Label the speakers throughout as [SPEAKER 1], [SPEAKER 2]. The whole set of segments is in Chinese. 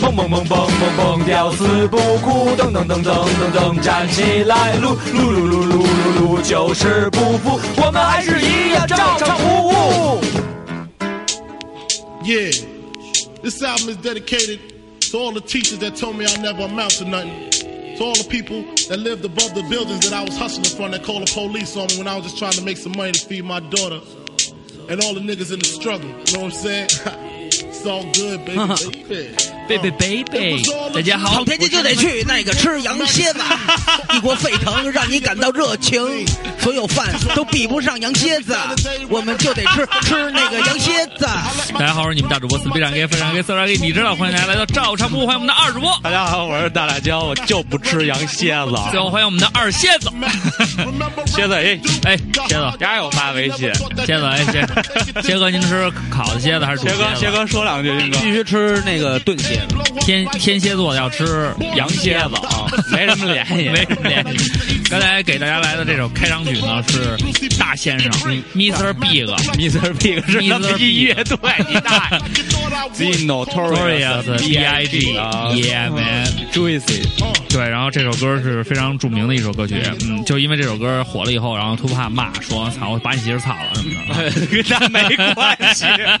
[SPEAKER 1] 蹦蹦蹦蹦蹦蹦，吊死不哭，噔噔噔噔噔噔，站起来，撸撸撸撸撸撸撸，就是不服，我们还是一样照常服务。
[SPEAKER 2] Yeah, this album is dedicated to all the teachers that told me I never amount to nothing. To all the people that lived above the buildings that I was hustling from that called the police on me when I was just trying to make some money to feed my daughter. And all the niggas in the struggle, you know what I'm saying? it's all good, baby. baby. Uh,
[SPEAKER 3] 贝贝贝贝，
[SPEAKER 4] 大家好，
[SPEAKER 2] 好
[SPEAKER 4] 老天气就得去那个吃羊蝎 子，异国沸腾让你感到热情，所有饭都比不上羊蝎子，我们就得吃吃那个羊蝎子。
[SPEAKER 3] 大家好，我是你们大主播四非常给非常给四常给，你知道？欢迎大家来到照常不误，欢迎我们的二主播，
[SPEAKER 5] 大家好，我是大辣椒，我就不吃羊蝎子。
[SPEAKER 3] 最后欢迎我们的二蝎子。
[SPEAKER 5] 蝎子，哎，
[SPEAKER 3] 哎，蝎子，
[SPEAKER 5] 丫有发微信，
[SPEAKER 3] 蝎子，哎，蝎蝎哥，您吃烤的蝎子还是煮
[SPEAKER 5] 薛
[SPEAKER 3] 的
[SPEAKER 5] 哥，
[SPEAKER 3] 蝎
[SPEAKER 5] 薛
[SPEAKER 3] 子？
[SPEAKER 5] 哥说两句，
[SPEAKER 4] 必
[SPEAKER 5] 薛
[SPEAKER 4] 须吃那个炖蝎子，
[SPEAKER 3] 天天蝎座要吃
[SPEAKER 5] 哥，羊蝎子啊，没什么联系，
[SPEAKER 3] 没什么联系。刚才给大家来的这首开场曲呢是大先生 Mr. Big。
[SPEAKER 5] Mr. Big 是那么
[SPEAKER 3] Mr.
[SPEAKER 5] 一乐队，你大爷 The
[SPEAKER 3] Notorious
[SPEAKER 5] Notorious
[SPEAKER 3] B.I.G.
[SPEAKER 5] 啊
[SPEAKER 3] Yeah man，
[SPEAKER 5] Juicy，
[SPEAKER 3] 对，然后这首歌是非常著名的一首歌曲，嗯，就因为这首歌火了以后，然后 Tupac 骂说：“操，我把你媳妇儿操了什么的。”
[SPEAKER 5] 跟他没关系，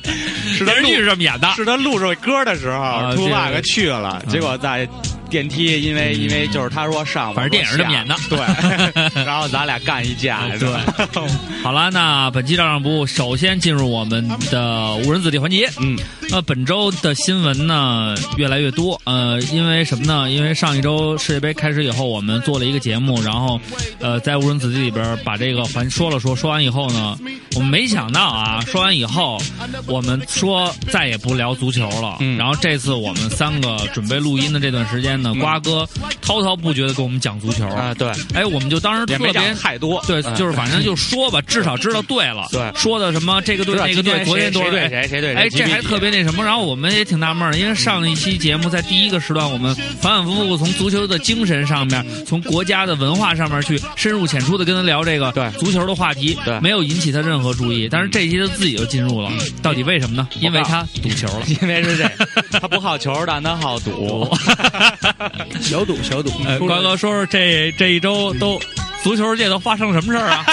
[SPEAKER 3] 电视
[SPEAKER 5] 是他录
[SPEAKER 3] 剧是这么演的。
[SPEAKER 5] 是他录这歌的时
[SPEAKER 4] 啊
[SPEAKER 5] 候，
[SPEAKER 3] 这
[SPEAKER 5] 秃
[SPEAKER 3] 个
[SPEAKER 5] 爸给去了，结果在电梯，因
[SPEAKER 4] 嗯
[SPEAKER 5] 为因为就是他说上，
[SPEAKER 3] 反正电影是这么演的
[SPEAKER 5] 我说下 对，然后咱俩干一 架，
[SPEAKER 3] 哎
[SPEAKER 5] 是吧，
[SPEAKER 3] 好了，那本期照相部首先进入我们的无人子弟环节。
[SPEAKER 5] 嗯，
[SPEAKER 3] 那本周的新闻呢越来越多，呃，因为什么呢？因为上一周世界杯开始以后，我们做了一个节目，然后呃，在无人子弟里边把这个环说了说，说完以后呢，我们没想到啊，说完以后我们说再也不聊足球了。
[SPEAKER 5] 嗯
[SPEAKER 3] 然后这次我们三个准备录音的这段时间呢，瓜哥滔滔不绝的给我们讲足球
[SPEAKER 5] 嗯啊，对，
[SPEAKER 3] 哎，我们就当时
[SPEAKER 5] 也
[SPEAKER 3] 特
[SPEAKER 5] 没
[SPEAKER 3] 别
[SPEAKER 5] 讲太多，
[SPEAKER 3] 对，
[SPEAKER 5] 嗯
[SPEAKER 3] 就是反正就说吧，至少知道对了。
[SPEAKER 5] 对
[SPEAKER 3] 说的什么这个队
[SPEAKER 5] 知道
[SPEAKER 3] 那个队，
[SPEAKER 5] 今天
[SPEAKER 3] 昨天
[SPEAKER 5] 谁
[SPEAKER 3] 多少
[SPEAKER 5] 谁对谁谁对谁
[SPEAKER 3] 哎，
[SPEAKER 5] 几
[SPEAKER 3] 这
[SPEAKER 5] 比
[SPEAKER 3] 还
[SPEAKER 5] 几
[SPEAKER 3] 特别那什么。然后我们也挺纳闷儿，因为上一期节目在第一个时段，我们反反复复从足球的精神上面，
[SPEAKER 5] 嗯
[SPEAKER 3] 从国家的文化上面去深入浅出的跟他聊这个
[SPEAKER 5] 对
[SPEAKER 3] 足球的话题，
[SPEAKER 5] 对嗯
[SPEAKER 3] 没有引起他任何注意。但是这一期他自己就进入了，到底为什么呢？因为他赌球了。
[SPEAKER 5] 因为 是这样，他不好球，但他好赌。
[SPEAKER 4] 小赌小赌。
[SPEAKER 3] 呃，瓜哥说说这这一周都足球界都发生什么事儿啊？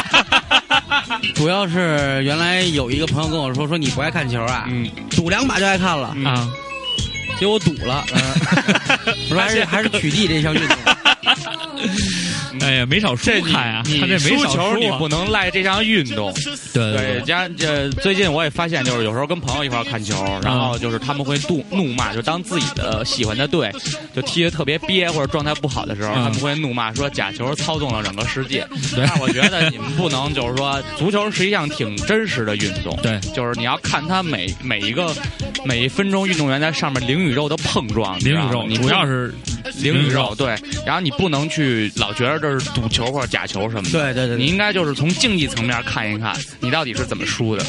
[SPEAKER 4] 主要是原来有一个朋友跟我说，说你不爱看球啊，
[SPEAKER 5] 嗯，
[SPEAKER 4] 赌 两把就爱看了，
[SPEAKER 3] 啊，
[SPEAKER 4] 结果赌嗯了， 我说还是还是取缔这项运 动。
[SPEAKER 3] 哎呀，没少输
[SPEAKER 5] 啊这你
[SPEAKER 3] 看呀，
[SPEAKER 5] 你
[SPEAKER 3] 他这没
[SPEAKER 5] 输
[SPEAKER 3] 少
[SPEAKER 5] 球你
[SPEAKER 3] 啊
[SPEAKER 5] 不能赖这项运动。
[SPEAKER 3] 对
[SPEAKER 5] 对，加这最近我也发现，就是有时候跟朋友一块儿看球，然后就是他们会怒怒骂，就当自己的喜欢的队就踢得特别憋或者状态不好的时候，
[SPEAKER 3] 嗯
[SPEAKER 5] 他们会怒骂说假球操纵了整个世界。但是我觉得你们不能就是说，足球是一项挺真实的运动，
[SPEAKER 3] 对
[SPEAKER 5] 就是你要看它每每一个每一分钟运动员在上面灵与肉的碰撞，
[SPEAKER 3] 零宇
[SPEAKER 5] 你知道吗
[SPEAKER 3] 宙
[SPEAKER 5] 你
[SPEAKER 3] 主要
[SPEAKER 5] 不
[SPEAKER 3] 是
[SPEAKER 5] 灵
[SPEAKER 3] 灵
[SPEAKER 5] 与
[SPEAKER 3] 与
[SPEAKER 5] 肉
[SPEAKER 3] 肉，
[SPEAKER 5] 对，然后你不能去老觉得这是赌球或者假球什么的。
[SPEAKER 4] 对对对，
[SPEAKER 5] 你应该就是从竞技层面看一看，你到底是怎么输的。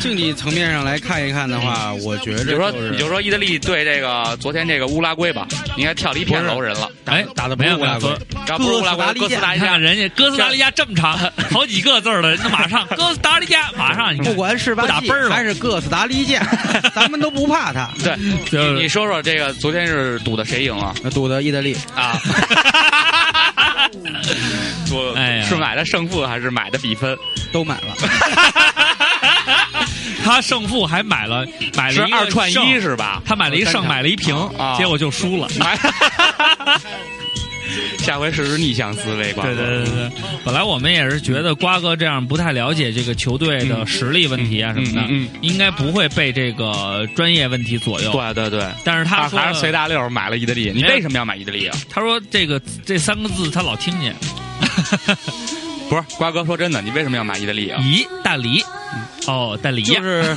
[SPEAKER 4] 竞技层面上来看一看的话，我觉着
[SPEAKER 5] 你就说，
[SPEAKER 4] 是
[SPEAKER 5] 你就说意大利对这个昨天这个乌拉圭吧，应该跳了一片楼人了。
[SPEAKER 3] 哎，
[SPEAKER 4] 打得不
[SPEAKER 3] 没有
[SPEAKER 4] 过来
[SPEAKER 3] 没有
[SPEAKER 4] 吧
[SPEAKER 5] 要不是乌拉圭，
[SPEAKER 4] 哥
[SPEAKER 5] 哥
[SPEAKER 4] 斯
[SPEAKER 5] 斯
[SPEAKER 4] 达
[SPEAKER 5] 达
[SPEAKER 3] 你看
[SPEAKER 5] 黎加
[SPEAKER 3] 看 人家哥斯达黎加这么长，好几个字儿的，人家马上哥斯达黎加，马上你看
[SPEAKER 4] 嗯不管是
[SPEAKER 3] 不
[SPEAKER 4] 巴
[SPEAKER 3] 打
[SPEAKER 4] 西
[SPEAKER 3] 分儿了
[SPEAKER 4] 还是哥斯达 黎加，咱们都不怕他。
[SPEAKER 5] 对，
[SPEAKER 3] 就是
[SPEAKER 5] 你你说说这个昨天是赌的谁赢了
[SPEAKER 4] 那赌的意大利，
[SPEAKER 5] 啊？赌
[SPEAKER 3] 哎呀
[SPEAKER 5] 是买的胜负还是买的比分？
[SPEAKER 4] 都买了，
[SPEAKER 3] 他胜负还买了买了
[SPEAKER 5] 是
[SPEAKER 3] 一个
[SPEAKER 5] 二串一
[SPEAKER 3] 胜，
[SPEAKER 5] 是吧？
[SPEAKER 3] 他买了一胜，买了一平
[SPEAKER 5] 啊，
[SPEAKER 3] 结果就输了。
[SPEAKER 5] 买。下回试试逆向思维吧。
[SPEAKER 3] 对对对对，本来我们也是觉得瓜哥这样不太了解这个球队的实力问题啊什么的
[SPEAKER 5] 嗯嗯嗯嗯，
[SPEAKER 3] 应该不会被这个专业问题左右。
[SPEAKER 5] 对对对，
[SPEAKER 3] 但是他
[SPEAKER 5] 他
[SPEAKER 3] 说
[SPEAKER 5] 还是随大溜买了意大利。你
[SPEAKER 3] 没有
[SPEAKER 5] 为什么要买意大利啊？
[SPEAKER 3] 他说这个这三个字他老听 见，
[SPEAKER 5] 不是瓜哥说真的，你为什么要买意大利啊？
[SPEAKER 3] 咦，大梨，
[SPEAKER 5] 嗯
[SPEAKER 3] 哦，大梨呀
[SPEAKER 4] 就， 是，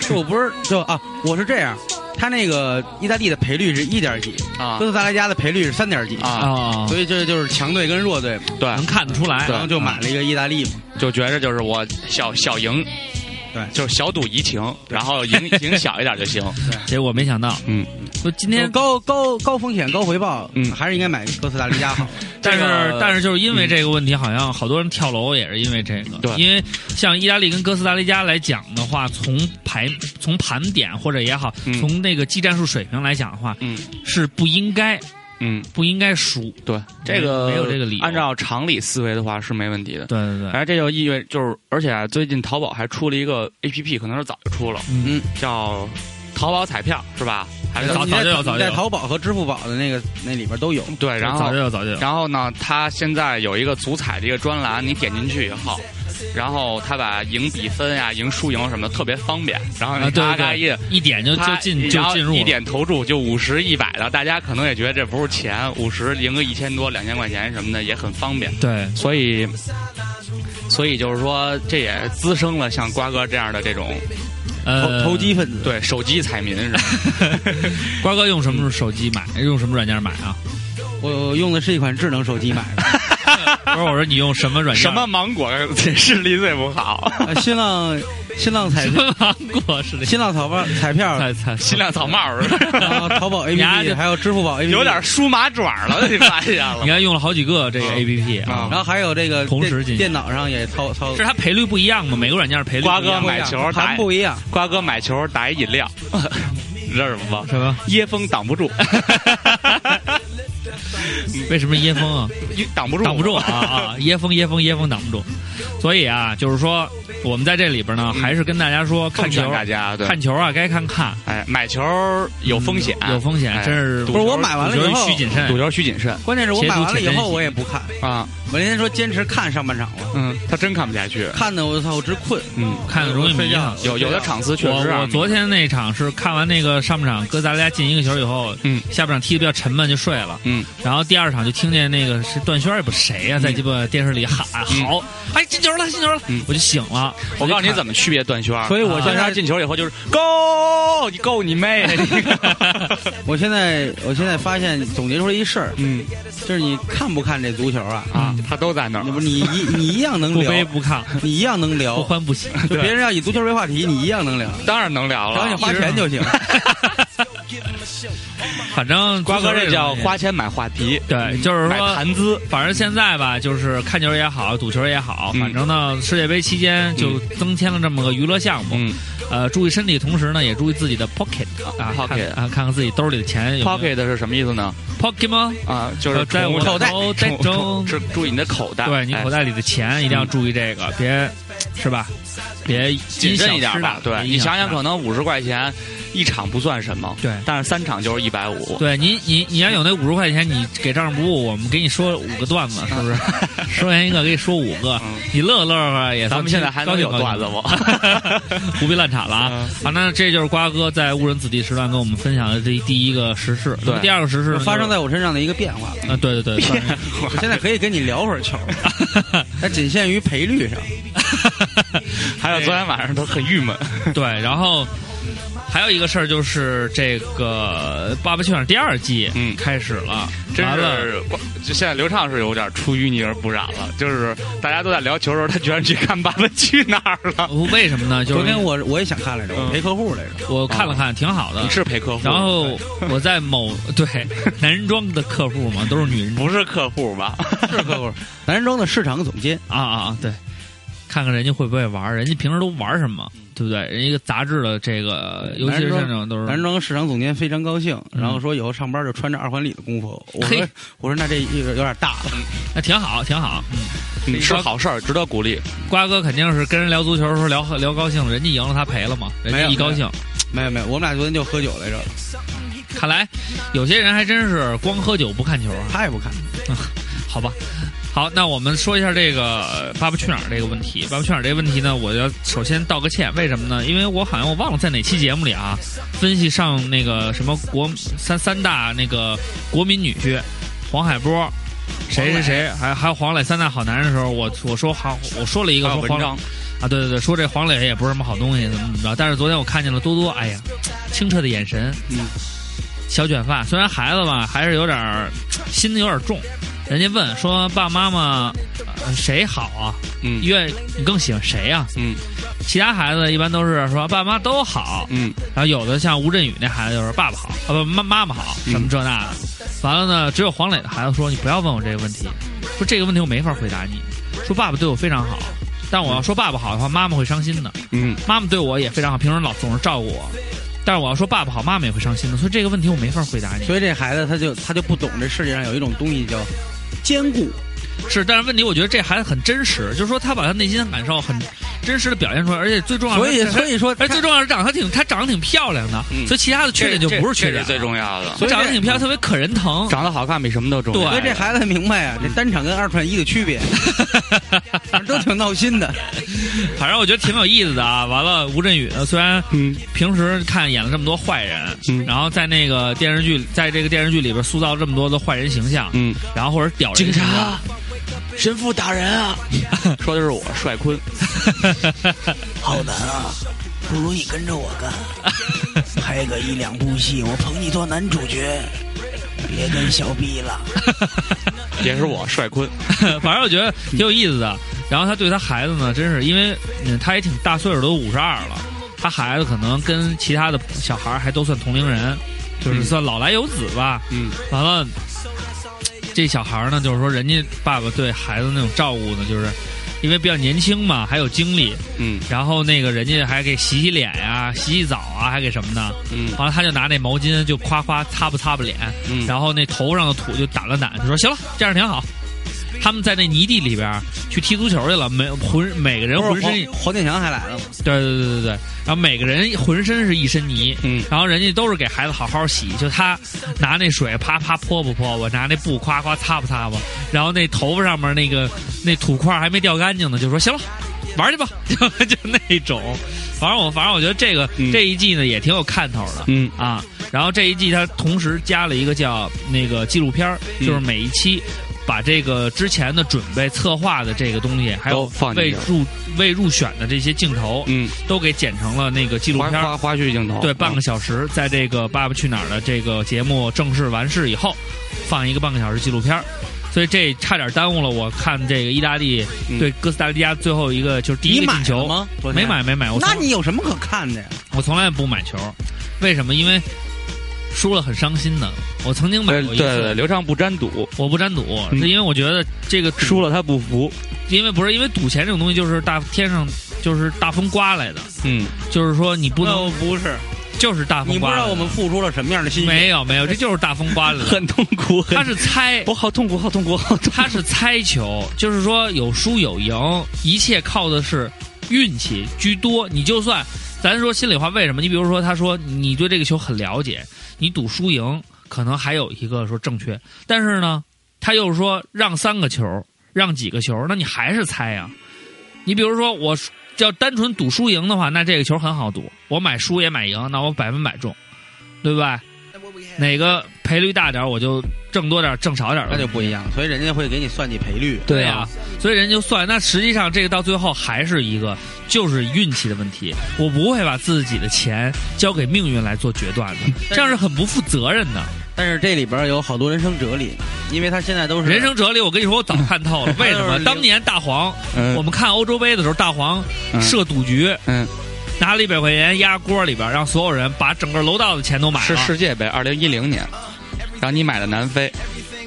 [SPEAKER 4] 就我不是就啊，我是这样，他那个意大利的赔率是一点几，
[SPEAKER 5] 啊
[SPEAKER 3] 嗯
[SPEAKER 4] 哥斯达黎加的赔率是三点几，
[SPEAKER 5] 啊，
[SPEAKER 3] 哦，
[SPEAKER 4] 所以这就是强队跟弱队嘛，
[SPEAKER 5] 对，
[SPEAKER 3] 能看得出来。嗯
[SPEAKER 4] 然后就买了一个意大利嘛，
[SPEAKER 5] 就觉着就是我小小赢，
[SPEAKER 4] 对
[SPEAKER 5] 就是小赌怡情，然 后赢赢小一点就行。
[SPEAKER 3] 结果没想到，
[SPEAKER 5] 嗯，
[SPEAKER 3] 说今
[SPEAKER 4] 就
[SPEAKER 3] 天
[SPEAKER 4] 高高高风险高回报，
[SPEAKER 5] 嗯
[SPEAKER 4] 还是应该买哥斯达黎加好。
[SPEAKER 3] 但
[SPEAKER 5] 这
[SPEAKER 3] 是
[SPEAKER 5] 个嗯
[SPEAKER 3] 但是就是因为这个问题，好像好多人跳楼也是因为这个。
[SPEAKER 5] 对
[SPEAKER 3] 因为像意大利跟哥斯达黎加来讲的话，从排从盘点或者也好，
[SPEAKER 5] 嗯
[SPEAKER 3] 从那个技战术水平来讲的话，
[SPEAKER 5] 嗯
[SPEAKER 3] 是不应该
[SPEAKER 5] 嗯，
[SPEAKER 3] 不应该输。
[SPEAKER 5] 对，这个
[SPEAKER 3] 没有这个理由
[SPEAKER 5] 按照常理思维的话是没问题的。
[SPEAKER 3] 对对对，
[SPEAKER 5] 而这就意味就是，而且啊最近淘宝还出了一个 A P P，可能是早就出了，
[SPEAKER 3] 嗯，
[SPEAKER 5] 叫淘宝彩票是吧？还 是
[SPEAKER 3] 早
[SPEAKER 4] 你在
[SPEAKER 3] 早就有早就
[SPEAKER 4] 你在
[SPEAKER 3] 有
[SPEAKER 4] 淘宝和支付宝的那个那里边都有。
[SPEAKER 5] 对，然后
[SPEAKER 3] 早就有早就有。
[SPEAKER 5] 然后呢，它现在有一个足彩的一个专栏，你点进去以后，然后它把赢比分呀、赢输赢什么的特别方便，然后
[SPEAKER 3] 啊，
[SPEAKER 5] 你
[SPEAKER 3] 对
[SPEAKER 5] 嘎
[SPEAKER 3] 对
[SPEAKER 5] 嘎一
[SPEAKER 3] 对，一点就就
[SPEAKER 5] 它
[SPEAKER 3] 进就
[SPEAKER 5] 然后
[SPEAKER 3] 进入
[SPEAKER 5] 一
[SPEAKER 3] 了。
[SPEAKER 5] 点投注就五十一百的，大家可能也觉得这不是钱，五十赢个一千多两千块钱什么的也很方便，
[SPEAKER 3] 对，
[SPEAKER 5] 所以，所以就是说，这也滋生了像瓜哥这样的这种
[SPEAKER 3] 呃，
[SPEAKER 4] 投投机分子，
[SPEAKER 5] 对手机彩民是吧？
[SPEAKER 3] 瓜哥用什么手机买？用什么软件买 啊？
[SPEAKER 4] 我用的是一款智能手机买 的，
[SPEAKER 3] 不是，我说你用什么软件？
[SPEAKER 5] 什么芒果 视力最不好？
[SPEAKER 4] 呃新浪新浪彩
[SPEAKER 3] 什
[SPEAKER 4] 票，
[SPEAKER 3] 么芒果是的？
[SPEAKER 4] 新浪淘宝彩票，
[SPEAKER 3] 猜猜，
[SPEAKER 5] 新亮草帽是吧？
[SPEAKER 4] 然后淘宝
[SPEAKER 3] 你丫
[SPEAKER 4] APP，
[SPEAKER 3] 就
[SPEAKER 4] 还有支付宝 APP，
[SPEAKER 5] 有点梳马爪了，嗯 你发现了
[SPEAKER 3] 你？看用了好几个这个
[SPEAKER 5] 啊
[SPEAKER 3] A P P
[SPEAKER 5] 啊
[SPEAKER 3] 啊，
[SPEAKER 4] 然后还有这个
[SPEAKER 3] 同时
[SPEAKER 4] 电
[SPEAKER 3] 进行
[SPEAKER 4] 电脑上也操操，
[SPEAKER 3] 是它赔率不一样吗？每个软件赔率不一样
[SPEAKER 5] 瓜哥买球打
[SPEAKER 4] 啊盘不一样，
[SPEAKER 5] 瓜哥买球打一 饮料，你知道什么吗？
[SPEAKER 3] 什么？
[SPEAKER 5] 椰风挡 不住，
[SPEAKER 3] 为什么椰风啊？
[SPEAKER 5] 你挡不住，
[SPEAKER 3] 挡不住啊 啊！椰风椰风椰风挡不住，所以啊，就是说我们在这里边呢，
[SPEAKER 5] 嗯
[SPEAKER 3] 还是跟大家说看
[SPEAKER 5] 奉劝
[SPEAKER 3] 球，
[SPEAKER 5] 大家对。
[SPEAKER 3] 看球啊该看看，
[SPEAKER 5] 哎，买球有风险，
[SPEAKER 3] 有风险，
[SPEAKER 5] 哎
[SPEAKER 3] 真是
[SPEAKER 4] 不是我买完了以
[SPEAKER 3] 赌球
[SPEAKER 4] 后
[SPEAKER 3] 需谨慎
[SPEAKER 5] 赌球需谨慎
[SPEAKER 4] 关键是我买完
[SPEAKER 3] 且赌
[SPEAKER 4] 了以
[SPEAKER 3] 且珍
[SPEAKER 4] 后
[SPEAKER 3] 惜
[SPEAKER 4] 我也不看，
[SPEAKER 5] 啊。
[SPEAKER 4] 我那天说坚持看上半场了，
[SPEAKER 5] 嗯，他真看不下去。
[SPEAKER 4] 看的我操我直困，
[SPEAKER 5] 嗯，
[SPEAKER 3] 看容易迷上。
[SPEAKER 5] 有有的场次确实
[SPEAKER 3] 我
[SPEAKER 5] 啊，
[SPEAKER 3] 我昨天那场是看完那个上半场哥斯达黎加进一个球以后，
[SPEAKER 5] 嗯
[SPEAKER 3] 下半场踢的比较沉闷就睡了，
[SPEAKER 5] 嗯，
[SPEAKER 3] 然后第二场就听见那个是段轩儿也不谁啊呀、在鸡巴电视里喊
[SPEAKER 5] 嗯
[SPEAKER 3] 好，哎进球了进球了
[SPEAKER 5] 嗯，
[SPEAKER 3] 我就醒了。
[SPEAKER 5] 我告诉你
[SPEAKER 3] 么。
[SPEAKER 5] 怎么区别段轩儿，
[SPEAKER 4] 所以我
[SPEAKER 5] 段
[SPEAKER 4] 现
[SPEAKER 5] 轩
[SPEAKER 4] 在
[SPEAKER 5] 儿进球以后就是 go，你 go 你妹！
[SPEAKER 4] 我现在我现在发现总结出了一事儿，
[SPEAKER 5] 嗯
[SPEAKER 4] 就是你看不看这足球啊？
[SPEAKER 5] 啊，他都在那
[SPEAKER 4] 你不
[SPEAKER 5] 儿。
[SPEAKER 4] 你一你一样能
[SPEAKER 3] 不
[SPEAKER 4] 聊，
[SPEAKER 3] 卑不亢，
[SPEAKER 4] 你一样能
[SPEAKER 3] 不
[SPEAKER 4] 聊，
[SPEAKER 3] 欢不 啊喜。
[SPEAKER 4] 就别人要以足球为话题，你一样能聊，
[SPEAKER 5] 当然能聊
[SPEAKER 4] 只要你
[SPEAKER 5] 了，
[SPEAKER 4] 花钱就行。
[SPEAKER 3] 反正
[SPEAKER 5] 瓜哥这叫
[SPEAKER 3] 花，
[SPEAKER 5] 花钱买话题，
[SPEAKER 3] 对，就是
[SPEAKER 5] 买
[SPEAKER 3] 说，
[SPEAKER 5] 谈资。
[SPEAKER 3] 反正现在吧，就是看球也好，赌球也好，
[SPEAKER 5] 嗯
[SPEAKER 3] 反正呢，世界杯期间就增添了这么个娱乐项目。
[SPEAKER 5] 嗯
[SPEAKER 3] 呃，注意身体，同时呢，也注意自己的 pocket 啊看
[SPEAKER 5] Pocket
[SPEAKER 3] 啊，看看自己兜里的钱有没有
[SPEAKER 5] ，pocket 是什么意思呢？
[SPEAKER 3] pocket 吗？
[SPEAKER 5] 啊，就
[SPEAKER 3] 呃
[SPEAKER 5] 是
[SPEAKER 3] 在我
[SPEAKER 5] 宠物
[SPEAKER 3] 口袋口袋中
[SPEAKER 5] 是注意你的口袋，
[SPEAKER 3] 对你
[SPEAKER 5] 哎嗯
[SPEAKER 3] 口袋里的钱一定要注意这个，别是吧？别
[SPEAKER 5] 谨慎一点吧
[SPEAKER 3] 吧。。
[SPEAKER 5] 对你想想，可能五十块钱一场不算什么，
[SPEAKER 3] 对
[SPEAKER 5] 但是三场就是一百 五。
[SPEAKER 3] 对你，你你要有那五十块钱，你给账上不误，我们给你说五个段子，是 不是？说完一个给你说五个
[SPEAKER 5] 嗯，
[SPEAKER 3] 你乐乐呵也算
[SPEAKER 5] 咱们现在还能有
[SPEAKER 3] 高兴高兴
[SPEAKER 5] 段子
[SPEAKER 3] 胡逼乱铲了
[SPEAKER 5] 嗯
[SPEAKER 3] 啊！好，那这就是瓜哥在误人子弟时段跟我们分享的这第一个时事。那么
[SPEAKER 5] 对
[SPEAKER 3] 第二个时事呢
[SPEAKER 4] 发生
[SPEAKER 3] 就
[SPEAKER 4] 在我身上的一个变 化，
[SPEAKER 3] 是啊，对对 对，
[SPEAKER 4] 我现在可以跟你聊会儿 球，但仅限于赔率上。
[SPEAKER 5] 还有昨天晚上都很郁闷，
[SPEAKER 3] 对，然后还有一个事儿就是这个《爸爸去哪儿》第二季
[SPEAKER 5] 嗯
[SPEAKER 3] 开始了，
[SPEAKER 5] 真
[SPEAKER 3] 完了。
[SPEAKER 5] 是我就现在刘畅是有点出淤泥而不染了，就是大家都在聊球的时候，他居然去看《爸爸去哪儿》了。
[SPEAKER 3] 为什么呢？就
[SPEAKER 4] 昨
[SPEAKER 3] 是嗯因为
[SPEAKER 4] 天我我也想看来着，我陪客户来着。
[SPEAKER 3] 我看了看，挺好的
[SPEAKER 5] 哦你。是陪客户，
[SPEAKER 3] 然后我在某对 男人装的客户嘛，都是女人装
[SPEAKER 5] 不是客户吧？
[SPEAKER 4] 是客户，南山庄的市场总监，
[SPEAKER 3] 啊啊啊！对，看看人家会不会玩儿，人家平时都玩儿什么，
[SPEAKER 4] 嗯
[SPEAKER 3] 对不对？人家一个杂志的这个，尤其是像这种都
[SPEAKER 4] 南山
[SPEAKER 3] 是
[SPEAKER 4] 庄市场总监非常高兴，
[SPEAKER 3] 嗯
[SPEAKER 4] 然后说以后上班就穿着二环里的功夫。我
[SPEAKER 3] 嘿
[SPEAKER 4] 说我说那这有有点大了，啊
[SPEAKER 3] 那哎挺好，挺好。嗯，
[SPEAKER 5] 嗯是好事儿，值得鼓励。
[SPEAKER 3] 瓜哥肯定是跟人聊足球的时候聊聊高兴了，人家赢了他赔了嘛，人
[SPEAKER 4] 没
[SPEAKER 3] 家
[SPEAKER 4] 有
[SPEAKER 3] 一高兴。
[SPEAKER 4] 没有没有，我们俩昨天就喝酒来着，
[SPEAKER 3] 看来有些人还真是光喝酒不看球啊，
[SPEAKER 4] 他也不看。
[SPEAKER 3] 好吧。好，那我们说一下这个呃《爸爸去哪儿》这个问题。《爸爸去哪儿》这个问题呢，我要首先道个歉，为什么呢？因为我好像我忘了在哪期节目里啊，分析上那个什么国三三大那个国民女婿黄海波，谁谁谁，还还有黄磊三大好男人的时候，我我说好，我说了一个
[SPEAKER 5] 还有
[SPEAKER 3] 说
[SPEAKER 5] 文
[SPEAKER 3] 黄磊
[SPEAKER 5] 章，
[SPEAKER 3] 啊，对对对，说这黄磊也不是什么好东西，怎么怎么着？但是昨天我看见了多多，哎呀，清澈的眼神，
[SPEAKER 4] 嗯，
[SPEAKER 3] 小卷发，虽然孩子吧还是有点儿心有点重，人家问说爸爸妈妈、呃谁好啊？
[SPEAKER 1] 嗯
[SPEAKER 3] 因为你更喜欢谁啊？
[SPEAKER 1] 嗯
[SPEAKER 3] 其他孩子一般都是说爸妈都好，
[SPEAKER 1] 嗯
[SPEAKER 3] 然后有的像吴镇宇那孩子就是爸爸好，啊不妈妈妈好，什么这那的。完了呢，只有黄磊的孩子说你不要问我这个问题，说这个问题我没法回答你，说爸爸对我非常好，但我要说爸爸好的话，妈妈会伤心的。
[SPEAKER 1] 嗯
[SPEAKER 3] 妈妈对我也非常好，平时老总是照顾我，但是我要说爸爸好，妈妈也会伤心的。所以这个问题我没法回答你。
[SPEAKER 4] 所以这孩子他就他就不懂这世界上有一种东西叫坚固，
[SPEAKER 3] 是，但是问题我觉得这孩子很真实，就是说他把他内心的感受很真实的表现出来，而且最重要的
[SPEAKER 4] 所
[SPEAKER 3] 是，
[SPEAKER 4] 以所以说
[SPEAKER 3] 而且最重要是长得她挺，她长得挺漂亮的，
[SPEAKER 1] 嗯
[SPEAKER 3] 所以其他的缺点就不是缺
[SPEAKER 1] 这
[SPEAKER 3] 点
[SPEAKER 1] 是
[SPEAKER 3] 了，
[SPEAKER 1] 最重要的。
[SPEAKER 3] 她长得挺漂
[SPEAKER 1] 嗯
[SPEAKER 3] 亮，特别可人疼。
[SPEAKER 1] 长得好看比什么都重要。
[SPEAKER 4] 所以这
[SPEAKER 3] 哎
[SPEAKER 4] 孩子明白
[SPEAKER 3] 嗯
[SPEAKER 4] 啊，这单场跟二串一的 区别，反正都挺闹心的。
[SPEAKER 3] 反正我觉得挺有意思的啊。完了，吴镇宇呢，虽然
[SPEAKER 1] 嗯
[SPEAKER 3] 平时看演了这么多坏人，
[SPEAKER 1] 嗯
[SPEAKER 3] 然后在那个电视剧，在这个电视剧里边塑造这么多的坏人形象，
[SPEAKER 1] 嗯，
[SPEAKER 3] 然后或者屌人形象，
[SPEAKER 6] 神父打人啊，
[SPEAKER 1] 说的是我帅 坤，
[SPEAKER 6] 好难啊！不如你跟着我干，拍个一两部戏，我捧你做男主角，别跟小 B 了。
[SPEAKER 1] 也是我帅坤。
[SPEAKER 3] 反正我觉得挺有意思的。然后他对他孩子呢，真是因为嗯，他也挺大岁数，都五十二了，他孩子可能跟其他的小孩儿还都算同龄人，就是算老来有子吧。
[SPEAKER 1] 嗯
[SPEAKER 3] 完了，这小孩儿呢，就是说人家爸爸对孩子那种照顾呢，就是因为比较年轻嘛，还有精力，
[SPEAKER 1] 嗯
[SPEAKER 3] 然后那个人家还给洗洗脸呀、
[SPEAKER 4] 嗯
[SPEAKER 3] 洗洗澡啊，还给什么呢？
[SPEAKER 1] 嗯
[SPEAKER 3] 完了，他就拿那毛巾就夸夸擦吧擦吧脸，
[SPEAKER 1] 嗯
[SPEAKER 3] 然后那头上的土就掸了掸，就说行了，这样挺好。他们在那泥地里边儿去踢足球去了，每浑每个人
[SPEAKER 4] 不
[SPEAKER 3] 浑
[SPEAKER 4] 是
[SPEAKER 3] 身
[SPEAKER 4] 黄黄健翔还来了吗？
[SPEAKER 3] 对对对对对，然后每个人浑身是一身泥，
[SPEAKER 1] 嗯
[SPEAKER 3] 然后人家都是给孩子好好洗，就他拿那水啪啪泼不泼我，拿那布夸夸擦不擦吧，然后那头发上面那个那土块还没掉干净呢，就说行了，玩去吧， 就就那种，反正我反正我觉得这个、
[SPEAKER 1] 嗯
[SPEAKER 3] 这一季呢也挺有看头的，
[SPEAKER 1] 嗯
[SPEAKER 3] 啊，然后这一季它同时加了一个叫那个纪录片儿，
[SPEAKER 1] 嗯
[SPEAKER 3] 就是每一期。把这个之前的准备、策划的这个东西，还有
[SPEAKER 1] 都放进
[SPEAKER 3] 未
[SPEAKER 1] 去了
[SPEAKER 3] 入未入选的这些镜头，
[SPEAKER 1] 嗯，
[SPEAKER 3] 都给剪成了那个纪录
[SPEAKER 1] 花
[SPEAKER 3] 片儿，
[SPEAKER 1] 花花絮镜头，
[SPEAKER 3] 对，半个小时，在这个《爸爸去哪儿》的这个节目正式完事以后，放一个半个小时纪录片儿，所以这差点耽误了我看这个意大利
[SPEAKER 1] 嗯
[SPEAKER 3] 对哥斯达黎加最后一个就是第
[SPEAKER 4] 你
[SPEAKER 3] 一个
[SPEAKER 4] 买
[SPEAKER 3] 进
[SPEAKER 4] 了
[SPEAKER 3] 球
[SPEAKER 4] 吗？昨天
[SPEAKER 3] 没买，没买，我从
[SPEAKER 4] 那你有什么可看的呀？
[SPEAKER 3] 我从来不买球，为什么？因为输了很伤心的。我曾经买
[SPEAKER 1] 对
[SPEAKER 3] 过
[SPEAKER 1] 对
[SPEAKER 3] 一
[SPEAKER 1] 对，
[SPEAKER 3] 次，
[SPEAKER 1] 刘畅不沾赌，
[SPEAKER 3] 我不沾赌，
[SPEAKER 1] 嗯
[SPEAKER 3] 是因为我觉得这个赌
[SPEAKER 1] 输了他不服。
[SPEAKER 3] 因为不是因为赌钱这种东西就是大天上就是大风刮来的，
[SPEAKER 1] 嗯，
[SPEAKER 3] 就是说你不能
[SPEAKER 4] 那不是，
[SPEAKER 3] 就是大风
[SPEAKER 4] 你不
[SPEAKER 3] 刮
[SPEAKER 4] 知
[SPEAKER 3] 来
[SPEAKER 4] 道
[SPEAKER 3] 的
[SPEAKER 4] 我们付出了什么样的心血。
[SPEAKER 3] 没有没有，这就是大风刮来 的。
[SPEAKER 1] 很痛苦，很
[SPEAKER 3] 他是猜，
[SPEAKER 1] 我好痛苦，好痛苦，好痛苦。
[SPEAKER 3] 他是猜球，就是说有输有赢，一切靠的是运气居多。你就算咱说心里话，为什么？你比如说，他说你对这个球很了解，你赌输赢可能还有一个说正确，但是呢，他又说让三个球，让几个球，那你还是猜呀、你比如说，我要单纯赌输赢的话，那这个球很好赌，我买输也买赢，那我百分百中，对吧？哪个赔率大点儿，我就挣多点儿，挣少点儿
[SPEAKER 4] 那就不一样，所以人家会给你算计赔率。
[SPEAKER 3] 对啊，所以人就算，那实际上这个到最后还是一个就是运气的问题。我不会把自己的钱交给命运来做决 断的，这样是很不负责任的。
[SPEAKER 4] 但是这里边有好多人生哲理，因为他现在都
[SPEAKER 1] 嗯
[SPEAKER 4] 是
[SPEAKER 3] 人生哲理，我跟你说，我早看 透了。为什么？当年大黄，
[SPEAKER 1] 嗯
[SPEAKER 3] 我们看欧洲杯的时候，大黄设赌局，
[SPEAKER 1] 嗯，
[SPEAKER 3] 拿了一百块钱压锅里边，让所有人把整个楼道的钱都买了。
[SPEAKER 1] 是世界杯，二零一零年，然后你买的南非，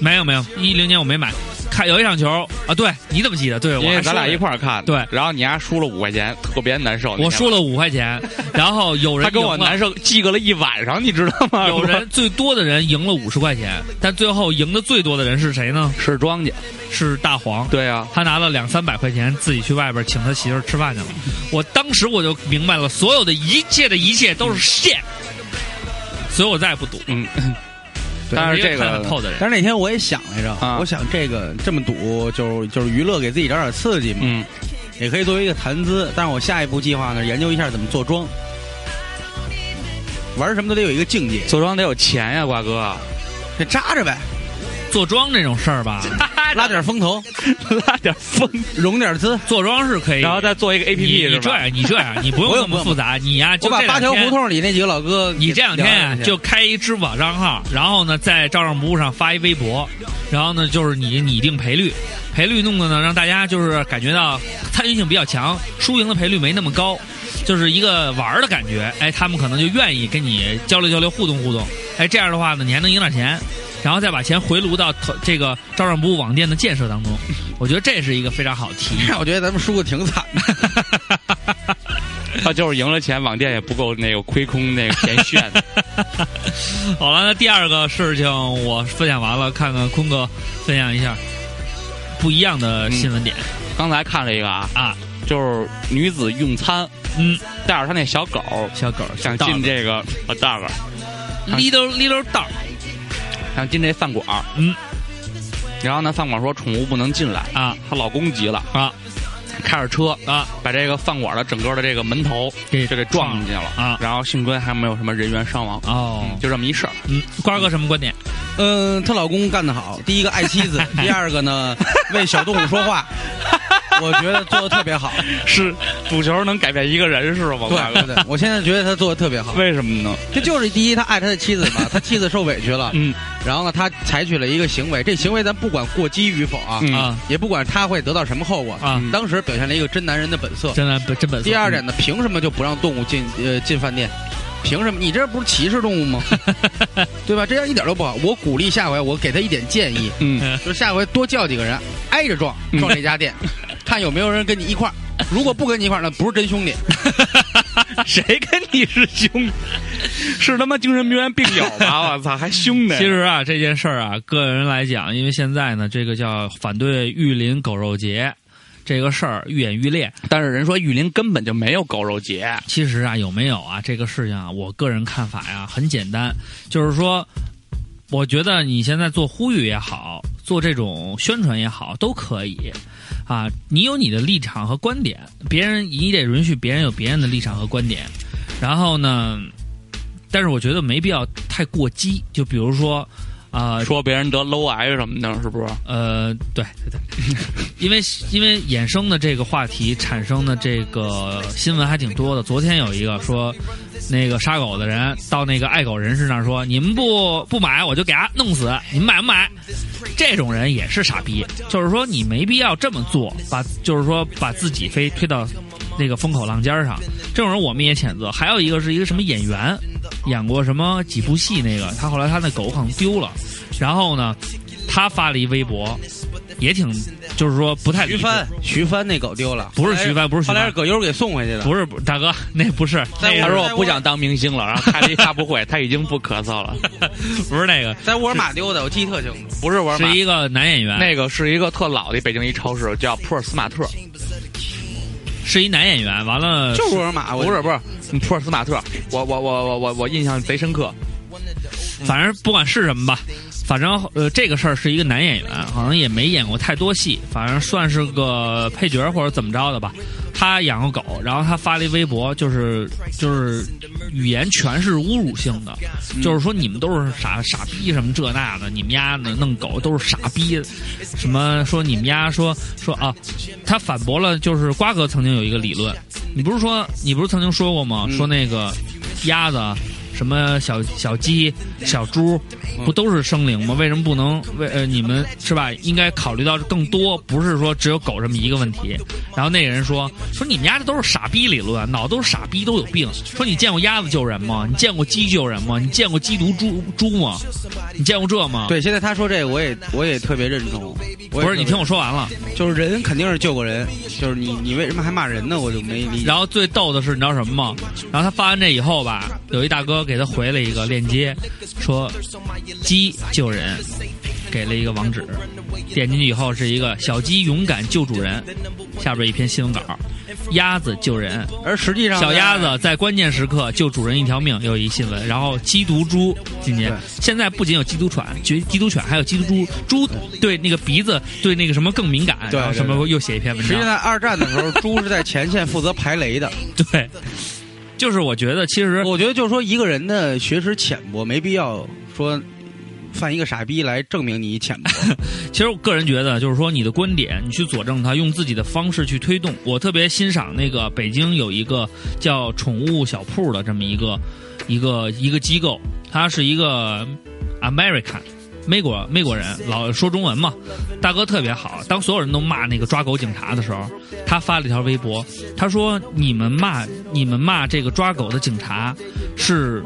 [SPEAKER 3] 没有没有，一零年我没买。看有一场球啊，对，你怎么记得？对，我
[SPEAKER 1] 因为
[SPEAKER 3] 还
[SPEAKER 1] 咱
[SPEAKER 3] 说
[SPEAKER 1] 俩
[SPEAKER 3] 了
[SPEAKER 1] 一块儿看的。
[SPEAKER 3] 对
[SPEAKER 1] 然后你还输了五块钱，特别难受。
[SPEAKER 3] 我输
[SPEAKER 1] 了，
[SPEAKER 3] 了五块钱，然后有人
[SPEAKER 1] 他跟我
[SPEAKER 3] 赢了
[SPEAKER 1] 难受，记个了一晚上，你知道吗？
[SPEAKER 3] 有人最多的人赢了五十块钱，但最后赢的最多的人是谁呢？
[SPEAKER 1] 我 是庄稼，
[SPEAKER 3] 是大黄。
[SPEAKER 1] 对啊，
[SPEAKER 3] 他拿了两三百块钱，自己去外边请他媳妇儿吃饭去了。我当时我就明白了，所有的一切的一切都是线，所以我再也不赌。
[SPEAKER 1] 嗯，
[SPEAKER 3] 对
[SPEAKER 1] 但是
[SPEAKER 3] 我一
[SPEAKER 1] 这
[SPEAKER 3] 看得
[SPEAKER 1] 个
[SPEAKER 3] 透的人，
[SPEAKER 4] 但是那天我也想来着，
[SPEAKER 1] 啊
[SPEAKER 4] 我想这个这么赌，就是就是娱乐，给自己找点刺激嘛，
[SPEAKER 1] 嗯，
[SPEAKER 4] 也可以作为一个谈资。但是我下一步计划呢，研究一下怎么做庄，玩什么都得有一个境界，
[SPEAKER 1] 坐庄得有钱呀，瓜哥。啊
[SPEAKER 4] 这扎着呗。
[SPEAKER 3] 坐庄这种事 儿吧，
[SPEAKER 4] 拉点风头，
[SPEAKER 1] 拉点风，
[SPEAKER 4] 融点资。
[SPEAKER 3] 坐庄是可以。
[SPEAKER 1] 然后再做一个 A P
[SPEAKER 3] 你
[SPEAKER 1] P
[SPEAKER 3] 你
[SPEAKER 1] 是
[SPEAKER 3] 这
[SPEAKER 1] 吧？
[SPEAKER 3] 样，你这样，你不用
[SPEAKER 4] 不
[SPEAKER 3] 那
[SPEAKER 4] 用
[SPEAKER 3] 么复杂，你呀、
[SPEAKER 4] 我
[SPEAKER 3] 就
[SPEAKER 4] 把
[SPEAKER 3] 这
[SPEAKER 4] 八
[SPEAKER 3] 两
[SPEAKER 4] 条
[SPEAKER 3] 天
[SPEAKER 4] 胡同里那几个老哥给，
[SPEAKER 3] 你这两天
[SPEAKER 4] 聊
[SPEAKER 3] 啊，
[SPEAKER 4] 一下
[SPEAKER 3] 就开一支付宝账号，然后呢，在照账不误上发一微博，然后呢，就是你拟定赔率，赔率弄的呢，让大家就是感觉到参与性比较强，输赢的赔率没那么高，就是一个玩儿的感觉。哎，他们可能就愿意跟你交流交流，互动互动。哎，这样的话呢，你还能赢点钱，然后再把钱回炉到投这个照账不误网店的建设当中。我觉得这是一个非常好的提议。
[SPEAKER 4] 我觉得咱们输的挺惨的。
[SPEAKER 1] 他就是赢了钱，网店也不够那个亏空那个钱 炫的。
[SPEAKER 3] 好了，那第二个事情我分享完了，看看坤哥分享一下不一样的新闻点、
[SPEAKER 1] 刚才看了一个啊，
[SPEAKER 3] 啊。
[SPEAKER 1] 就是女子用餐
[SPEAKER 3] 嗯，
[SPEAKER 1] 带着她那小狗
[SPEAKER 3] 小狗
[SPEAKER 1] 想进这个呃大个
[SPEAKER 3] little little dog，
[SPEAKER 1] 想进这饭馆儿，
[SPEAKER 3] 嗯
[SPEAKER 1] 然后呢，饭馆说宠物不能进来，
[SPEAKER 3] 啊
[SPEAKER 1] 她老公急了，
[SPEAKER 3] 啊
[SPEAKER 1] 开着车
[SPEAKER 3] 啊
[SPEAKER 1] 把这个饭馆的整个的这个门头
[SPEAKER 3] 给
[SPEAKER 1] 就给撞进去了
[SPEAKER 3] 啊
[SPEAKER 1] 然后幸亏还没有什么人员伤亡，
[SPEAKER 3] 哦，
[SPEAKER 1] 就这么一事儿。
[SPEAKER 3] 嗯，瓜哥什么观点？
[SPEAKER 4] 嗯，她老公干得好，第一个爱妻 子，第二个呢为小动物说话，我觉得做的 特别好。
[SPEAKER 1] 是赌球能改变一个人是吗？
[SPEAKER 4] 对对对，我现在觉得他做的特别好。
[SPEAKER 1] 为什么呢？
[SPEAKER 4] 这就是第一，他爱他的妻子嘛，他妻子受委屈了，
[SPEAKER 1] 嗯
[SPEAKER 4] 然后呢，他采取了一个行为，这行为咱不管过激与否啊，
[SPEAKER 1] 嗯
[SPEAKER 3] 啊
[SPEAKER 4] 也不管他会得到什么后果
[SPEAKER 3] 啊
[SPEAKER 4] 当时表现了一个真男人的本色。
[SPEAKER 3] 真的真本色。
[SPEAKER 4] 第二点呢，凭什么就不让动物进呃进饭店？凭什么？你这不是歧视动 物吗？对吧？这样一点都不好。我鼓励下回，我给他一点建议，
[SPEAKER 1] 嗯，
[SPEAKER 4] 就是下回多叫几个人，挨着撞
[SPEAKER 3] 嗯
[SPEAKER 4] 撞 这家店，看有没有人跟你一块儿。如果不跟你一块儿，那不是真兄弟。
[SPEAKER 1] 谁跟你是兄 弟？是他妈精神病院病友 吧？我操，还兄弟？
[SPEAKER 3] 其实啊，这件事儿啊，个人来讲，因为现在呢，这个叫反对玉林狗肉节这个事儿愈演愈烈。
[SPEAKER 1] 但是人说玉林根本就没有狗肉节，
[SPEAKER 3] 其实啊，有没有啊这个事情啊，我个人看法呀很简单，就是说，我觉得你现在做呼吁也好，做这种宣传也好，都可以。啊，你有你的立场和观点，别人你得允许别人有别人的立场和观点。然后呢，但是我觉得没必要太过激。就比如说，啊、
[SPEAKER 1] 说别人得 low 癌什么的，是 不是？
[SPEAKER 3] 呃，对 对对，因为因为衍生的这个话题产生的这个新闻还挺多的。昨天有一个说，那个杀狗的人到那个爱狗人士那儿说：“你们不不买，我就给他弄死，你们买不买？”这种人也是傻逼，就是说你没必要这么做，把就是说把自己非推到那个风口浪尖儿上。这种人我们也谴责。还有一个是一个什么演员，演过什么几部戏那个，他后来他那狗可能丢了，然后呢，他发了一微博，也挺就是说不太理
[SPEAKER 4] 徐
[SPEAKER 3] 智
[SPEAKER 4] 帆，徐帆那狗丢了，
[SPEAKER 3] 不是徐帆不是徐帆
[SPEAKER 4] 后来是葛优给送回去的。
[SPEAKER 3] 不是不是大哥那不是
[SPEAKER 4] 在
[SPEAKER 3] 那
[SPEAKER 1] 他
[SPEAKER 3] 个
[SPEAKER 1] 说我不想当明星了，然后开了一 发布会，他已经不咳嗽了，
[SPEAKER 3] 不是那个，
[SPEAKER 4] 在沃尔玛丢的，我记得特清楚。
[SPEAKER 1] 不是玩
[SPEAKER 3] 是一个男演员，
[SPEAKER 1] 那个是一个特老的北京一超市，叫普尔斯马特，
[SPEAKER 3] 是一男演员。完了，
[SPEAKER 4] 就是沃尔玛，我
[SPEAKER 1] 不是不是，嗯普尔斯马特，我我我我我我印象贼深刻，
[SPEAKER 3] 反正不管是什么吧，反正呃，这个事儿是一个男演员，好像也没演过太多戏，反正算是个配角或者怎么着的吧。他养过狗，然后他发了一微博，就是就是语言全是侮辱性的，就是说你们都是傻傻逼什么这那的，你们家呢弄狗都是傻逼，什么说你们家说说啊，他反驳了，就是瓜哥曾经有一个理论，你不是说你不是曾经说过吗？说那个鸭子。什么小小鸡、小猪，不都是生灵吗？为什么不能为呃你们是吧？应该考虑到更多，不是说只有狗这么一个问题。然后那个人说说你们家这都是傻逼理论，脑子都是傻逼，都有病。说你见过鸭子救人吗？你见过鸡救人吗？你见过鸡毒猪猪吗？你见过这吗？，
[SPEAKER 4] 对，现在他说这个，我也我也特别认同。我也
[SPEAKER 3] 不是你
[SPEAKER 4] 特
[SPEAKER 3] 听
[SPEAKER 4] 别，
[SPEAKER 3] 我说完了。
[SPEAKER 4] 就是人肯定是救过人，就是你你为什么还骂人呢？我就没理解。
[SPEAKER 3] 然后最逗的是，你知道什么吗？然后他发完这以后吧，有一大哥给他回了一个链接，说鸡救人，给了一个网址，点进去以后是一个小鸡勇敢救主人，下边一篇新闻稿，鸭子救人，
[SPEAKER 4] 而实际上呢，
[SPEAKER 3] 小鸭子在关键时刻救主人一条命，又有一新闻。然后缉毒猪今年
[SPEAKER 4] 对
[SPEAKER 3] 现在不仅有缉毒犬，绝缉毒犬还有缉毒猪，猪对那个鼻子对那个什么更敏感，
[SPEAKER 4] 对
[SPEAKER 3] 然后什么又写一篇文
[SPEAKER 4] 实际
[SPEAKER 3] 章
[SPEAKER 4] 上，。在二战的时候，猪是在前线负责排 雷的。
[SPEAKER 3] 对，就是我觉得其实
[SPEAKER 4] 我觉得就是说，一个人的学识浅薄，没必要说犯一个傻逼来证明你浅 薄。
[SPEAKER 3] 其实我个人觉得，就是说你的观点，你去佐证它，用自己的方式去推动。我特别欣赏那个北京有一个叫“宠物小铺”的这么一个一个一个机构，它是一个 American。美国美国人老说中文嘛，大哥特别好。当所有人都骂那个抓狗警察的时候，他发了一条微博，他说：“你们骂你们骂这个抓狗的警察是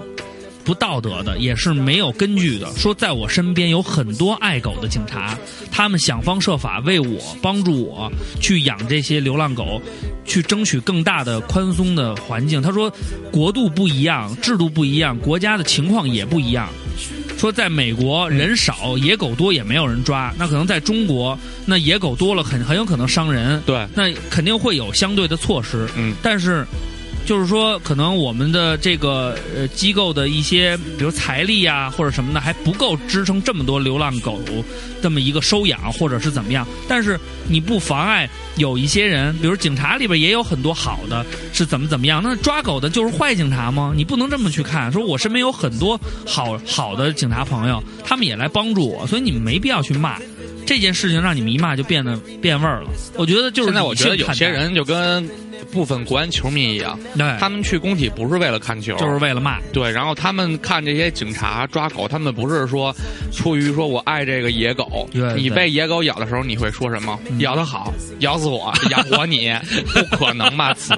[SPEAKER 3] 不道德的，也是没有根据的。说在我身边有很多爱狗的警察，他们想方设法为我帮助我去养这些流浪狗，去争取更大的宽松的环境。他说，国度不一样，制度不一样，国家的情况也不一样。说在美国人少野狗多也没有人抓，那可能在中国那野狗多了很很有可能伤人，
[SPEAKER 5] 对，
[SPEAKER 3] 那肯定会有相对的措施。
[SPEAKER 5] 嗯，
[SPEAKER 3] 但是就是说，可能我们的这个呃机构的一些，比如财力呀、或者什么的，还不够支撑这么多流浪狗这么一个收养，或者是怎么样。但是你不妨碍有一些人，比如警察里边也有很多好的，是怎么怎么样？那抓狗的就是坏警察吗？你不能这么去看。说我身边有很多好好的警察朋友，他们也来帮助我，所以你们没必要去骂。这件事情让你们一骂就变得变味儿了，我觉得就是
[SPEAKER 5] 现在我觉得
[SPEAKER 3] 理性
[SPEAKER 5] 有
[SPEAKER 3] 看
[SPEAKER 5] 些
[SPEAKER 3] 待
[SPEAKER 5] 人就跟部分国安球迷一样，
[SPEAKER 1] 哎
[SPEAKER 3] 对
[SPEAKER 5] 他们去工体不是为了看球，
[SPEAKER 3] 就是为了骂，
[SPEAKER 5] 对，然后他们看这些警察抓狗，他们不是说出于说我爱这个野狗
[SPEAKER 3] 对对，嗯
[SPEAKER 5] 你被野狗咬的时候你会说什么？咬得好，咬死 我，养活你，不可能吧？此，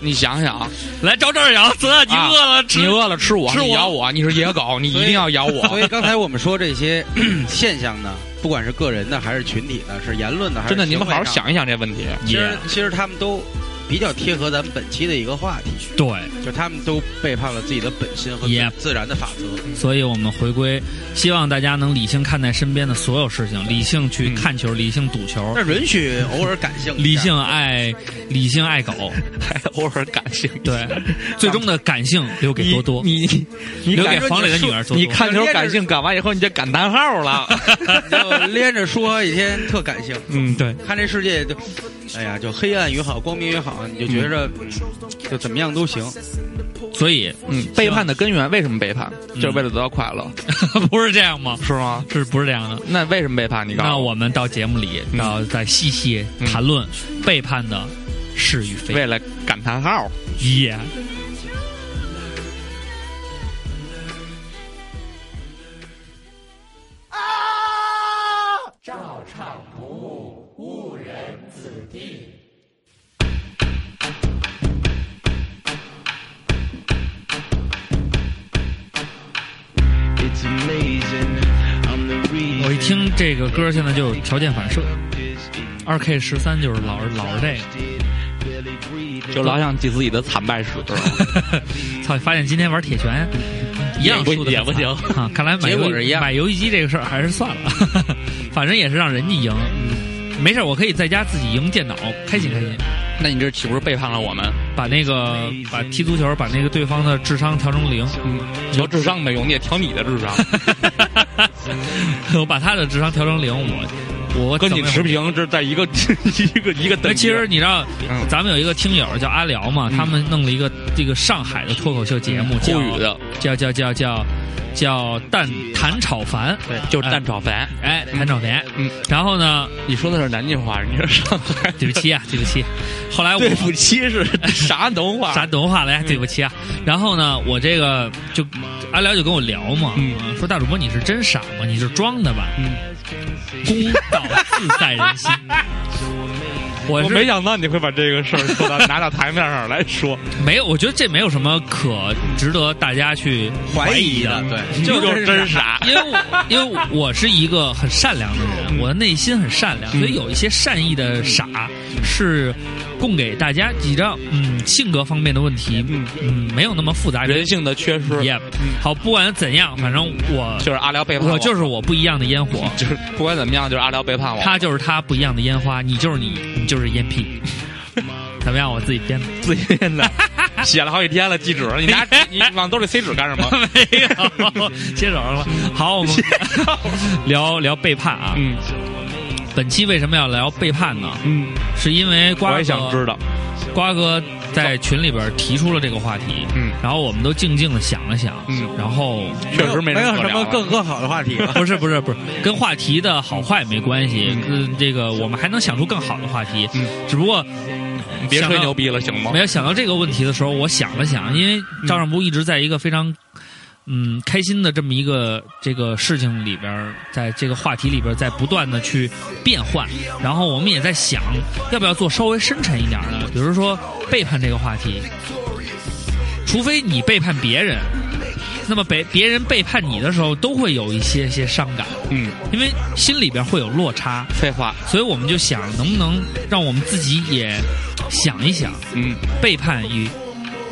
[SPEAKER 5] 你想想，
[SPEAKER 3] 来找找咬子，你
[SPEAKER 5] 啊
[SPEAKER 3] 饿了吃
[SPEAKER 5] 你饿了吃我，
[SPEAKER 3] 吃
[SPEAKER 5] 你
[SPEAKER 3] 我
[SPEAKER 5] 咬我，你是野狗，你一定要咬我。
[SPEAKER 4] 所以刚才我们说这些 现象呢，不管是个人的还是群体的，是言论的还是
[SPEAKER 5] 真的，你们好好
[SPEAKER 4] 行为上。
[SPEAKER 5] 想一想这 问题。
[SPEAKER 4] 其实
[SPEAKER 3] Yeah
[SPEAKER 4] 其实他们都比较贴合咱们本期的一个话题，
[SPEAKER 3] 对，
[SPEAKER 4] 就他们都背叛了自己的本心和
[SPEAKER 3] Yeah
[SPEAKER 4] 自然的法则。
[SPEAKER 3] 所以我们回归，希望大家能理性看待身边的所有事情，理性去看球，理性赌球，
[SPEAKER 4] 但允许偶尔感性一下，
[SPEAKER 3] 理性爱理性爱狗，
[SPEAKER 5] 还偶尔哎感性一
[SPEAKER 3] 对，最终的感性留给多多，
[SPEAKER 5] 你你你
[SPEAKER 3] 留
[SPEAKER 5] 感
[SPEAKER 3] 给
[SPEAKER 5] 觉
[SPEAKER 3] 房里的女儿多多。
[SPEAKER 5] 你看球感性感完以后，你就感叹 号了。
[SPEAKER 4] 就连着说一天特感性，
[SPEAKER 5] 嗯，对，
[SPEAKER 4] 看这世界就，哎呀，就黑暗也好，光明也好，你就觉着、嗯就怎么样都行。
[SPEAKER 3] 所以
[SPEAKER 5] 嗯，背叛的根源为什么背叛？就是为了得到快乐，
[SPEAKER 3] 嗯不是这样吗？
[SPEAKER 5] 是吗？
[SPEAKER 3] 是不是这样的？
[SPEAKER 5] 那为什么背叛？你告诉
[SPEAKER 3] 那我们到节目里，
[SPEAKER 5] 嗯
[SPEAKER 3] 到再细细谈论背叛的是与非。
[SPEAKER 5] 为了感叹号。
[SPEAKER 3] 耶。
[SPEAKER 7] It's amazing. I'm the reason.
[SPEAKER 3] 我一听这个歌，现在就有条件反射。二 K 十三就是老是老是这个，
[SPEAKER 5] 就老想记自己的惨败史，
[SPEAKER 3] 操！发现今天玩铁拳一样输的
[SPEAKER 5] 也不也不
[SPEAKER 3] 啊！看来买
[SPEAKER 5] 结
[SPEAKER 3] 游
[SPEAKER 5] 果是一样
[SPEAKER 3] 买游戏机这个事儿还是算了，反正也是让人家赢。没事儿，我可以在家自己赢电脑，开心开心。
[SPEAKER 5] 那你这岂不是背叛了我们？
[SPEAKER 3] 把那个把踢足球，把那个对方的智商调成零，
[SPEAKER 5] 调智商没用，你也调你的智 商，
[SPEAKER 3] 我把他的智商调成零，我我
[SPEAKER 5] 跟你
[SPEAKER 3] 怎么
[SPEAKER 5] 持平，这在一个 一个一个
[SPEAKER 3] 那
[SPEAKER 5] 等
[SPEAKER 3] 其
[SPEAKER 5] 级。
[SPEAKER 3] 实你知道
[SPEAKER 5] 嗯，
[SPEAKER 3] 咱们有一个听友叫阿辽嘛，他们弄了一个这个上海的脱口秀节目，叫
[SPEAKER 5] 沪语嗯的，
[SPEAKER 3] 叫叫叫叫叫蛋谭炒饭，
[SPEAKER 5] 对，就是蛋炒饭。
[SPEAKER 3] 哎，谭炒饭。
[SPEAKER 5] 嗯，
[SPEAKER 3] 然后呢，
[SPEAKER 5] 你说的是南京话，你是上海
[SPEAKER 3] 对不起 啊，对不起。后来我
[SPEAKER 5] 对不起是山东 话，
[SPEAKER 3] 啥文化
[SPEAKER 5] 嗯
[SPEAKER 3] 来，对不起啊。然后呢，我这个就阿辽就跟我聊嘛，
[SPEAKER 5] 嗯
[SPEAKER 3] 说大主播你是真傻吗？你是装的吧？嗯，公道自在人 心。我
[SPEAKER 5] 我
[SPEAKER 3] 是
[SPEAKER 5] 没想到你会把这个事儿说到拿到台面上来 说，
[SPEAKER 3] 没有，我觉得这没有什么可值得大家去
[SPEAKER 4] 怀
[SPEAKER 3] 疑
[SPEAKER 4] 疑啊
[SPEAKER 3] 的
[SPEAKER 4] 的，对，
[SPEAKER 5] 就
[SPEAKER 3] 就
[SPEAKER 5] 啊就是真傻。 嗯
[SPEAKER 3] 因为我因为我是一个很善良的人，我的内心很善良，所以有一些善意的傻是供给大家几张嗯性格方面的问题，嗯没有那么复杂。
[SPEAKER 5] 人性的嗯缺失，
[SPEAKER 3] 也好，不管怎样，反正我
[SPEAKER 5] 就是阿辽背叛
[SPEAKER 3] 我就是是我不一样的烟火，
[SPEAKER 5] 就是不管怎么样，就是阿辽背叛我。
[SPEAKER 3] 他就是他不一样的烟花，你就是你，你就是烟屁。 怎么样？我自己编的。
[SPEAKER 5] 自己的 写了好几天了，记纸，你 拿你往兜里塞纸干什么？
[SPEAKER 3] 没有， 接手了。好，我们 聊聊背叛啊。
[SPEAKER 5] 嗯，
[SPEAKER 3] 本期为什么要聊背叛呢？
[SPEAKER 5] 嗯，
[SPEAKER 3] 是因为瓜
[SPEAKER 5] 我
[SPEAKER 3] 哥
[SPEAKER 5] 也想知道。
[SPEAKER 3] 瓜哥在群里边提出了这个话题，
[SPEAKER 4] 嗯，
[SPEAKER 3] 然后我们都静静的想了想，
[SPEAKER 4] 嗯，
[SPEAKER 3] 然后
[SPEAKER 1] 确实没
[SPEAKER 4] 没有
[SPEAKER 1] 可
[SPEAKER 4] 什
[SPEAKER 1] 聊啊
[SPEAKER 4] 么
[SPEAKER 1] 了
[SPEAKER 4] 更更好的话题了。
[SPEAKER 3] 不是不是不是，跟话题的好坏没关系，嗯，这个我们还能想出更好的话题，
[SPEAKER 4] 嗯，
[SPEAKER 3] 只不过呃
[SPEAKER 1] 你别吹牛逼了，行吗
[SPEAKER 3] 没？有想到这个问题的时候，我想了想，因为赵尚不一直在一个非常嗯开心的这么一个这个事情里边儿，在这个话题里边儿在不断的去变换，然后我们也在想要不要做稍微深沉一点儿的，比如说背叛这个话题，除非你背叛别人。那么别别人背叛你的时候，都会有一些些伤感，
[SPEAKER 1] 嗯，
[SPEAKER 3] 因为心里边会有落差，
[SPEAKER 1] 废话，
[SPEAKER 3] 所以我们就想能不能让我们自己也想一想，
[SPEAKER 1] 嗯，
[SPEAKER 3] 背叛与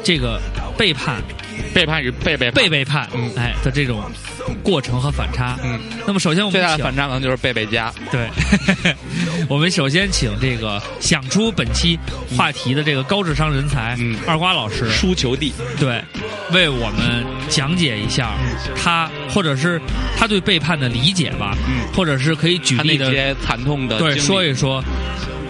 [SPEAKER 3] 这个背叛、
[SPEAKER 1] 背叛与被背叛
[SPEAKER 3] 被背叛，哎的这种过程和反差。
[SPEAKER 1] 嗯，
[SPEAKER 3] 那么首先我们
[SPEAKER 1] 最大的
[SPEAKER 3] 请
[SPEAKER 1] 反差可能就是贝贝家，
[SPEAKER 3] 对， 我们首先请这个想出本期话题的这个高智商人才、
[SPEAKER 1] 嗯
[SPEAKER 3] 二瓜老师，
[SPEAKER 1] 输球帝，
[SPEAKER 3] 对，为我们讲解一下他或者是他对背叛的理解吧，
[SPEAKER 1] 嗯
[SPEAKER 3] 或者是可以举
[SPEAKER 1] 他那
[SPEAKER 3] 例的
[SPEAKER 1] 些惨痛的
[SPEAKER 3] 对
[SPEAKER 1] 经历
[SPEAKER 3] 说一说，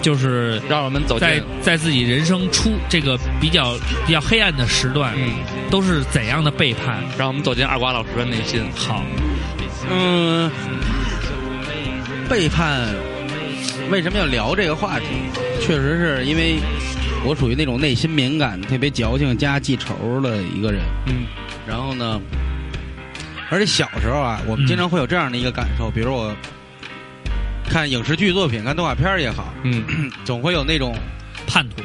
[SPEAKER 3] 就是
[SPEAKER 1] 让我们走进
[SPEAKER 3] 在在自己人生初这个比较比较黑暗的时段，
[SPEAKER 1] 嗯
[SPEAKER 3] 都是怎样的背叛？
[SPEAKER 1] 让我们走进二瓜老师的内心。
[SPEAKER 3] 好，
[SPEAKER 4] 嗯，背叛为什么要聊这个话题？确实是因为我属于那种内心敏感、特别矫情加记仇的一个人。
[SPEAKER 1] 嗯，
[SPEAKER 4] 然后呢，而且小时候啊，我们经常会有这样的一个感
[SPEAKER 1] 嗯
[SPEAKER 4] 受，比如我看影视剧作品、看动画片儿也好，
[SPEAKER 1] 嗯，
[SPEAKER 4] 总会有那种
[SPEAKER 3] 叛徒，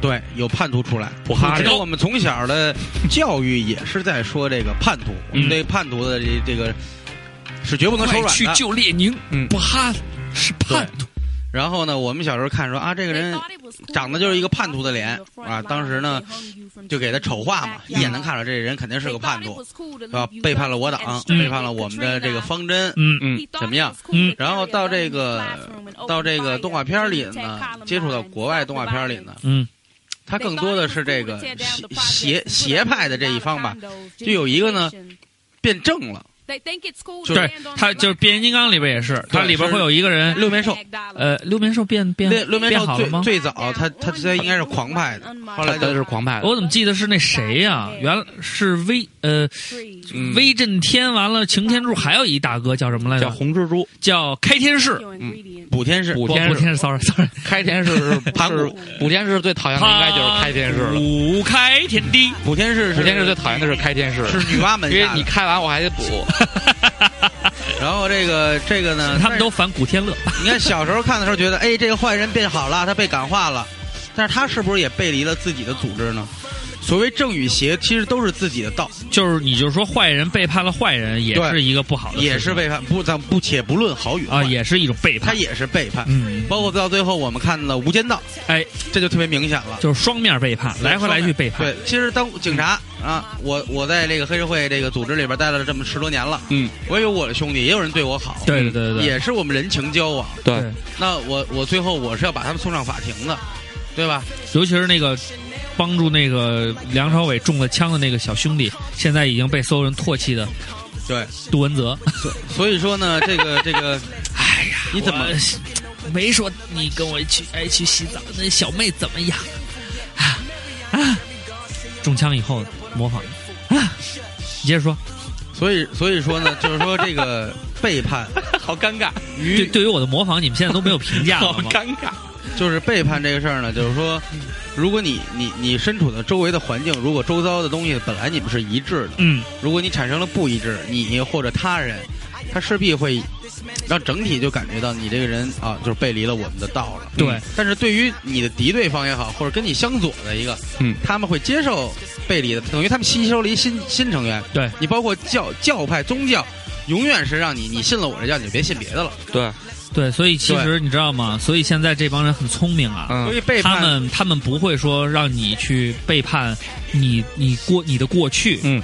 [SPEAKER 4] 对有叛徒出来。
[SPEAKER 1] 我哈
[SPEAKER 4] 只有我们从小的教育也是在说这个叛徒，我
[SPEAKER 1] 嗯
[SPEAKER 4] 们对叛徒的这这个是绝不能手软的。
[SPEAKER 3] 列宁，
[SPEAKER 1] 嗯
[SPEAKER 3] 不哈是叛徒，
[SPEAKER 4] 然后呢，我们小时候看说啊，这个
[SPEAKER 8] 这个人
[SPEAKER 4] 人
[SPEAKER 8] 长得就是一个叛徒的脸啊，当时呢
[SPEAKER 4] 就
[SPEAKER 8] 就
[SPEAKER 4] 给
[SPEAKER 8] 给
[SPEAKER 4] 他
[SPEAKER 8] 他
[SPEAKER 4] 丑
[SPEAKER 8] 丑
[SPEAKER 4] 化
[SPEAKER 8] 化
[SPEAKER 4] 嘛
[SPEAKER 8] 嘛，，
[SPEAKER 4] 一
[SPEAKER 8] 一
[SPEAKER 4] 眼
[SPEAKER 8] 眼
[SPEAKER 4] 能
[SPEAKER 8] 能
[SPEAKER 4] 看
[SPEAKER 8] 看
[SPEAKER 4] 出来这人肯定是
[SPEAKER 8] 出
[SPEAKER 4] 个
[SPEAKER 8] 是个
[SPEAKER 4] 叛
[SPEAKER 8] 叛
[SPEAKER 4] 徒
[SPEAKER 8] 徒，，
[SPEAKER 4] 是
[SPEAKER 8] 是
[SPEAKER 4] 吧
[SPEAKER 8] 吧？？
[SPEAKER 4] 背
[SPEAKER 8] 背
[SPEAKER 4] 叛
[SPEAKER 8] 叛
[SPEAKER 4] 了
[SPEAKER 8] 了
[SPEAKER 4] 我
[SPEAKER 8] 我
[SPEAKER 4] 党
[SPEAKER 8] 党，
[SPEAKER 3] 嗯
[SPEAKER 4] 背
[SPEAKER 8] 背
[SPEAKER 4] 叛
[SPEAKER 8] 叛
[SPEAKER 4] 了
[SPEAKER 8] 了
[SPEAKER 4] 我
[SPEAKER 8] 我
[SPEAKER 4] 们
[SPEAKER 8] 们
[SPEAKER 4] 的
[SPEAKER 8] 的
[SPEAKER 4] 这
[SPEAKER 8] 这
[SPEAKER 4] 个
[SPEAKER 8] 个方。
[SPEAKER 4] 方针，
[SPEAKER 3] 嗯
[SPEAKER 1] 嗯
[SPEAKER 4] 怎
[SPEAKER 8] 怎
[SPEAKER 4] 么
[SPEAKER 8] 么
[SPEAKER 4] 样
[SPEAKER 8] 样？
[SPEAKER 3] 嗯
[SPEAKER 8] 然
[SPEAKER 4] 然后
[SPEAKER 8] 后
[SPEAKER 4] 到
[SPEAKER 8] 到
[SPEAKER 4] 这
[SPEAKER 8] 这
[SPEAKER 4] 个
[SPEAKER 8] 个
[SPEAKER 4] 到
[SPEAKER 8] 到
[SPEAKER 4] 这
[SPEAKER 8] 这
[SPEAKER 4] 个
[SPEAKER 8] 个
[SPEAKER 4] 动
[SPEAKER 8] 动
[SPEAKER 4] 画
[SPEAKER 8] 画
[SPEAKER 4] 片
[SPEAKER 8] 片
[SPEAKER 4] 里
[SPEAKER 8] 里
[SPEAKER 4] 呢
[SPEAKER 8] 呢，，
[SPEAKER 4] 接
[SPEAKER 8] 接
[SPEAKER 4] 触
[SPEAKER 8] 触
[SPEAKER 4] 到
[SPEAKER 8] 到
[SPEAKER 4] 国
[SPEAKER 8] 国
[SPEAKER 4] 外
[SPEAKER 8] 外
[SPEAKER 4] 动画
[SPEAKER 8] 动画
[SPEAKER 4] 片
[SPEAKER 8] 片
[SPEAKER 4] 里
[SPEAKER 8] 里
[SPEAKER 4] 呢
[SPEAKER 8] 呢，，
[SPEAKER 3] 嗯
[SPEAKER 4] 它
[SPEAKER 8] 它
[SPEAKER 4] 更
[SPEAKER 8] 更
[SPEAKER 4] 多
[SPEAKER 8] 多
[SPEAKER 4] 的
[SPEAKER 8] 的
[SPEAKER 4] 是
[SPEAKER 8] 是
[SPEAKER 4] 这
[SPEAKER 8] 这
[SPEAKER 4] 个
[SPEAKER 8] 个
[SPEAKER 4] 邪
[SPEAKER 8] 邪
[SPEAKER 4] 邪
[SPEAKER 8] 邪
[SPEAKER 4] 邪
[SPEAKER 8] 邪
[SPEAKER 4] 派
[SPEAKER 8] 派
[SPEAKER 4] 的这
[SPEAKER 8] 的这
[SPEAKER 4] 一
[SPEAKER 8] 一
[SPEAKER 4] 方
[SPEAKER 8] 方
[SPEAKER 4] 吧
[SPEAKER 8] 吧，
[SPEAKER 4] 就
[SPEAKER 8] 就
[SPEAKER 4] 有
[SPEAKER 8] 有
[SPEAKER 4] 一
[SPEAKER 8] 一
[SPEAKER 4] 个
[SPEAKER 8] 个
[SPEAKER 4] 呢
[SPEAKER 8] 呢，
[SPEAKER 4] 变正了，
[SPEAKER 8] 就
[SPEAKER 3] 对
[SPEAKER 8] 是
[SPEAKER 3] 他就是变形金刚里边也是，它里边会有一个人，
[SPEAKER 4] 六面兽，
[SPEAKER 8] 呃，
[SPEAKER 3] 呃，六面兽变变
[SPEAKER 4] 六六面
[SPEAKER 3] 变
[SPEAKER 4] 兽
[SPEAKER 3] 好了
[SPEAKER 4] 最
[SPEAKER 3] 吗？
[SPEAKER 4] 最早他他他应该是狂派的，后来
[SPEAKER 1] 他
[SPEAKER 4] 就是
[SPEAKER 1] 狂派的，
[SPEAKER 3] 我怎么记得是那谁呀、原来是威呃
[SPEAKER 1] 嗯
[SPEAKER 3] 威震天，完了擎天柱，还有一大哥叫什么来
[SPEAKER 1] 叫
[SPEAKER 3] 着？
[SPEAKER 1] 红蜘蛛，
[SPEAKER 3] 叫开天士，
[SPEAKER 8] 嗯，
[SPEAKER 4] 补天士
[SPEAKER 1] 补
[SPEAKER 3] 不
[SPEAKER 1] 天
[SPEAKER 3] 不
[SPEAKER 1] 士，
[SPEAKER 3] 天士，sorry sorry，
[SPEAKER 1] 开天士，
[SPEAKER 4] 盘
[SPEAKER 1] 是
[SPEAKER 4] 古
[SPEAKER 1] 补天士最讨厌的应该就是开天士了。
[SPEAKER 3] 五开天 地，
[SPEAKER 4] 补天士
[SPEAKER 1] 补
[SPEAKER 4] 是
[SPEAKER 1] 天士最讨厌的是开天士，
[SPEAKER 4] 是女娲门
[SPEAKER 1] 因为
[SPEAKER 4] 下
[SPEAKER 1] 你
[SPEAKER 4] 的，
[SPEAKER 1] 开完我还得补。
[SPEAKER 4] 然后这个这个呢，
[SPEAKER 3] 他们都反古天乐。
[SPEAKER 4] 但是你看小时候看的时候觉得，哎，这个坏人变好了，他被感化了，但是他是不是也背离了自己的组织呢？所谓正与邪，其实都是自己的道。
[SPEAKER 3] 就是你就是说坏人背叛了坏人，也
[SPEAKER 4] 对
[SPEAKER 3] 是一个不好的事情，
[SPEAKER 4] 也是背叛，不，咱不且不论好与坏
[SPEAKER 3] 啊，也是一种背
[SPEAKER 4] 他
[SPEAKER 3] 叛。
[SPEAKER 4] 也是背叛。
[SPEAKER 3] 嗯，
[SPEAKER 4] 包括到最后我们看了《无间道
[SPEAKER 3] 哎，》，
[SPEAKER 4] 这就特别明显了，
[SPEAKER 3] 就是双面背叛，来回来去背叛。
[SPEAKER 4] 对，其实当警察啊，我我在这个黑社会这个组织里边待了这么十多年了，
[SPEAKER 1] 嗯，
[SPEAKER 4] 我也有我的兄弟，也有人对我好，
[SPEAKER 3] 对对对对对，
[SPEAKER 4] 也是我们人情交往。
[SPEAKER 1] 对
[SPEAKER 3] 对
[SPEAKER 4] 那我我最后我是要把他们送上法庭的，对吧？
[SPEAKER 3] 尤其是那个帮助那个梁朝伟中了枪的那个小兄弟，现在已经被所有人唾弃的
[SPEAKER 4] 对，
[SPEAKER 3] 杜文泽。
[SPEAKER 4] 所以说呢，这个这个，
[SPEAKER 3] 哎呀，
[SPEAKER 4] 你怎么
[SPEAKER 3] 我没说你跟我去哎去洗澡？那小妹怎么样？啊啊！中枪以后模仿啊，你接着说。
[SPEAKER 4] 所以所以说呢，就是说这个背叛
[SPEAKER 1] 好尴尬，
[SPEAKER 3] 对，
[SPEAKER 4] 与
[SPEAKER 3] 对于我的模仿，你们现在都没有评价 了
[SPEAKER 1] 好
[SPEAKER 3] 吗？
[SPEAKER 1] 尴尬。
[SPEAKER 4] 就是背叛这个事儿呢，就是说，如果你你你身处的周围的环境，如果周遭的东西本来你们是一致的，
[SPEAKER 3] 嗯，
[SPEAKER 4] 如果你产生了不一致，你或者他人，他势必会让整体就感觉到你这个人啊，就是背离了我们的道了。
[SPEAKER 3] 对
[SPEAKER 4] 嗯但是对于你的敌对方也好，或者跟你相左的一个，
[SPEAKER 1] 嗯，
[SPEAKER 4] 他们会接受背离的，等于他们吸收了一新新成员。
[SPEAKER 3] 对
[SPEAKER 4] 你包括教教派、宗教，永远是让你你信了我这教，你就别信别的了。
[SPEAKER 1] 对，
[SPEAKER 3] 对，所以其实你知道吗？所以现在这帮人很聪明啊，
[SPEAKER 1] 嗯
[SPEAKER 4] 所以背
[SPEAKER 3] 他
[SPEAKER 4] 叛，
[SPEAKER 3] 们他们不会说让你去背叛你你过你的过去，
[SPEAKER 1] 嗯，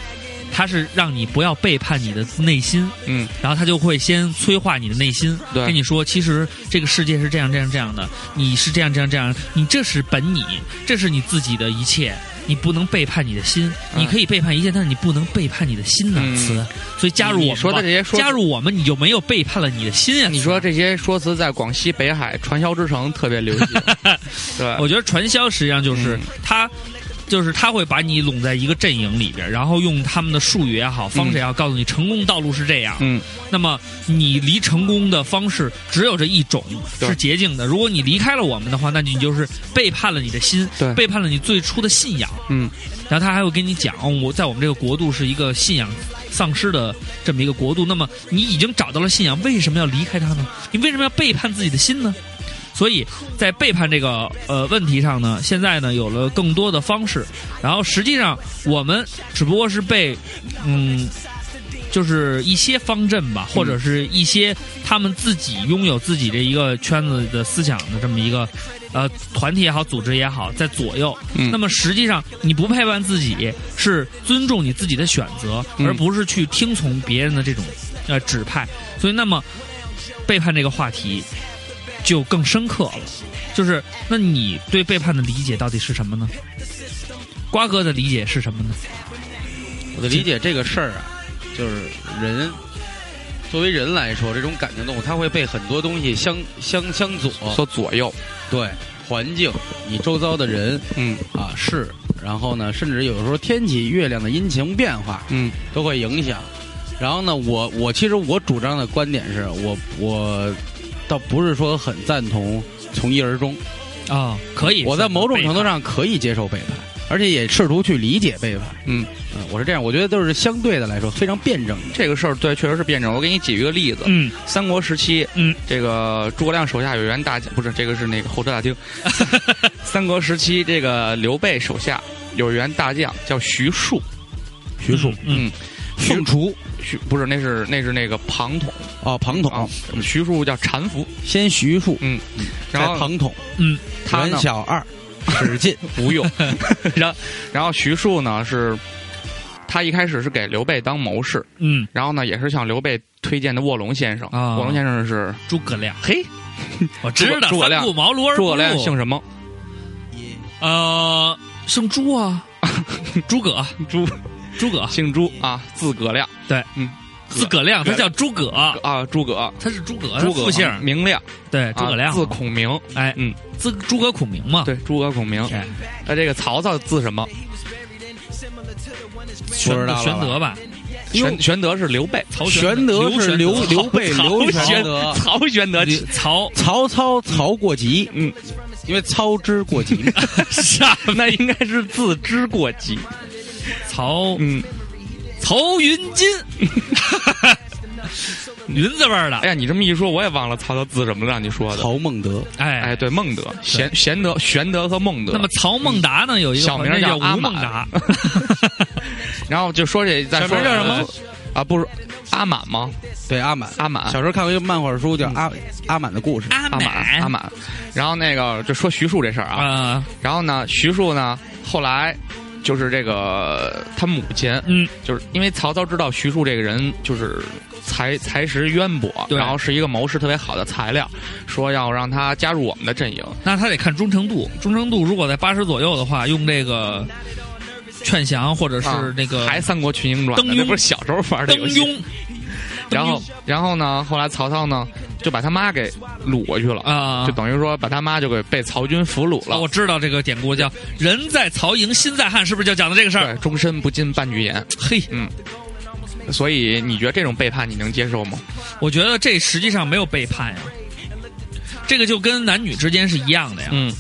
[SPEAKER 3] 他是让你不要背叛你的内心，
[SPEAKER 1] 嗯，
[SPEAKER 3] 然后他就会先催化你的内心，
[SPEAKER 1] 对
[SPEAKER 3] 跟你说，其实这个世界是这样这样这样的，你是这样这样这样，你这是本你，这是你自己的一切。你不能背叛你的心，你可以背叛一切，但是你不能背叛你的心呐
[SPEAKER 5] 嗯
[SPEAKER 3] 词。所以加入我们吧
[SPEAKER 5] 你说的这些说
[SPEAKER 3] 加入我们，你就没有背叛了你的心呀。
[SPEAKER 5] 你说这些说辞在广西北海传销之城特别流 行，对，
[SPEAKER 3] 我觉得传销实际上就是
[SPEAKER 5] 嗯
[SPEAKER 3] 他。就是他会把你拢在一个阵营里边，然后用他们的术语也好，方式也好，告诉你成功道路是这样。
[SPEAKER 5] 嗯，
[SPEAKER 3] 那么你离成功的方式只有这一种，
[SPEAKER 5] 对
[SPEAKER 3] 是捷径的。如果你离开了我们的话，那你就是背叛了你的心，
[SPEAKER 5] 对
[SPEAKER 3] 背叛了你最初的信仰。
[SPEAKER 5] 嗯，
[SPEAKER 3] 然后他还会跟你讲，哦我在我们这个国度是一个信仰丧失的这么一个国度。那么你已经找到了信仰，为什么要离开它呢？你为什么要背叛自己的心呢？所以在背叛这个呃问题上呢，现在呢有了更多的方式。然后实际上我们只不过是被嗯。就是一些方阵
[SPEAKER 4] 嗯
[SPEAKER 3] 吧，或者是一些他们自己拥有自己的一个圈子的思想的这么一个呃团体也好，组织也好，在左右。
[SPEAKER 5] 嗯
[SPEAKER 3] 那么实际上，你不背叛自己，是尊重你自己的选择，
[SPEAKER 5] 嗯
[SPEAKER 3] 而不是去听从别人的这种呃指派。所以，那么背叛这个话题就更深刻了。就是，那你对背叛的理解到底是什么呢？瓜哥的理解是什么呢？
[SPEAKER 4] 我的理解这个事儿啊，就是人作为人来说，这种感情动物，它会被很多东西相相相左，
[SPEAKER 3] 哦
[SPEAKER 5] 说左右，
[SPEAKER 4] 对环境、你周遭的人
[SPEAKER 5] 嗯
[SPEAKER 4] 啊事，然后呢，甚至有时候天气、月亮的阴晴变化
[SPEAKER 5] 嗯
[SPEAKER 4] 都会影响。然后呢，我我其实我主张的观点是我我倒不是说很赞同从一而终，
[SPEAKER 3] 啊、可以，
[SPEAKER 4] 我在某种程度
[SPEAKER 3] 上。
[SPEAKER 4] 上可以接受背叛，而且也试图去理解背叛。
[SPEAKER 5] 嗯，
[SPEAKER 4] 嗯，我是这样，我觉得都是相对的来说非常辩证的。
[SPEAKER 5] 这个事儿对，确实是辩证。我给你举一个例子，
[SPEAKER 3] 嗯
[SPEAKER 5] 三国时期，
[SPEAKER 3] 嗯，
[SPEAKER 5] 这个诸葛亮手下有员大将，不是这个是那个候车 大厅。三国时期，这个刘备手下有员大将叫徐庶，
[SPEAKER 4] 徐庶、
[SPEAKER 3] 嗯，
[SPEAKER 4] 宋楚
[SPEAKER 5] 徐不是那是那是那个庞统
[SPEAKER 4] 哦，庞统、
[SPEAKER 5] 啊，徐庶叫单福，
[SPEAKER 4] 先徐庶，
[SPEAKER 5] 然
[SPEAKER 4] 再
[SPEAKER 5] 后
[SPEAKER 4] 庞统，
[SPEAKER 3] 嗯，
[SPEAKER 5] 他呢
[SPEAKER 4] 阮小二，史 进，
[SPEAKER 5] 不用，然然后徐庶呢是，他一开始是给刘备当谋士，
[SPEAKER 3] 嗯，
[SPEAKER 5] 然后呢也是向刘备推荐的卧龙先生。
[SPEAKER 3] 啊
[SPEAKER 5] 卧龙先生是
[SPEAKER 3] 诸葛亮，
[SPEAKER 5] 嘿，
[SPEAKER 3] 我知道
[SPEAKER 5] 诸葛
[SPEAKER 3] 三
[SPEAKER 5] 亮
[SPEAKER 3] 顾茅庐而
[SPEAKER 5] 诸葛
[SPEAKER 3] 不
[SPEAKER 5] 亮
[SPEAKER 3] 入。
[SPEAKER 5] 姓什么？
[SPEAKER 3] 呃，姓朱 啊，诸葛，
[SPEAKER 5] 诸
[SPEAKER 3] 诸葛，
[SPEAKER 5] 姓朱啊，字葛亮
[SPEAKER 3] 字葛亮，他叫诸葛，
[SPEAKER 5] 啊，诸葛。
[SPEAKER 3] 他是诸葛，
[SPEAKER 5] 诸
[SPEAKER 3] 他
[SPEAKER 5] 葛
[SPEAKER 3] 复姓，
[SPEAKER 5] 明亮，
[SPEAKER 3] 对，诸
[SPEAKER 5] 啊
[SPEAKER 3] 葛亮
[SPEAKER 5] 字
[SPEAKER 3] 嘛，
[SPEAKER 5] 孔明，
[SPEAKER 3] 哎，
[SPEAKER 5] 嗯，
[SPEAKER 3] 字诸葛孔明嘛，
[SPEAKER 5] 对，诸葛孔明。
[SPEAKER 3] 哎，
[SPEAKER 5] 那这个曹操字什么？
[SPEAKER 4] 不
[SPEAKER 3] 玄德
[SPEAKER 4] 知道了
[SPEAKER 3] 玄德吧，
[SPEAKER 5] 玄玄德是刘备，啊
[SPEAKER 3] 曹
[SPEAKER 4] 玄
[SPEAKER 3] 德
[SPEAKER 4] 德是
[SPEAKER 3] 刘
[SPEAKER 4] 刘刘备刘玄德，
[SPEAKER 5] 曹玄德
[SPEAKER 3] 玄德曹
[SPEAKER 4] 曹操曹过急，
[SPEAKER 5] 嗯，
[SPEAKER 4] 因为操之过急嘛，
[SPEAKER 3] 啥
[SPEAKER 5] 那应该是字之过急。
[SPEAKER 3] 曹
[SPEAKER 5] 嗯，
[SPEAKER 3] 曹云 金，云字辈儿
[SPEAKER 5] 哎
[SPEAKER 3] 的，
[SPEAKER 5] 呀，你这么一说，我也忘了曹操字什么了，让你说的。
[SPEAKER 4] 曹孟德，
[SPEAKER 5] 哎，
[SPEAKER 3] 哎。
[SPEAKER 5] 对，孟德、玄玄德、玄德和孟德。
[SPEAKER 3] 那么，曹孟达呢？有一个
[SPEAKER 5] 小名
[SPEAKER 3] 那
[SPEAKER 5] 叫
[SPEAKER 3] 叫
[SPEAKER 5] 阿
[SPEAKER 3] 吴
[SPEAKER 5] 满
[SPEAKER 3] 孟 达，
[SPEAKER 5] 然后就说这再说
[SPEAKER 3] 小名叫什么？
[SPEAKER 5] 啊，不是阿满吗？
[SPEAKER 4] 对阿满，
[SPEAKER 5] 阿满
[SPEAKER 4] 小时候看过一个漫画书叫《阿阿满的故事》，
[SPEAKER 3] 阿
[SPEAKER 5] 阿满阿满。然后那个就说徐庶这事儿啊，
[SPEAKER 3] 啊，
[SPEAKER 5] 然后呢，徐庶呢后来。就是这个，他母亲，
[SPEAKER 3] 嗯，
[SPEAKER 5] 就是因为曹操知道徐庶这个人就是才才识渊博，
[SPEAKER 3] 对
[SPEAKER 5] 然后是一个谋士特别好的材料，说要让他加入我们的阵营。
[SPEAKER 3] 那他得看忠诚度，忠诚度如果在八十左右的话，用这个劝降或者是那个
[SPEAKER 5] 还《三国群英传》呢，
[SPEAKER 3] 登
[SPEAKER 5] 那
[SPEAKER 3] 雍
[SPEAKER 5] 不是小时候啊玩的
[SPEAKER 3] 登
[SPEAKER 5] 游戏。
[SPEAKER 3] 雍
[SPEAKER 5] 然后，然后呢，后来曹操呢就把他妈给掳过去了，
[SPEAKER 3] 啊哦
[SPEAKER 5] 就，等于说把他妈就给被曹军俘虏了。
[SPEAKER 3] 我知道这个典故叫“人在曹营心在汉”，是不是就讲的这个事儿？
[SPEAKER 5] 对，终身不进半句言。
[SPEAKER 3] 嘿，
[SPEAKER 5] 所以你觉得这种背叛你能接受吗？
[SPEAKER 3] 我觉得这实际上没有背叛呀，这个就跟男女之间是一样的呀。
[SPEAKER 5] 嗯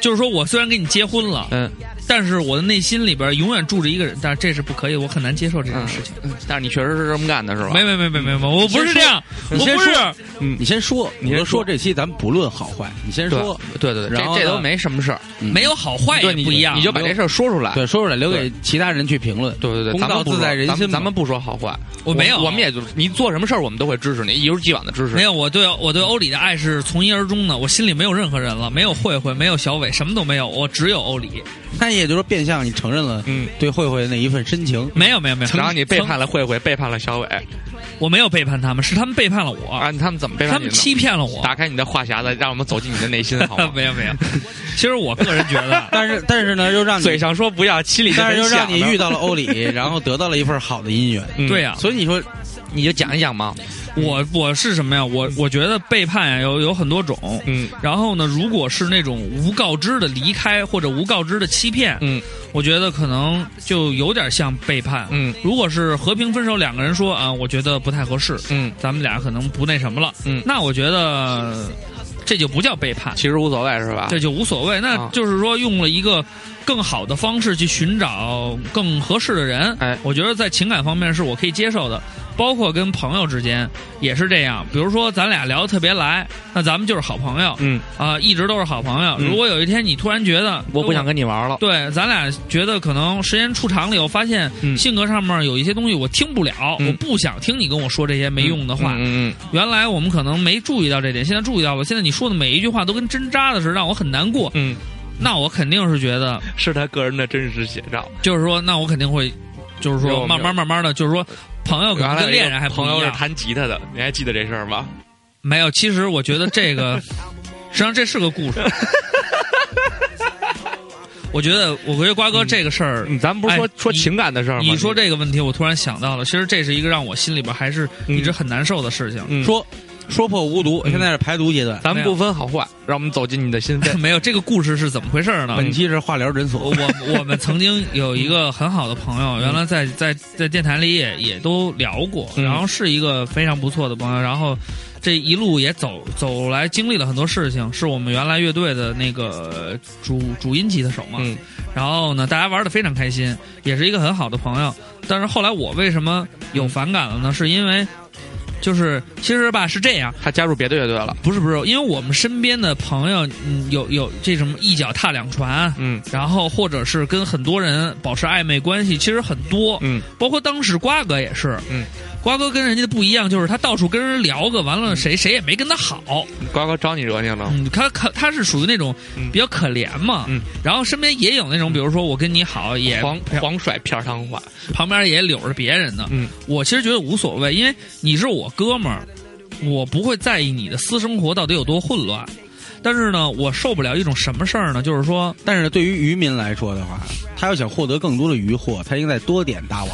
[SPEAKER 3] 就是说我虽然跟你结婚了，
[SPEAKER 5] 嗯
[SPEAKER 3] 但是我的内心里边永远住着一个人，但是这是不可以，我很难接受这种事情。
[SPEAKER 5] 嗯，但是你确实是这么干的是吧？
[SPEAKER 3] 没没没没没没，我不是这样，我
[SPEAKER 4] 你
[SPEAKER 3] 不
[SPEAKER 4] 先
[SPEAKER 3] 是
[SPEAKER 4] 说。你先说，
[SPEAKER 5] 你先
[SPEAKER 4] 我就
[SPEAKER 5] 说
[SPEAKER 4] 说这期咱们不论好坏，你先
[SPEAKER 5] 对
[SPEAKER 4] 说，
[SPEAKER 5] 对对对，
[SPEAKER 4] 然后
[SPEAKER 5] 这这
[SPEAKER 4] 呢
[SPEAKER 5] 都没什么事儿，
[SPEAKER 3] 没有好坏也
[SPEAKER 5] 对，你
[SPEAKER 3] 不一样，
[SPEAKER 5] 你就把这事儿说出来。
[SPEAKER 4] 对，说出来留给其他人去评论，
[SPEAKER 5] 对对对，
[SPEAKER 4] 公
[SPEAKER 5] 咱们
[SPEAKER 4] 道
[SPEAKER 5] 不
[SPEAKER 4] 自在
[SPEAKER 5] 说
[SPEAKER 4] 人
[SPEAKER 5] 咱
[SPEAKER 4] 心
[SPEAKER 5] 们
[SPEAKER 4] 嘛，
[SPEAKER 5] 咱们不说好坏，
[SPEAKER 3] 我没有
[SPEAKER 5] 我们也就你做什么事儿，我们都会支持你，一如既往的支持。
[SPEAKER 3] 没有，我对我对欧里的爱是从一而终的，我心里没有任何人了，没有慧慧，没有小伟，什么都没有，我只有欧里。
[SPEAKER 4] 那也也就是说变相你承认了
[SPEAKER 1] 嗯
[SPEAKER 4] 对慧慧的那一份深情。
[SPEAKER 3] 没有没有没有，
[SPEAKER 1] 然后你背
[SPEAKER 3] 曾啊
[SPEAKER 1] 叛了慧慧，背叛了小伟
[SPEAKER 3] 我没有背叛他们，是他们背叛了我，
[SPEAKER 1] 啊！他们怎么背叛
[SPEAKER 3] 他
[SPEAKER 1] 你
[SPEAKER 3] 们
[SPEAKER 1] 呢？
[SPEAKER 3] 欺骗了我。
[SPEAKER 1] 打开你的话匣子，让我们走进你的内 心，好吗？
[SPEAKER 3] 没有没有，其实我个人觉得，
[SPEAKER 4] 但是但是呢，又让
[SPEAKER 1] 嘴
[SPEAKER 4] 你，
[SPEAKER 1] 上说不要，心里
[SPEAKER 4] 但是又
[SPEAKER 1] 很
[SPEAKER 4] 让你
[SPEAKER 1] 想呢
[SPEAKER 4] 遇到了欧里，然后得到了一份好的姻缘。
[SPEAKER 1] 嗯
[SPEAKER 3] 对呀、
[SPEAKER 4] 所以你说，
[SPEAKER 1] 你就讲一讲嘛。
[SPEAKER 3] 我我是什么呀？我我觉得背叛呀有有很多种，
[SPEAKER 1] 嗯
[SPEAKER 3] 然后呢，如果是那种无告知的离开或者无告知的欺骗，
[SPEAKER 1] 嗯
[SPEAKER 3] 我觉得可能就有点像背叛。
[SPEAKER 1] 嗯
[SPEAKER 3] 如果是和平分手，两个人说啊，我觉得不太合适，
[SPEAKER 1] 嗯，
[SPEAKER 3] 咱们俩可能不那什么了，
[SPEAKER 1] 嗯
[SPEAKER 3] 那我觉得这就不叫背叛，
[SPEAKER 1] 其实无所谓是吧？
[SPEAKER 3] 这就无所谓。那
[SPEAKER 1] 啊
[SPEAKER 3] 就是说，用了一个更好的方式去寻找更合适的人。
[SPEAKER 1] 哎
[SPEAKER 3] 我觉得在情感方面是我可以接受的，包括跟朋友之间也是这样。比如说，咱俩聊得特别来，那咱们就是好朋友
[SPEAKER 1] 嗯，
[SPEAKER 3] 啊、一直都是好朋友。
[SPEAKER 1] 嗯
[SPEAKER 3] 如果有一天你突然觉得
[SPEAKER 1] 我不想。跟你玩了。
[SPEAKER 3] 对，咱俩觉得可能时间处长了以后，发现
[SPEAKER 1] 嗯
[SPEAKER 3] 性格上面有一些东西我听不了，
[SPEAKER 1] 嗯
[SPEAKER 3] 我不想听你跟我说这些没用的话。
[SPEAKER 1] 嗯嗯
[SPEAKER 3] 原来我们可能没注意到这点，现在注意到了。现在你说的每一句话都跟针扎的似的，让我很难 过。
[SPEAKER 1] 嗯，
[SPEAKER 3] 那我肯定是觉得，
[SPEAKER 1] 嗯是他个人的真实写照。
[SPEAKER 3] 就是说，那我肯定会，就是
[SPEAKER 1] 有
[SPEAKER 3] 说，
[SPEAKER 1] 有
[SPEAKER 3] 慢慢慢慢的，就是说，朋友可 能
[SPEAKER 1] 原来
[SPEAKER 3] 跟
[SPEAKER 1] 有一个
[SPEAKER 3] 恋人还不
[SPEAKER 1] 朋友
[SPEAKER 3] 一
[SPEAKER 1] 是
[SPEAKER 3] 样。
[SPEAKER 1] 弹吉他的，你还记得这事儿吗？
[SPEAKER 3] 没有，其实我觉得这个， 实际上这是个故事。 我觉得，我觉得瓜哥这个事儿，
[SPEAKER 1] 嗯，咱们不是说
[SPEAKER 3] 哎
[SPEAKER 1] 说
[SPEAKER 3] 你
[SPEAKER 1] 情感的事儿吗？
[SPEAKER 3] 你说这个问题，我突然想到了，其实这是一个让我心里边还是一直很难受的事情。
[SPEAKER 1] 嗯
[SPEAKER 4] 说说破无毒，现在是排毒阶段。
[SPEAKER 1] 咱
[SPEAKER 3] 没
[SPEAKER 1] 们
[SPEAKER 3] 有
[SPEAKER 1] 不分好坏，让我们走进你的 心扉。
[SPEAKER 3] 没有这个故事是怎么回事呢？
[SPEAKER 4] 本期是化疗诊
[SPEAKER 3] 我
[SPEAKER 4] 所，
[SPEAKER 3] 我我们曾经有一个很好的朋友，原来在在在电台里也也都聊过，
[SPEAKER 1] 嗯
[SPEAKER 3] 然后是一个非常不错的朋友，然后这一路也走走来，经历了很多事情，是我们原来乐队的那个主主音吉他手嘛，
[SPEAKER 1] 嗯
[SPEAKER 3] 然后呢，大家玩的非常开心，也是一个很好的朋友。但是后来我为什么有反感了
[SPEAKER 1] 嗯
[SPEAKER 3] 呢？是因为就是其实吧是这样，
[SPEAKER 1] 他加入别的乐队了。
[SPEAKER 3] 不是不是，因为我们身边的朋友，嗯，有有这什么一脚踏两船，
[SPEAKER 1] 嗯
[SPEAKER 3] 然后或者是跟很多人保持暧昧关系，其实很多，
[SPEAKER 1] 嗯，
[SPEAKER 3] 包括当时瓜哥也是，
[SPEAKER 1] 嗯，
[SPEAKER 3] 瓜哥跟人家的不一样，就是他到处跟人聊个，
[SPEAKER 1] 嗯
[SPEAKER 3] 完了谁、谁也没跟他好，
[SPEAKER 1] 瓜哥招你惹你了？
[SPEAKER 3] 嗯，他可他是属于那种
[SPEAKER 1] 嗯
[SPEAKER 3] 比较可怜嘛，
[SPEAKER 1] 嗯，
[SPEAKER 3] 然后身边也有那种，比如说我跟你好，也
[SPEAKER 1] 狂狂甩片儿汤话。
[SPEAKER 3] 旁边也柳着别人呢，
[SPEAKER 1] 哎嗯，
[SPEAKER 3] 我其实觉得无所谓，因为你是我哥们儿，我不会在意你的私生活到底有多混乱。但是呢，我受不了一种什么事儿呢？就是说，
[SPEAKER 4] 但是对于渔民来说的话，他要想获得更多的渔获，他应该多点打网。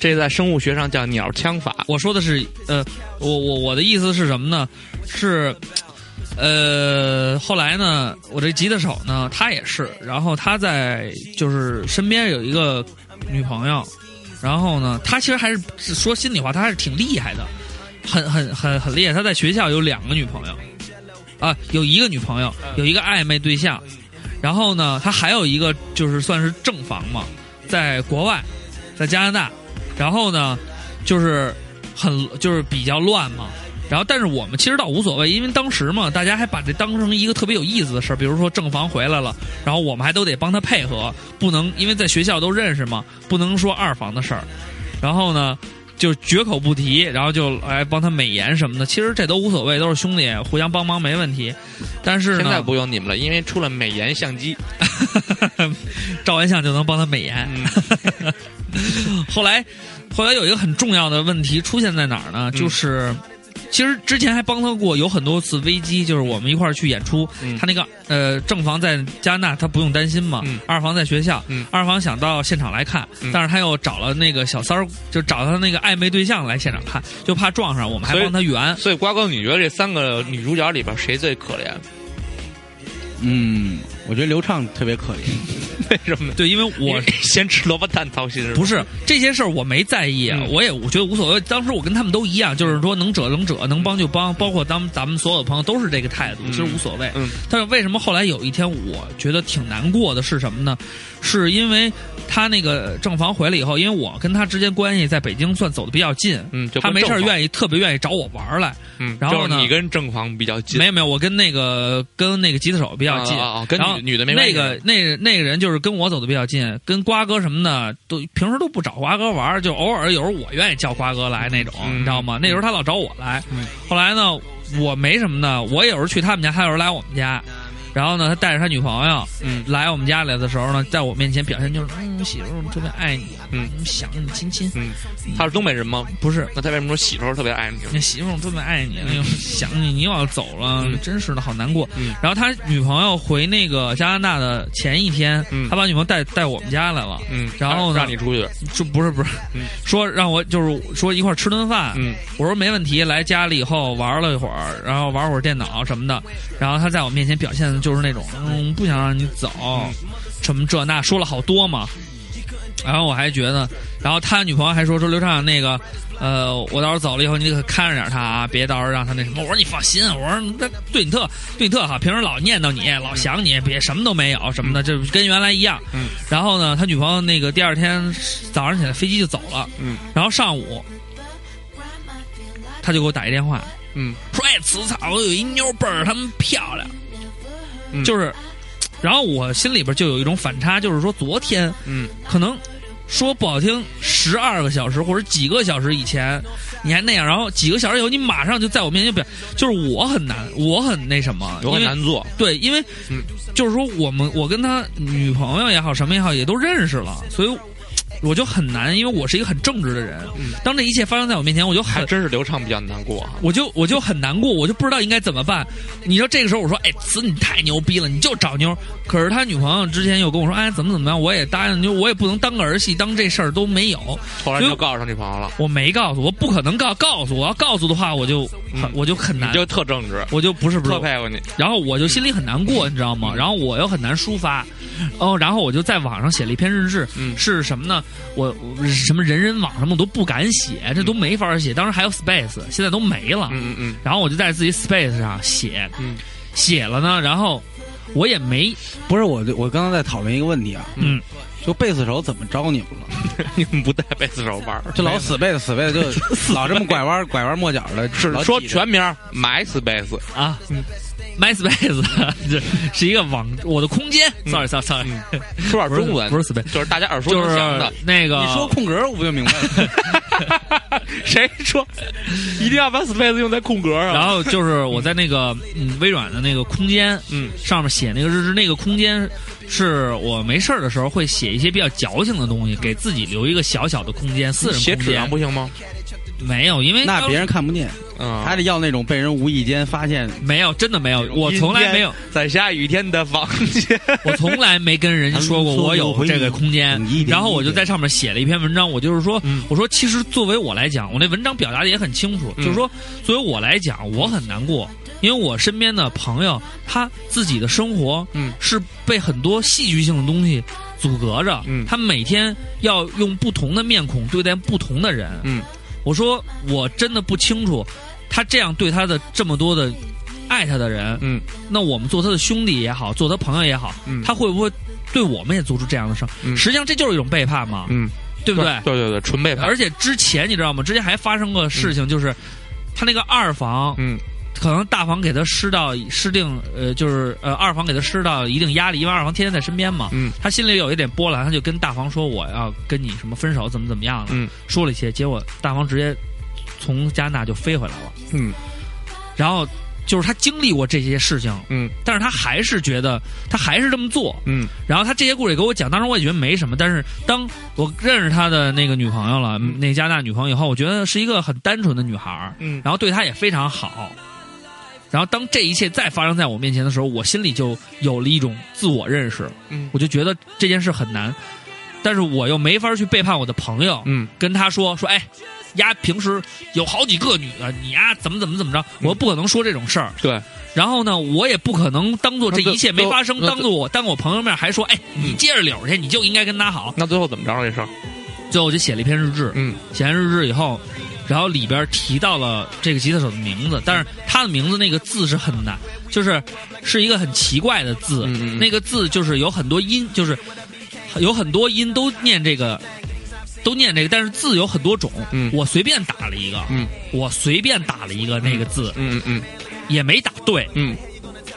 [SPEAKER 1] 这在生物学上叫鸟枪法。
[SPEAKER 3] 我说的是，呃，我我我的意思是什么呢？是，呃，后来呢，我这吉他手呢，他也是，然后他在就是身边有一个女朋友，然后呢，他其实还是说心里话，他还是挺厉害的，很很很很厉害。他在学校有两个女朋友，啊，有一个女朋友，有一个暧昧对象，然后呢，他还有一个就是算是正房嘛，在国外，在加拿大，然后呢，就是很就是比较乱嘛。然后，但是我们其实倒无所谓，因为当时嘛，大家还把这当成一个特别有意思的事儿。比如说正房回来了，然后我们还都得帮他配合，不能因为在学校都认识嘛，不能说二房的事儿。然后呢，就绝口不提，然后就来帮他美颜什么的。其实这都无所谓，都是兄弟，互相帮忙没问题。但是呢，
[SPEAKER 1] 现在不用你们了，因为出了美颜相机。
[SPEAKER 3] 照完相就能帮他美颜。
[SPEAKER 1] 嗯
[SPEAKER 3] 后来，后来有一个很重要的问题出现在哪儿
[SPEAKER 1] 嗯
[SPEAKER 3] 呢？就是。其实之前还帮他过有很多次危机，就是我们一块儿去演出，
[SPEAKER 1] 嗯
[SPEAKER 3] 他那个呃正房在加拿大，他不用担心嘛，
[SPEAKER 1] 嗯
[SPEAKER 3] 二房在学校，
[SPEAKER 1] 嗯
[SPEAKER 3] 二房想到现场来看，
[SPEAKER 1] 嗯
[SPEAKER 3] 但是他又找了那个小三儿，就找他那个暧昧对象来现场看，就怕撞上，我们还
[SPEAKER 1] 所以
[SPEAKER 3] 帮他圆。
[SPEAKER 1] 所以瓜哥，你觉得这三个女主角里边谁最可怜？
[SPEAKER 4] 嗯，我觉得刘畅特别可怜。
[SPEAKER 1] 为什 么呢？
[SPEAKER 3] 对，因为
[SPEAKER 1] 因
[SPEAKER 3] 我
[SPEAKER 1] 为先吃萝卜淡操心是吧
[SPEAKER 3] 不是这些事儿我没在意，
[SPEAKER 1] 嗯
[SPEAKER 3] 我也我觉得无所谓。当时我跟他们都一样，就是说能者能者，能帮就帮，包括咱们咱们所有的朋友都是这个态度，
[SPEAKER 1] 嗯
[SPEAKER 3] 其实无所谓。
[SPEAKER 1] 嗯
[SPEAKER 3] 但是为什么后来有一天我觉得挺难过的是什么呢？是因为他那个正房回来以后，因为我跟他之间关系在北京算走的比较近，
[SPEAKER 1] 嗯，就
[SPEAKER 3] 他没事儿
[SPEAKER 1] 意，
[SPEAKER 3] 愿意特别愿意找我玩儿来。
[SPEAKER 1] 嗯，
[SPEAKER 3] 然后
[SPEAKER 1] 就
[SPEAKER 3] 呢
[SPEAKER 1] 是你跟正房比较近，
[SPEAKER 3] 没有没有，我跟那个跟那个吉他手比较近，
[SPEAKER 1] 啊啊啊跟
[SPEAKER 3] 然后
[SPEAKER 1] 女女的没关
[SPEAKER 3] 那
[SPEAKER 1] 系
[SPEAKER 3] 个那个那个人就是跟我走的比较近，跟瓜哥什么的都平时都不找瓜哥玩儿，就偶尔有时候我愿意叫瓜哥来那种，
[SPEAKER 1] 嗯
[SPEAKER 3] 你知道吗？那时候他老找我来，后来呢我没什么的，我有时候去他们家，他有时候来我们家。然后呢，他带着他女朋友，
[SPEAKER 1] 嗯
[SPEAKER 3] 来我们家来的时候呢，在我面前表现就是，嗯，我媳妇儿我特别爱你，
[SPEAKER 1] 嗯，
[SPEAKER 3] 想你亲亲，
[SPEAKER 1] 嗯，他是东北人吗？
[SPEAKER 3] 不是，
[SPEAKER 1] 那他为什么说媳妇儿特别爱你？
[SPEAKER 3] 那媳妇儿我特别爱你，哎呦，想你，你又要走了，
[SPEAKER 1] 嗯
[SPEAKER 3] 真是的，好难过。
[SPEAKER 1] 嗯
[SPEAKER 3] 然后他女朋友回那个加拿大的前一天，
[SPEAKER 1] 嗯
[SPEAKER 3] 他把女朋友带带我们家来了，
[SPEAKER 1] 嗯，
[SPEAKER 3] 然后呢
[SPEAKER 1] 让你出去，
[SPEAKER 3] 就不是不是，
[SPEAKER 1] 嗯
[SPEAKER 3] 说让我就是说一块儿吃顿饭，
[SPEAKER 1] 嗯
[SPEAKER 3] 我说没问题，来家里以后玩了一会儿，然后玩会儿电脑什么的，然后他在我面前表现的就是那种，嗯，不想让你走，
[SPEAKER 1] 嗯
[SPEAKER 3] 什么这那说了好多嘛，然后我还觉得，然后他女朋友还说说刘畅那个，呃，我到时候走了以后你可看着点他啊，别到时候让他那什么。我说你放心，我说嗯那对你特对你特好，平时老念叨你，老想你，别什么都没有什么的，就跟原来一样。
[SPEAKER 1] 嗯。
[SPEAKER 3] 然后呢，他女朋友那个第二天早上起来飞机就走了。
[SPEAKER 1] 嗯。
[SPEAKER 3] 然后上午，他就给我打一电话，
[SPEAKER 1] 嗯，
[SPEAKER 3] 说哎，此草有一妞倍儿他妈漂亮，
[SPEAKER 1] 嗯
[SPEAKER 3] 就是，然后我心里边就有一种反差，就是说昨天
[SPEAKER 1] 嗯
[SPEAKER 3] 可能说不好听，十二个小时或者几个小时以前你还那样，然后几个小时以后你马上就在我面前表，就是我很难，我很那什么，
[SPEAKER 1] 我很
[SPEAKER 3] 因为
[SPEAKER 1] 难 做，
[SPEAKER 3] 对，因为、
[SPEAKER 1] 嗯
[SPEAKER 3] 就是说我们我跟他女朋友也好，什么也好，也都认识了，所以。我就很难，因为我是一个很正直的人。
[SPEAKER 1] 嗯
[SPEAKER 3] 当这一切发生在我面前，我就很
[SPEAKER 1] 还真是刘畅比较难过啊。
[SPEAKER 3] 我就我就很难过，我就不知道应该怎么办。你说这个时候我说，哎，子你太牛逼了，你就找妞儿。可是他女朋友之前又跟我说，哎，怎么怎么样，我也答应妞，我也不能当个儿戏，当这事儿都没有。
[SPEAKER 1] 后来你就告诉他女朋友了，
[SPEAKER 3] 我没告诉，我不可能告告诉，我要告诉的话，我就很、
[SPEAKER 1] 嗯
[SPEAKER 3] 我就很
[SPEAKER 1] 你
[SPEAKER 3] 难，
[SPEAKER 1] 就特正直，
[SPEAKER 3] 我就不是不是
[SPEAKER 1] 特。佩服你。
[SPEAKER 3] 然后我就心里很难
[SPEAKER 1] 嗯
[SPEAKER 3] 过，你知道吗？然后我又很难抒发，哦，然后我就在网上写了一篇日志，
[SPEAKER 1] 嗯
[SPEAKER 3] 是什么呢？我我什么人人网什么我都不敢写，这都没法写。当时还有 Space，现在都没了。
[SPEAKER 1] 嗯嗯嗯嗯
[SPEAKER 3] 然后我就在自己 Space 上写，
[SPEAKER 1] 嗯
[SPEAKER 3] 写了呢，然后我也没，
[SPEAKER 4] 不是我，我刚刚在讨论一个问题啊，
[SPEAKER 3] 嗯，
[SPEAKER 4] 就贝斯手怎么招你们了？
[SPEAKER 1] 你们不带贝斯手玩儿，
[SPEAKER 4] 就老死贝斯 死贝斯，就老这么拐 弯拐弯抹角的，
[SPEAKER 1] 是
[SPEAKER 4] 老
[SPEAKER 1] 说
[SPEAKER 4] 挤着
[SPEAKER 1] 全名儿 MySpace，
[SPEAKER 3] 啊，MySpace 这是一个网，我的空间，sorry
[SPEAKER 1] 嗯
[SPEAKER 3] sorry sorry，
[SPEAKER 1] 说点中文，
[SPEAKER 3] 不是 Space，
[SPEAKER 1] 就是大家耳熟
[SPEAKER 3] 就
[SPEAKER 1] 能
[SPEAKER 3] 是
[SPEAKER 1] 详的。
[SPEAKER 3] 那个
[SPEAKER 4] 你说空格我不就明白了？
[SPEAKER 1] 谁说一定要把 Space 用在空格上？
[SPEAKER 3] 然后就是我在那个嗯微软的那个空间，
[SPEAKER 1] 嗯，
[SPEAKER 3] 上面写那个日志，那个空间是我没事儿的时候会写一些比较矫情的东西，给自己留一个小小的空间，私人
[SPEAKER 1] 写
[SPEAKER 3] 空
[SPEAKER 5] 啊
[SPEAKER 1] 纸上
[SPEAKER 3] 间。
[SPEAKER 1] 不行吗？
[SPEAKER 3] 没有，因为
[SPEAKER 4] 那别人看不见，
[SPEAKER 1] 嗯，
[SPEAKER 4] 还得要那种被人无意间发现。
[SPEAKER 3] 没有，真的没有，我从来没有，
[SPEAKER 1] 在下雨天的房间。
[SPEAKER 3] 我从来没跟人家说过我有这个空间
[SPEAKER 4] 一点一，点
[SPEAKER 3] 然后我就在上面写了一篇文章，我就是说，我说其实作为我来讲，我那文章表达的也很清楚，
[SPEAKER 1] 嗯
[SPEAKER 3] 就是说作为我来讲，我很难过，因为我身边的朋友他自己的生活，
[SPEAKER 1] 嗯
[SPEAKER 3] 是被很多戏剧性的东西阻隔着，
[SPEAKER 1] 嗯
[SPEAKER 3] 他每天要用不同的面孔对待不同的人，
[SPEAKER 1] 嗯，
[SPEAKER 3] 我说我真的不清楚，他这样对他的这么多的爱他的人，
[SPEAKER 1] 嗯，
[SPEAKER 3] 那我们做他的兄弟也好，做他朋友也好，
[SPEAKER 1] 嗯
[SPEAKER 3] 他会不会对我们也做出这样的事儿？
[SPEAKER 1] 嗯
[SPEAKER 3] 实际上这就是一种背叛嘛，
[SPEAKER 1] 嗯，
[SPEAKER 3] 对不对？
[SPEAKER 1] 对对对，纯背叛。
[SPEAKER 3] 而且之前你知道吗？之前还发生过事情，就是、他那个二房，
[SPEAKER 1] 嗯
[SPEAKER 3] 可能大房给他施到施定，呃，就是呃二房给他施到一定压力，因为二房天天在身边嘛，
[SPEAKER 1] 嗯
[SPEAKER 3] 他心里有一点波澜，他就跟大房说我要跟你什么分手，怎么怎么样的，
[SPEAKER 1] 嗯
[SPEAKER 3] 说了一些，结果大房直接从加拿大就飞回来了，
[SPEAKER 1] 嗯
[SPEAKER 3] 然后就是他经历过这些事情，
[SPEAKER 1] 嗯
[SPEAKER 3] 但是他还是觉得他还是这么做，
[SPEAKER 1] 嗯
[SPEAKER 3] 然后他这些故事也给我讲，当时我也觉得没什么，但是当我认识他的那个女朋友了，
[SPEAKER 1] 嗯
[SPEAKER 3] 那加拿大女朋友以后，我觉得是一个很单纯的女孩儿，
[SPEAKER 1] 嗯
[SPEAKER 3] 然后对他也非常好。然后当这一切再发生在我面前的时候，我心里就有了一种自我认识，
[SPEAKER 1] 嗯
[SPEAKER 3] 我就觉得这件事很难，但是我又没法去背叛我的朋友，
[SPEAKER 1] 嗯
[SPEAKER 3] 跟他说说，哎，丫平时有好几个女的，你丫怎么怎么怎么着，
[SPEAKER 1] 嗯
[SPEAKER 3] 我不可能说这种事儿。
[SPEAKER 1] 对，
[SPEAKER 3] 然后呢，我也不可能当做这一切没发生，
[SPEAKER 1] 那那
[SPEAKER 3] 当做我当我朋友面还说，哎，你接着柳去，你就应该跟他好。
[SPEAKER 1] 那最后怎么着这事儿？
[SPEAKER 3] 最后我就写了一篇日志，
[SPEAKER 1] 嗯
[SPEAKER 3] 写完日志以后，然后里边提到了这个吉他手的名字，但是他的名字那个字是很难，就是是一个很奇怪的字，
[SPEAKER 1] 嗯嗯嗯
[SPEAKER 3] 那个字就是有很多音，就是有很多音都念这个。都念这个，但是字有很多种。
[SPEAKER 1] 嗯
[SPEAKER 3] 我随便打了一个，
[SPEAKER 1] 嗯
[SPEAKER 3] 我随便打了一个那个字，
[SPEAKER 1] 嗯嗯
[SPEAKER 3] 也没打对。
[SPEAKER 1] 嗯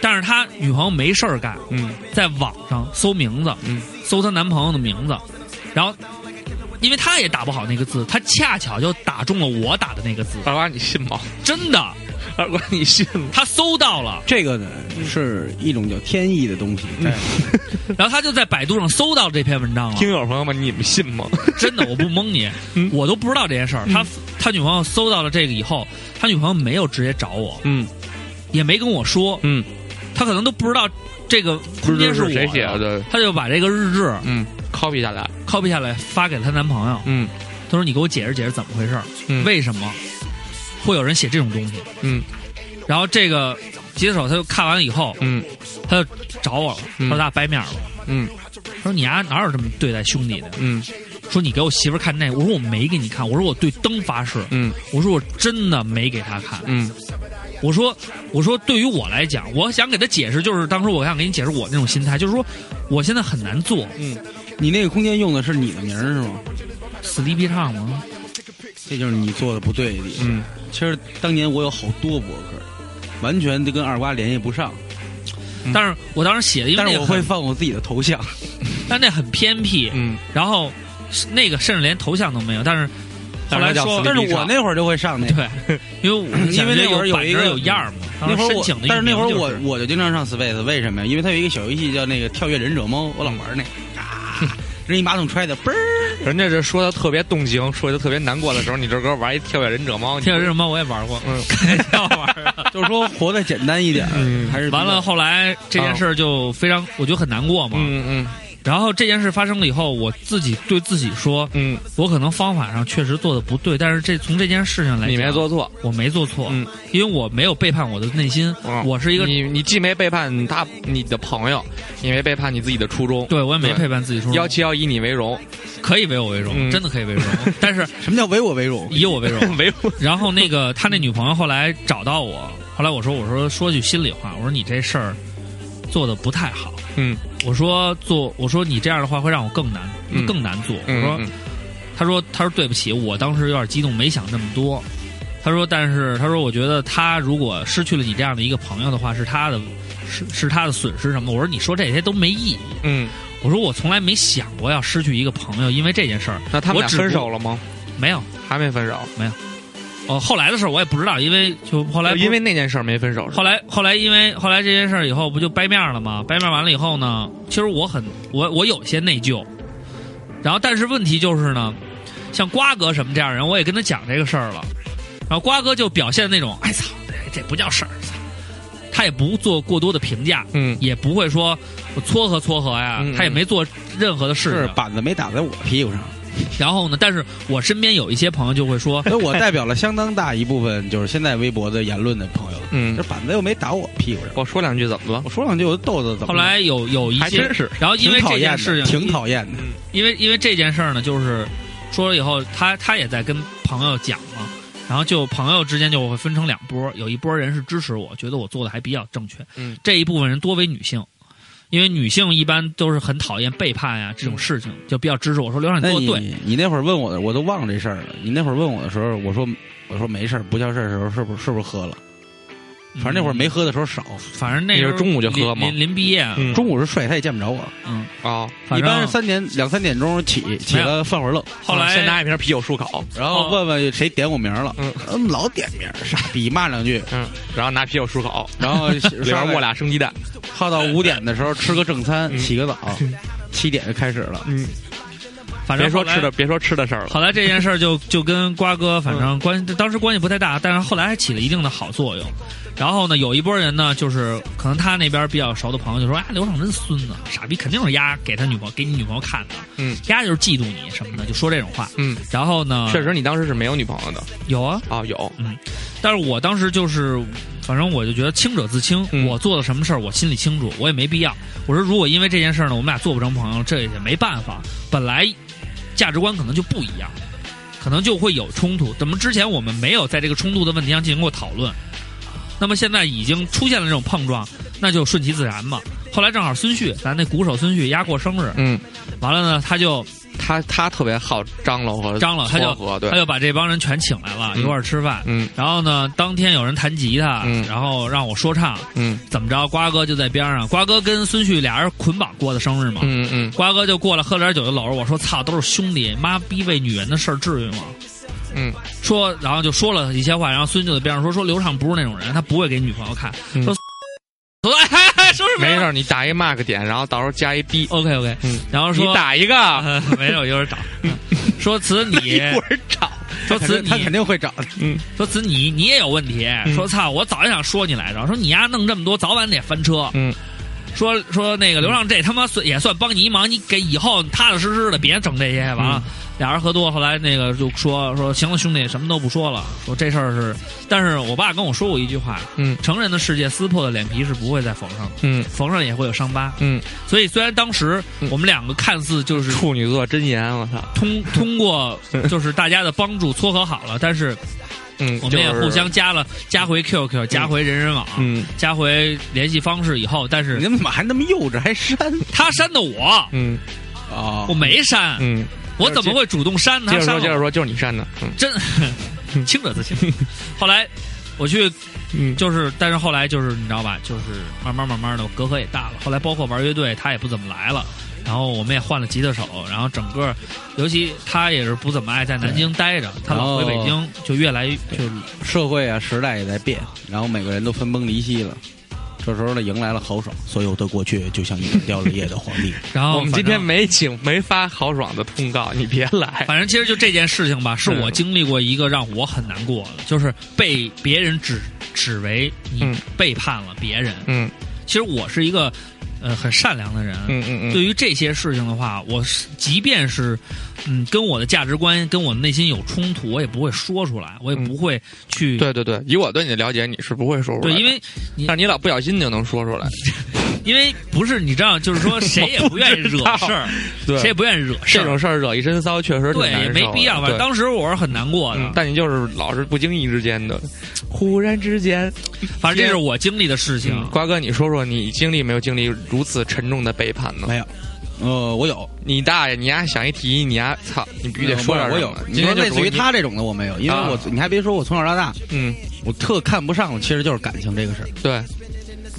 [SPEAKER 3] 但是他女朋友没事儿干，
[SPEAKER 1] 嗯
[SPEAKER 3] 在网上搜名字，
[SPEAKER 1] 嗯
[SPEAKER 3] 搜她男朋友的名字，然后因为她也打不好那个字，她恰巧就打中了我打的那个字，
[SPEAKER 1] 二娃，你信吗？
[SPEAKER 3] 真的。
[SPEAKER 5] 啊二瓜，你信吗？
[SPEAKER 3] 他搜到了，
[SPEAKER 4] 这个呢是一种叫天意的东西，
[SPEAKER 3] 然后他就在百度上搜到这篇文章了。
[SPEAKER 5] 听嗯友朋友们，你们信 吗？
[SPEAKER 3] 真的，我不蒙 你，我都不知道这件事儿。
[SPEAKER 5] 嗯
[SPEAKER 3] 他他女朋友搜到了这个以后，他女朋友没有直接找我，
[SPEAKER 5] 嗯
[SPEAKER 3] 也没跟我说，
[SPEAKER 5] 嗯，
[SPEAKER 3] 他可能都不知道这个空间我
[SPEAKER 5] 是谁写的？
[SPEAKER 3] 他就把这个日志
[SPEAKER 5] 嗯，copy 下来，
[SPEAKER 3] copy 下来发给她男朋友，
[SPEAKER 5] 嗯
[SPEAKER 3] 他说：“你给我解释解释怎么回事儿，
[SPEAKER 5] 嗯
[SPEAKER 3] 为什么会有人写这种东西？”
[SPEAKER 5] 嗯
[SPEAKER 3] 然后这个吉他手他就看完了以后，
[SPEAKER 5] 嗯
[SPEAKER 3] 他就找我了，他
[SPEAKER 5] 嗯
[SPEAKER 3] 说：“咱俩掰面了。
[SPEAKER 5] 嗯”
[SPEAKER 3] 他说：“你丫哪有这么对待兄弟的？”
[SPEAKER 5] 嗯
[SPEAKER 3] 说你给我媳妇儿看那个，我说我没给你看，我说我对灯发誓，
[SPEAKER 5] 嗯
[SPEAKER 3] 我说我真的没给她看，
[SPEAKER 5] 嗯
[SPEAKER 3] 我说我说对于我来讲，我想给她解释，就是当时我想给你解释我那种心态，就是说我现在很难做，
[SPEAKER 5] 嗯
[SPEAKER 4] 你那个空间用的是你的名儿是吗？
[SPEAKER 3] 死地必唱嘛，
[SPEAKER 4] 这就是你做的不对的地方。
[SPEAKER 5] 嗯，
[SPEAKER 4] 其实当年我有好多博客，完全就跟二瓜联系不上，
[SPEAKER 5] 嗯
[SPEAKER 3] 但是我当时写的，因为
[SPEAKER 4] 但
[SPEAKER 3] 那
[SPEAKER 4] 是
[SPEAKER 3] 个
[SPEAKER 4] 我会
[SPEAKER 3] 很，
[SPEAKER 4] 放我自己的头像。
[SPEAKER 3] 但那很偏僻，
[SPEAKER 5] 嗯，
[SPEAKER 3] 然后那个甚至连头像都没有，但是后来
[SPEAKER 5] 但是它叫
[SPEAKER 3] 说
[SPEAKER 5] 死地
[SPEAKER 4] 但
[SPEAKER 5] 必
[SPEAKER 4] 是
[SPEAKER 5] 必
[SPEAKER 4] 我
[SPEAKER 5] 上
[SPEAKER 4] 那会儿就会上那个，
[SPEAKER 3] 对，因为我
[SPEAKER 4] 因为那会
[SPEAKER 3] 有
[SPEAKER 4] 儿有
[SPEAKER 3] 板
[SPEAKER 4] 一
[SPEAKER 3] 着
[SPEAKER 4] 个嗯
[SPEAKER 3] 有样儿嘛，当
[SPEAKER 4] 那
[SPEAKER 3] 时
[SPEAKER 4] 会儿
[SPEAKER 3] 申
[SPEAKER 4] 我
[SPEAKER 3] 请的，
[SPEAKER 4] 但是那会儿
[SPEAKER 3] 域名就
[SPEAKER 4] 我 我就经常上 Space，为什么呀？因为它有一个小游戏叫那个《跳跃忍者猫》，我老玩儿那，啊，扔一马桶揣的，嘣儿，
[SPEAKER 5] 人家这说的特别动情，说的特别难过的时候，你这歌玩一跳跃忍者猫，你
[SPEAKER 3] 天使什么我也玩过，
[SPEAKER 5] 嗯，
[SPEAKER 3] 好玩儿啊。
[SPEAKER 4] 就是说活得简单一点儿，
[SPEAKER 5] 嗯
[SPEAKER 4] 还是比较
[SPEAKER 3] 完了，，后来这件事儿就非常，我就很难过嘛。
[SPEAKER 5] 嗯嗯
[SPEAKER 3] 然后这件事发生了以后，我自己对自己说，
[SPEAKER 5] 嗯，
[SPEAKER 3] 我可能方法上确实做的不对，但是这从这件事情
[SPEAKER 1] 哎
[SPEAKER 3] 来讲，
[SPEAKER 5] 你没做，错，
[SPEAKER 3] 我没做错，
[SPEAKER 5] 嗯
[SPEAKER 3] 因为我没有背叛我的内心，
[SPEAKER 5] 嗯
[SPEAKER 3] 我是一个，
[SPEAKER 5] 你你既没背叛他你的朋友，也没背叛你自己的初衷，
[SPEAKER 3] 对我也没
[SPEAKER 5] 对
[SPEAKER 3] 背叛自己说，
[SPEAKER 5] 幺七要以你为荣，
[SPEAKER 3] 可以唯我为荣，
[SPEAKER 5] 嗯
[SPEAKER 3] 真的可以唯我为荣，但是
[SPEAKER 4] 什么叫唯我为荣？
[SPEAKER 3] 以我为 荣。
[SPEAKER 5] 为荣，
[SPEAKER 3] 然后那个他那女朋友后来找到我，后来我说我说说句心里话，我说你这事儿做的不太好，
[SPEAKER 5] 嗯
[SPEAKER 3] 我说做我说你这样的话会让我更难、
[SPEAKER 5] 嗯
[SPEAKER 3] 更难做，我
[SPEAKER 5] 嗯
[SPEAKER 3] 说。
[SPEAKER 5] 嗯
[SPEAKER 3] 他说：“他说对不起，我当时有点激动，没想那么多。”他说：“但是他说，我觉得他如果失去了你这样的一个朋友的话，是他的，是是他的损失什么的。”我说：“你说这些都没意义。
[SPEAKER 5] 嗯，”
[SPEAKER 3] 我说：“我从来没想过要失去一个朋友，因为这件事儿
[SPEAKER 5] 那他们
[SPEAKER 3] 我
[SPEAKER 5] 俩
[SPEAKER 3] 只不
[SPEAKER 5] 分手了吗？
[SPEAKER 3] 没有。
[SPEAKER 5] 还没分手，
[SPEAKER 3] 哦，后来的事儿我也不知道，因为就后来
[SPEAKER 5] 就
[SPEAKER 3] 不
[SPEAKER 5] 因为那件事儿没分手，是吧
[SPEAKER 3] 后来后来因为后来这件事儿以后不就掰面儿了吗？掰面儿完了以后呢，其实我很我我有些内疚，然后但是问题就是呢，像瓜哥什么这样的人，我也跟他讲这个事儿了，然后瓜哥就表现那种哎操，这这不叫事儿，操他也不做过多的评价，
[SPEAKER 5] 嗯
[SPEAKER 3] 也不会说我撮合撮合呀，
[SPEAKER 5] 嗯嗯
[SPEAKER 3] 他也没做任何的事
[SPEAKER 4] 是
[SPEAKER 3] 情。
[SPEAKER 4] 板子没打在我屁股上，
[SPEAKER 3] 然后呢，但是我身边有一些朋友就会 说，
[SPEAKER 4] 所以我代表了相当大一部分就是现在微博的言论的朋友，
[SPEAKER 5] 嗯
[SPEAKER 4] 这，板子又没打我屁股上，
[SPEAKER 5] 我说两句怎么了
[SPEAKER 4] 我？说两句我就逗逗怎
[SPEAKER 3] 后
[SPEAKER 4] 么了？
[SPEAKER 3] 来有有一
[SPEAKER 5] 还
[SPEAKER 3] 些
[SPEAKER 5] 真是，
[SPEAKER 3] 然后因
[SPEAKER 4] 挺
[SPEAKER 3] 为
[SPEAKER 4] 讨
[SPEAKER 3] 这
[SPEAKER 4] 厌
[SPEAKER 3] 件
[SPEAKER 4] 的，
[SPEAKER 3] 事情
[SPEAKER 4] 挺讨厌的，
[SPEAKER 3] 因为因为这件事儿呢，就是说了以后，他他也在跟朋友讲嘛，然后就朋友之间就会分成两波，有一波人是支持我，觉得我做的还比较正确，
[SPEAKER 5] 嗯，
[SPEAKER 3] 这一部分人多为女性。因为女性一般都是很讨厌背叛呀、这种事情，就比较支持我说刘亮你
[SPEAKER 4] 那
[SPEAKER 3] 做的
[SPEAKER 4] 你
[SPEAKER 3] 对，
[SPEAKER 4] 你那会儿问我的，我都忘了这事儿了。你那会儿问我的时候，我说我说没事儿，不叫事儿的时候是不是是不是喝了？反正那会
[SPEAKER 3] 嗯
[SPEAKER 4] 儿没喝的时候少，
[SPEAKER 3] 反正那
[SPEAKER 5] 你是
[SPEAKER 3] 时候
[SPEAKER 5] 中午就喝
[SPEAKER 3] 临
[SPEAKER 5] 吗
[SPEAKER 3] 临临毕业，
[SPEAKER 5] 嗯
[SPEAKER 4] 中午是睡，他也见不着我。
[SPEAKER 3] 嗯，
[SPEAKER 5] 啊，
[SPEAKER 3] 反
[SPEAKER 4] 一
[SPEAKER 3] 正
[SPEAKER 4] 般是三点两三点钟起，起了饭会儿愣，
[SPEAKER 3] 后来
[SPEAKER 5] 先拿一瓶啤酒漱口，
[SPEAKER 4] 然后问问谁点我名儿了，
[SPEAKER 5] 嗯
[SPEAKER 4] 嗯，老点名儿，傻逼骂两句，
[SPEAKER 5] 嗯，然后拿啤酒漱口，
[SPEAKER 4] 然 后
[SPEAKER 5] 里边
[SPEAKER 4] 上
[SPEAKER 5] 儿
[SPEAKER 4] 来
[SPEAKER 5] 卧俩生鸡蛋，
[SPEAKER 4] 耗到五点的时候吃个正餐，
[SPEAKER 5] 嗯
[SPEAKER 4] 洗个澡，七点就开始了。
[SPEAKER 5] 嗯，
[SPEAKER 3] 反正
[SPEAKER 5] 别说
[SPEAKER 3] 后来
[SPEAKER 5] 吃的，别说吃的事儿了，
[SPEAKER 3] 后来这件事儿就就跟瓜哥
[SPEAKER 5] 嗯
[SPEAKER 3] 反正关当时关系不太大，但是后来还起了一定的好作用。然后呢，有一波人呢，就是可能他那边比较熟的朋友就说：“哎，刘畅真孙子，傻逼，肯定是丫给他女朋友给你女朋友看的，
[SPEAKER 5] 嗯，
[SPEAKER 3] 丫就是嫉妒你什么的，就说这种话。
[SPEAKER 5] 嗯，”
[SPEAKER 3] 然后呢，
[SPEAKER 5] 确实你当时是没有女朋友的
[SPEAKER 3] 有啊，
[SPEAKER 5] 啊，有，
[SPEAKER 3] 但是我当时就是，反正我就觉得清者自清，
[SPEAKER 5] 嗯
[SPEAKER 3] 我做了什么事儿我心里清楚，我也没必要。我说如果因为这件事儿呢，我们俩做不成朋友，这也没办法，本来价值观可能就不一样，可能就会有冲突。怎么之前我们没有在这个冲突的问题上进行过讨论？那么现在已经出现了这种碰撞，那就顺其自然嘛。后来正好孙旭，咱那鼓手孙旭压过生日，
[SPEAKER 5] 嗯，
[SPEAKER 3] 完了呢，他就
[SPEAKER 5] 他他特别好张罗和
[SPEAKER 3] 张罗他就
[SPEAKER 5] 撮合
[SPEAKER 3] 他
[SPEAKER 5] 对，
[SPEAKER 3] 就把这帮人全请来了，
[SPEAKER 5] 嗯
[SPEAKER 3] 一块儿吃饭。
[SPEAKER 5] 嗯
[SPEAKER 3] 然后呢，当天有人弹吉他，
[SPEAKER 5] 嗯
[SPEAKER 3] 然后让我说唱，
[SPEAKER 5] 嗯
[SPEAKER 3] 怎么着？瓜哥就在边上，瓜哥跟孙旭俩人捆绑过的生日嘛。
[SPEAKER 5] 嗯嗯
[SPEAKER 3] 瓜哥就过来喝了点酒，就搂着我说：“操，都是兄弟，妈逼为女人的事儿至于吗？”
[SPEAKER 5] 嗯，
[SPEAKER 3] 说，然后就说了一些话，然后孙就在边上说说刘畅不是那种人，他不会给女朋友看，
[SPEAKER 5] 嗯
[SPEAKER 3] 说， 哎，说什么
[SPEAKER 5] 没
[SPEAKER 3] 呀？
[SPEAKER 5] 事儿，你打一 mark 点，然后到时候加一 B，
[SPEAKER 3] OK OK，
[SPEAKER 5] 嗯
[SPEAKER 3] 然后说
[SPEAKER 5] 你打一啊个，
[SPEAKER 3] 呃 没有，一会儿 找。说词你，一会儿找。说
[SPEAKER 4] 他
[SPEAKER 3] 词
[SPEAKER 4] 肯定他肯
[SPEAKER 3] 你，
[SPEAKER 4] 定会找的。
[SPEAKER 3] 说词你，你也有问题。
[SPEAKER 5] 嗯
[SPEAKER 3] 说操，我早就想说你来着。说你丫弄这么多，早晚得翻车。
[SPEAKER 5] 嗯，
[SPEAKER 3] 说说那个刘浪这他妈算也算帮你一忙，你给以后踏踏实实的别整这些。完
[SPEAKER 5] 嗯
[SPEAKER 3] 了，俩人喝多，后来那个就说说行了，兄弟，什么都不说了。说这事儿是，但是我爸跟我说过一句话，
[SPEAKER 5] 嗯
[SPEAKER 3] 成人的世界，撕破的脸皮是不会再缝上的，
[SPEAKER 5] 嗯
[SPEAKER 3] 缝上也会有伤疤。
[SPEAKER 5] 嗯，
[SPEAKER 3] 所以虽然当时
[SPEAKER 5] 嗯
[SPEAKER 3] 我们两个看似就是
[SPEAKER 5] 处女座真言，我操，
[SPEAKER 3] 通通 过就是大家的帮助撮合好了，但是
[SPEAKER 5] 嗯，
[SPEAKER 3] 我们也
[SPEAKER 5] 就是
[SPEAKER 3] 互相加了，加回 QQ，加回人人网，
[SPEAKER 5] 嗯
[SPEAKER 3] 加回联系方式以后，但
[SPEAKER 4] 你
[SPEAKER 3] 是
[SPEAKER 4] 怎么还那么幼稚，还删
[SPEAKER 3] 他删的我，
[SPEAKER 5] 嗯
[SPEAKER 4] 啊
[SPEAKER 3] 我？没删，
[SPEAKER 5] 嗯，
[SPEAKER 3] 我怎么会主动删呢？
[SPEAKER 5] 接
[SPEAKER 3] 他
[SPEAKER 5] 着
[SPEAKER 3] 删
[SPEAKER 5] 说，接着
[SPEAKER 3] 我
[SPEAKER 5] 说，就是你删的，嗯
[SPEAKER 3] 真清者自清。后来我去
[SPEAKER 5] 嗯，
[SPEAKER 3] 就是，但是后来就是你知道吧，就是慢慢慢慢的隔阂也大了。后来包括玩乐队，他也不怎么来了。然后我们也换了吉他手，然后整个，尤其他也是不怎么爱在南京待着，他老回北
[SPEAKER 4] 哦
[SPEAKER 3] 京，就越来越就
[SPEAKER 4] 社会啊，时代也在变，然后每个人都分崩离析了。这时候呢，迎来了豪爽，所有的过去就像一个掉了叶的皇 帝。
[SPEAKER 3] 然后
[SPEAKER 5] 我们
[SPEAKER 3] 反
[SPEAKER 5] 今天
[SPEAKER 3] 正
[SPEAKER 5] 没请没发豪爽的通告，你别来，
[SPEAKER 3] 反正其实就这件事情吧，是
[SPEAKER 5] 嗯
[SPEAKER 3] 我经历过一个让我很难过的，就是被别人指指为你
[SPEAKER 5] 嗯
[SPEAKER 3] 背叛了别人。
[SPEAKER 5] 嗯
[SPEAKER 3] 其实我是一个呃很善良的人，
[SPEAKER 5] 嗯嗯嗯，
[SPEAKER 3] 对于这些事情的话，我是即便是嗯跟我的价值观、跟我的内心有冲突，我也不会说出来，我也不会去、
[SPEAKER 5] 嗯对对对，以我对你的了解，你是不会说出
[SPEAKER 3] 对
[SPEAKER 5] 来的，
[SPEAKER 3] 因为
[SPEAKER 5] 但是你老不小心就能说出来，
[SPEAKER 3] 因为不是你知道，就是说谁 也不愿意惹事儿，
[SPEAKER 5] 对
[SPEAKER 3] 谁也不愿意惹事
[SPEAKER 5] 这
[SPEAKER 3] 儿
[SPEAKER 5] 种，事儿惹一身骚，确实挺
[SPEAKER 3] 对，
[SPEAKER 5] 难
[SPEAKER 3] 也
[SPEAKER 5] 受的
[SPEAKER 3] 没必要。反正
[SPEAKER 5] 对
[SPEAKER 3] 当时我是很难过的，
[SPEAKER 5] 嗯但你就是老是不经意之间的，忽然之间，
[SPEAKER 3] 反正这是啊我经历的事情。
[SPEAKER 5] 嗯瓜哥，你说说你经历没有经历如此沉重的背叛呢？
[SPEAKER 4] 没有，呃，我有，
[SPEAKER 5] 你大爷，你丫想一提，你丫操，你必须得说点
[SPEAKER 4] 我
[SPEAKER 5] 什
[SPEAKER 4] 有
[SPEAKER 5] 么。。
[SPEAKER 4] 你
[SPEAKER 5] 今
[SPEAKER 4] 说
[SPEAKER 5] 天就
[SPEAKER 4] 类似于
[SPEAKER 5] 你，
[SPEAKER 4] 他这种的我没有，因为
[SPEAKER 5] 啊
[SPEAKER 4] 我你还别说，我从小到大
[SPEAKER 5] 嗯，
[SPEAKER 4] 我特看不上的其实就是感情这个事儿。
[SPEAKER 5] 对，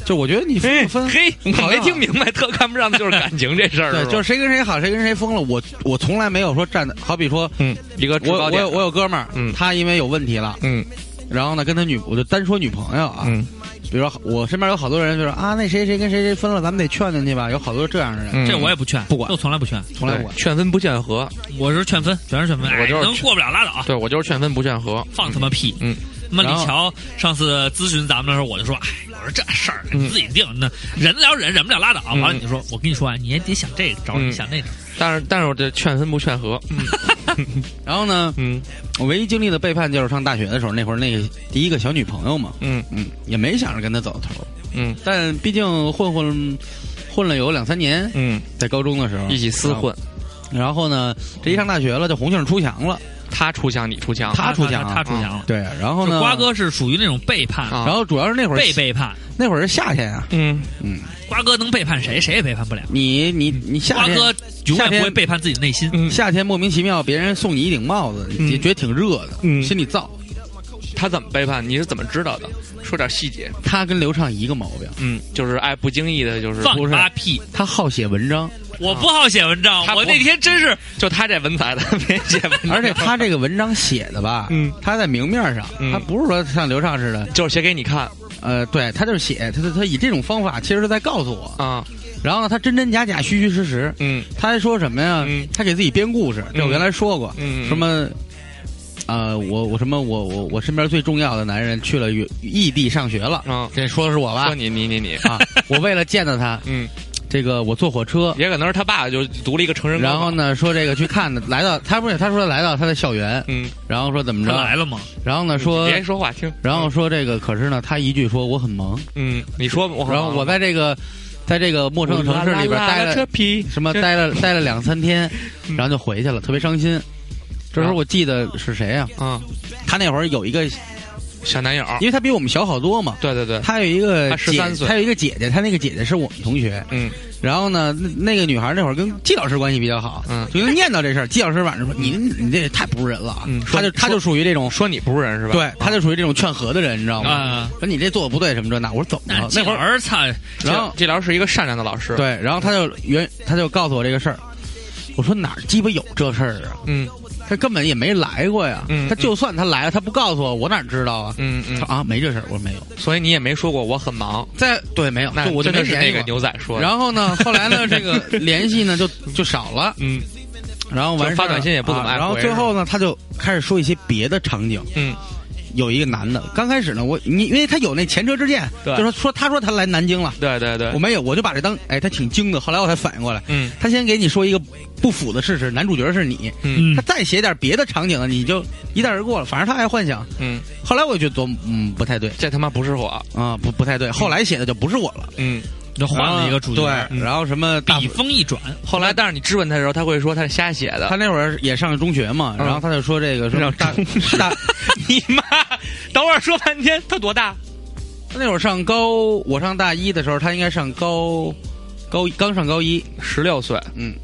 [SPEAKER 4] 就我觉得你分不分，
[SPEAKER 5] 嘿，
[SPEAKER 4] 你
[SPEAKER 5] 我没
[SPEAKER 4] 看
[SPEAKER 5] 听明白，特看不上的就是感情这事儿，
[SPEAKER 4] 对，就是
[SPEAKER 5] 是
[SPEAKER 4] 谁跟谁好，谁跟谁疯了。我我从来没有说站的，好比说，
[SPEAKER 5] 嗯，一个制
[SPEAKER 4] 我
[SPEAKER 5] 高
[SPEAKER 4] 我
[SPEAKER 5] 点
[SPEAKER 4] 有，我有哥们儿，
[SPEAKER 5] 嗯
[SPEAKER 4] 他因为有问题了，
[SPEAKER 5] 嗯
[SPEAKER 4] 然后呢跟他女，我就单说女朋友啊，
[SPEAKER 5] 嗯
[SPEAKER 4] 比如说我身边有好多人就说啊，那谁谁跟谁谁分了，咱们得劝劝去吧。有好多这样的人，
[SPEAKER 5] 嗯，
[SPEAKER 3] 这我也不劝，
[SPEAKER 4] 不管
[SPEAKER 3] 我从来不啊劝，
[SPEAKER 4] 从来不管。
[SPEAKER 5] 劝分不劝和，
[SPEAKER 3] 我是劝分，全是劝分。
[SPEAKER 5] 我就是
[SPEAKER 3] 哎能
[SPEAKER 5] 劝
[SPEAKER 3] 过不了拉倒，
[SPEAKER 5] 对我就是劝分不劝和，
[SPEAKER 3] 放他妈屁。
[SPEAKER 5] 嗯，
[SPEAKER 3] 那
[SPEAKER 4] 然
[SPEAKER 3] 李
[SPEAKER 4] 后
[SPEAKER 3] 乔上次咨询咱们的时候，我就说，哎，我说这事儿你
[SPEAKER 5] 嗯
[SPEAKER 3] 自己定，那忍了忍，忍不了拉倒。完了，
[SPEAKER 5] 嗯
[SPEAKER 3] 你说我跟你说啊，你也得想这招，
[SPEAKER 5] 嗯
[SPEAKER 3] 你想那招。
[SPEAKER 5] 但是但是我这劝分不劝和，
[SPEAKER 4] 然后呢，
[SPEAKER 5] 嗯
[SPEAKER 4] 我唯一经历的背叛就是上大学的时候，那会儿那个第一个小女朋友嘛，
[SPEAKER 5] 嗯
[SPEAKER 4] 嗯，也没想着跟她走到头儿，
[SPEAKER 5] 嗯
[SPEAKER 4] 但毕竟混混混了有两三年，
[SPEAKER 5] 嗯，
[SPEAKER 4] 在高中的时候
[SPEAKER 5] 一起厮混，
[SPEAKER 4] 然后呢，这一上大学了，就红杏出墙了。
[SPEAKER 5] 他出枪你出枪，
[SPEAKER 4] 他出嗯墙
[SPEAKER 3] 他他出
[SPEAKER 5] 嗯
[SPEAKER 3] 墙了。
[SPEAKER 4] 对，然后
[SPEAKER 3] 就
[SPEAKER 4] 呢，
[SPEAKER 3] 瓜，哥是属于那种背叛，
[SPEAKER 5] 啊
[SPEAKER 4] 然后主要是那会儿
[SPEAKER 3] 被背叛。
[SPEAKER 4] 那会儿是夏天啊，
[SPEAKER 5] 嗯
[SPEAKER 4] 嗯，
[SPEAKER 3] 瓜哥能背叛谁，谁也背叛不了。
[SPEAKER 4] 你你你夏
[SPEAKER 3] 瓜
[SPEAKER 4] 天
[SPEAKER 3] 哥永
[SPEAKER 4] 夏
[SPEAKER 3] 远
[SPEAKER 4] 天
[SPEAKER 3] 不会背叛自己的内心。
[SPEAKER 5] 嗯，
[SPEAKER 4] 夏天莫名其妙别人送你一顶帽子，你
[SPEAKER 5] 嗯
[SPEAKER 4] 觉得挺热的，
[SPEAKER 5] 嗯
[SPEAKER 4] 心里燥。
[SPEAKER 5] 他怎么背叛？你是怎么知道的？说点细节。
[SPEAKER 4] 他跟刘畅一个毛病，
[SPEAKER 5] 嗯，就是爱不经意的，就是
[SPEAKER 3] 放你
[SPEAKER 4] 不是
[SPEAKER 3] 妈屁！
[SPEAKER 4] 他好写文章，
[SPEAKER 3] 我不好写文章，
[SPEAKER 5] 他不
[SPEAKER 3] 我那天真是
[SPEAKER 5] 就他这文采的，别写文章，
[SPEAKER 4] 而且他这个文章写的吧，
[SPEAKER 5] 嗯
[SPEAKER 4] 他在明面上，
[SPEAKER 5] 嗯
[SPEAKER 4] 他不是说像刘畅似的，
[SPEAKER 5] 就是写给你看
[SPEAKER 4] 呃，对他就是写，他他他以这种方法其实是在告诉我，
[SPEAKER 5] 啊，
[SPEAKER 4] 然后呢，他真真假假，虚虚实实，
[SPEAKER 5] 嗯
[SPEAKER 4] 他还说什么呀？
[SPEAKER 5] 嗯
[SPEAKER 4] 他给自己编故事，这我
[SPEAKER 5] 嗯
[SPEAKER 4] 原来说过，
[SPEAKER 5] 嗯，
[SPEAKER 4] 什么？呃，我我什么我我我身边最重要的男人去了远异地上学了，
[SPEAKER 5] 啊？
[SPEAKER 4] 这说的是我吧
[SPEAKER 5] 说？你你你你，
[SPEAKER 4] 嗯啊，我为了见到他，
[SPEAKER 5] 嗯，
[SPEAKER 4] 这个我坐火车，
[SPEAKER 5] 也可能是他爸就读了一个成人，
[SPEAKER 4] 然后？呢说这个去看的，来到他不是他说来到他的校园，
[SPEAKER 5] 嗯，
[SPEAKER 4] 然后说怎么
[SPEAKER 3] 他
[SPEAKER 4] 着，
[SPEAKER 3] 来了吗？
[SPEAKER 4] 然后呢说，
[SPEAKER 5] 别说话听，
[SPEAKER 4] 然后说这个可是呢他一句说我很萌，
[SPEAKER 5] 嗯，你说我，
[SPEAKER 4] 然后我在这个在这个陌生的城市里边待了
[SPEAKER 5] 车皮
[SPEAKER 4] 什么待了待了两三 天，然后就回去了，特别伤心。这时候我记得是谁呀、
[SPEAKER 5] 啊，
[SPEAKER 4] 啊他那会儿有一个，
[SPEAKER 5] 小男友，
[SPEAKER 4] 因为他比我们小好多嘛，
[SPEAKER 5] 对对对，
[SPEAKER 4] 啊他有一个
[SPEAKER 5] 他
[SPEAKER 4] 姐
[SPEAKER 5] 13，岁
[SPEAKER 4] 他有一个姐姐，他那个姐姐是我们同学。
[SPEAKER 5] 嗯，
[SPEAKER 4] 然后呢，那那个女孩那会儿跟季老师关系比较好，
[SPEAKER 5] 嗯
[SPEAKER 4] 就念叨这事儿。季老师晚上说：“你你这也太不是人了啊。
[SPEAKER 5] 嗯
[SPEAKER 4] 他就
[SPEAKER 5] 说
[SPEAKER 4] 他就属于这种，
[SPEAKER 5] 说你不是人是吧？
[SPEAKER 4] 对，他就属于这种劝和的人，你知道吗？
[SPEAKER 3] 啊，
[SPEAKER 4] 说你这做的不对什么这那。我说怎么
[SPEAKER 3] 那
[SPEAKER 4] 了？那会儿，
[SPEAKER 3] 儿操，
[SPEAKER 4] 然后
[SPEAKER 5] 这老师是一个善良的老师，，
[SPEAKER 4] 对，然后他就原他就告诉我这个事儿。我说哪儿鸡巴有这事儿啊？
[SPEAKER 5] 嗯，
[SPEAKER 4] 他他根本也没来过呀。
[SPEAKER 5] 嗯
[SPEAKER 4] 他就算他来了，他不告诉我，我哪知道啊？
[SPEAKER 5] 嗯
[SPEAKER 4] 他
[SPEAKER 5] 嗯
[SPEAKER 4] 说，啊，没这事儿，我说没有。
[SPEAKER 5] 所以你也没说过我很忙，
[SPEAKER 4] 在对没有，
[SPEAKER 5] 那
[SPEAKER 4] 就我就没
[SPEAKER 5] 真的是
[SPEAKER 4] 联系
[SPEAKER 5] 那个
[SPEAKER 4] 过
[SPEAKER 5] 牛仔说的。
[SPEAKER 4] 然后呢，后来呢，这 个联系呢就就少了，
[SPEAKER 5] 嗯
[SPEAKER 4] 然后完事儿
[SPEAKER 5] 就发短信也不怎么
[SPEAKER 4] 啊
[SPEAKER 5] 爱回
[SPEAKER 4] 然后最后呢，他就开始说一些别的场景。
[SPEAKER 5] 嗯
[SPEAKER 4] 有一个男的，刚开始呢，我你因为他有那前车之鉴，
[SPEAKER 5] 对
[SPEAKER 4] 就说说他说他来南京了，
[SPEAKER 5] 对对对
[SPEAKER 4] 我，没有，我就把这当哎他挺精的。后来我才反应过来，
[SPEAKER 5] 嗯
[SPEAKER 4] 他先给你说一个不符的事实，男主角是你，
[SPEAKER 5] 嗯
[SPEAKER 4] 他再写点别的场景呢，你就一带而过了。反正他爱幻想。
[SPEAKER 5] 嗯，
[SPEAKER 4] 后来我就觉得嗯不太对
[SPEAKER 5] 这他妈不是我。
[SPEAKER 4] 啊、不不太对。后来写的就不是我了，
[SPEAKER 5] 嗯，
[SPEAKER 3] 就换了一个主角，
[SPEAKER 4] 啊对，然后什么大
[SPEAKER 3] 笔锋一转，
[SPEAKER 5] 后来但是你质问他的时候，他会说他是瞎写的
[SPEAKER 4] 他。那会儿也上中学嘛，
[SPEAKER 5] 嗯
[SPEAKER 4] 然后他就说这个说
[SPEAKER 5] 上
[SPEAKER 4] 大
[SPEAKER 5] 中
[SPEAKER 4] 大，
[SPEAKER 5] 你妈！等会儿说半天，他多大？
[SPEAKER 4] 他那会儿上高，我上大一的时候，他应该上高高刚上高一，
[SPEAKER 5] 十六岁。
[SPEAKER 4] 嗯，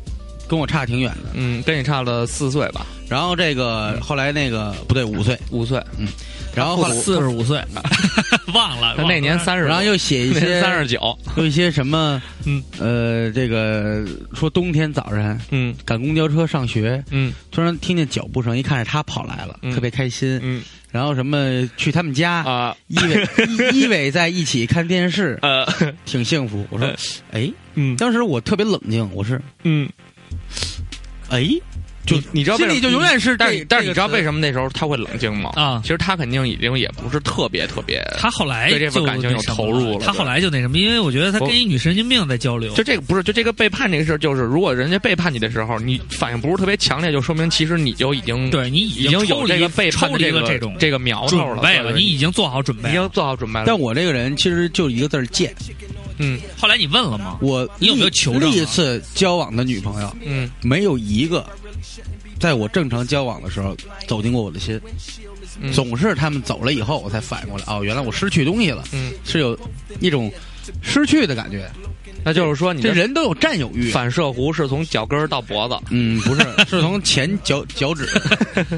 [SPEAKER 4] 跟我差挺远的。
[SPEAKER 5] 嗯，跟你差了四岁吧，
[SPEAKER 4] 然后这
[SPEAKER 3] 嗯
[SPEAKER 4] 个后来那个不对五岁，
[SPEAKER 5] 五岁。
[SPEAKER 4] 然后后来
[SPEAKER 3] 四十五岁，忘了
[SPEAKER 5] 他那年，三十，
[SPEAKER 4] 然后又写一
[SPEAKER 5] 那
[SPEAKER 4] 些
[SPEAKER 5] 年三十九。
[SPEAKER 4] 有一些什么，
[SPEAKER 5] 嗯
[SPEAKER 4] 呃，这个说冬天早晨
[SPEAKER 5] 嗯
[SPEAKER 4] 赶公交车上学，
[SPEAKER 5] 嗯
[SPEAKER 4] 突然听见脚步声，一看是他跑来了，
[SPEAKER 5] 嗯
[SPEAKER 4] 特别开心。
[SPEAKER 5] 嗯
[SPEAKER 4] 然后什么去他们家，
[SPEAKER 5] 啊
[SPEAKER 4] 依偎依依偎在一起看电视，
[SPEAKER 3] 啊
[SPEAKER 5] 呃
[SPEAKER 4] 挺幸福。我说
[SPEAKER 5] 呃，
[SPEAKER 4] 哎，
[SPEAKER 5] 嗯
[SPEAKER 4] 当时我特别冷静，我是
[SPEAKER 5] 嗯，
[SPEAKER 4] 哎，就
[SPEAKER 5] 你你知道为
[SPEAKER 4] 心
[SPEAKER 5] 什么
[SPEAKER 4] 里就永远是
[SPEAKER 5] 但
[SPEAKER 4] 这
[SPEAKER 5] 是但是你知道为
[SPEAKER 4] 么？
[SPEAKER 5] 什么那时候他会冷静吗？
[SPEAKER 3] 啊
[SPEAKER 5] 其实他肯定已经也不是特别特别，
[SPEAKER 3] 他后来
[SPEAKER 5] 对这份
[SPEAKER 3] 就
[SPEAKER 5] 感情有
[SPEAKER 3] 那什么
[SPEAKER 5] 投入了
[SPEAKER 3] 他后来就那什么，因为我觉得他
[SPEAKER 5] 我
[SPEAKER 3] 跟一女神经病在交流
[SPEAKER 5] 就，这个不是就这个背叛这个事儿，就是如果人家背叛你的时候，你反应不是特别强烈，就说明其实你就已经
[SPEAKER 3] 对你
[SPEAKER 5] 已
[SPEAKER 3] 已
[SPEAKER 5] 经
[SPEAKER 3] 抽
[SPEAKER 5] 有
[SPEAKER 3] 离
[SPEAKER 5] 这个背叛
[SPEAKER 3] 抽
[SPEAKER 5] 的
[SPEAKER 3] 离
[SPEAKER 5] 这
[SPEAKER 3] 了
[SPEAKER 5] 个
[SPEAKER 3] 种
[SPEAKER 5] 这个苗头
[SPEAKER 3] 准
[SPEAKER 5] 了，
[SPEAKER 3] 备了，
[SPEAKER 5] 对
[SPEAKER 3] 你已经做好准备
[SPEAKER 5] 已
[SPEAKER 3] 了。
[SPEAKER 5] 经做好准备了。
[SPEAKER 4] 但我这个人其实就一个字儿贱。
[SPEAKER 5] 嗯
[SPEAKER 3] 后来你问了吗？
[SPEAKER 4] 我
[SPEAKER 3] 你有没有求证啊
[SPEAKER 4] 历次交往的女朋友，
[SPEAKER 5] 嗯，
[SPEAKER 4] 没有一个在我正常交往的时候走进过我的心，
[SPEAKER 5] 嗯
[SPEAKER 4] 总是他们走了以后，我才反应过来，哦，原来我失去东西了，
[SPEAKER 5] 嗯，
[SPEAKER 4] 是有一种失去的感觉。
[SPEAKER 5] 那就是说你
[SPEAKER 4] 这
[SPEAKER 5] 的
[SPEAKER 4] 人都有占有欲，
[SPEAKER 5] 反射弧是从脚跟儿到脖子，
[SPEAKER 4] 嗯， 不是，是从前脚脚趾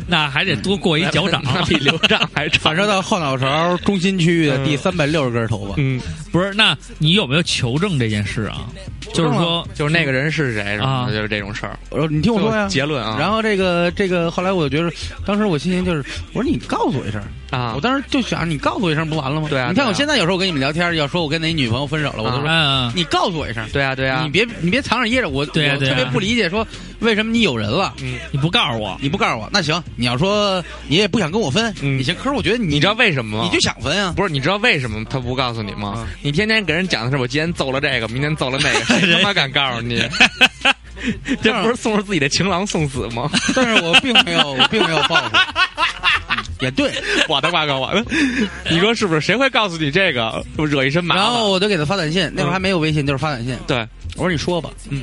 [SPEAKER 3] 那还得多过一脚掌，
[SPEAKER 5] 嗯
[SPEAKER 3] 啊
[SPEAKER 5] 那比刘丈还长。
[SPEAKER 4] 反射到后脑勺中心区域的第三百六十根头发。
[SPEAKER 5] 嗯，
[SPEAKER 3] 不是？那你有没有求证这件事啊？就是说，
[SPEAKER 5] 嗯就是那个人是谁什么
[SPEAKER 3] 啊
[SPEAKER 5] 的，就是这种事儿。
[SPEAKER 4] 我说你听我说呀。
[SPEAKER 5] 结论啊，
[SPEAKER 4] 然后这个这个，后来我就觉得，当时我心情就是，我说你告诉我一声，
[SPEAKER 5] 啊，
[SPEAKER 4] 我当时就想，你告诉我一声不完了吗？
[SPEAKER 5] 对啊
[SPEAKER 4] 你看
[SPEAKER 5] 对啊
[SPEAKER 4] 我现在有时候我跟你们聊天，要说我跟哪女朋友分手了，我都说、
[SPEAKER 3] 嗯，
[SPEAKER 4] 你告诉我一声。
[SPEAKER 5] 对啊对啊
[SPEAKER 4] 你，别你别藏着掖着，我
[SPEAKER 3] 对啊
[SPEAKER 4] 我
[SPEAKER 3] 对啊
[SPEAKER 4] 特别不理解，说为什么你有人了，
[SPEAKER 5] 嗯
[SPEAKER 3] 你不告诉我，
[SPEAKER 4] 你不告诉我？那行，你要说你也不想跟我分，
[SPEAKER 5] 嗯
[SPEAKER 4] 你行。可是我觉得你
[SPEAKER 5] 你啊知道为什么吗？
[SPEAKER 4] 你就想分啊，
[SPEAKER 5] 不是，你知道为什么他不告诉你吗？你天天给人讲的是我今天揍了这个，明天揍了那个，谁他妈敢告诉 你？这不是送着自己的情郎送死 吗？
[SPEAKER 4] 但是我并没有，我并没有报 复。也对，
[SPEAKER 5] 我的瓜哥，我的，你说是不是？谁会告诉你这个？是不是惹一身麻
[SPEAKER 4] 然
[SPEAKER 5] 烦？
[SPEAKER 4] 后我就给他发短信，那会儿还没有微信，就是发短信。
[SPEAKER 5] 对，
[SPEAKER 4] 我说你说吧，嗯，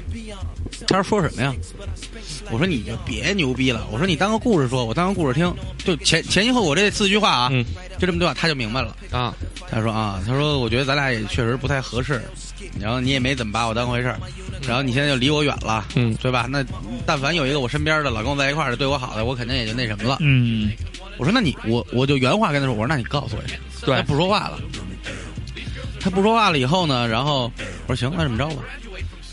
[SPEAKER 4] 他说说什么呀？我说你就别牛逼了，我说你当个故事说，我当个故事听，就前前因后果这四句话啊，
[SPEAKER 5] 嗯
[SPEAKER 4] 就这么对话，他就明白了。
[SPEAKER 5] 啊，
[SPEAKER 4] 他说啊，他说我觉得咱俩也确实不太合适，然后你也没怎么把我当回事儿，然后你现在就离我远了，
[SPEAKER 5] 嗯
[SPEAKER 4] 对吧？那但凡有一个我身边的老跟我在一块儿的对我好的，我肯定也就那什么了。
[SPEAKER 3] 嗯，
[SPEAKER 4] 我说那你我我就原话跟他说，我说那你告诉我一声，
[SPEAKER 5] 对
[SPEAKER 4] 他不说话了，他不说话了以后呢，然后我说行，那这么着吧，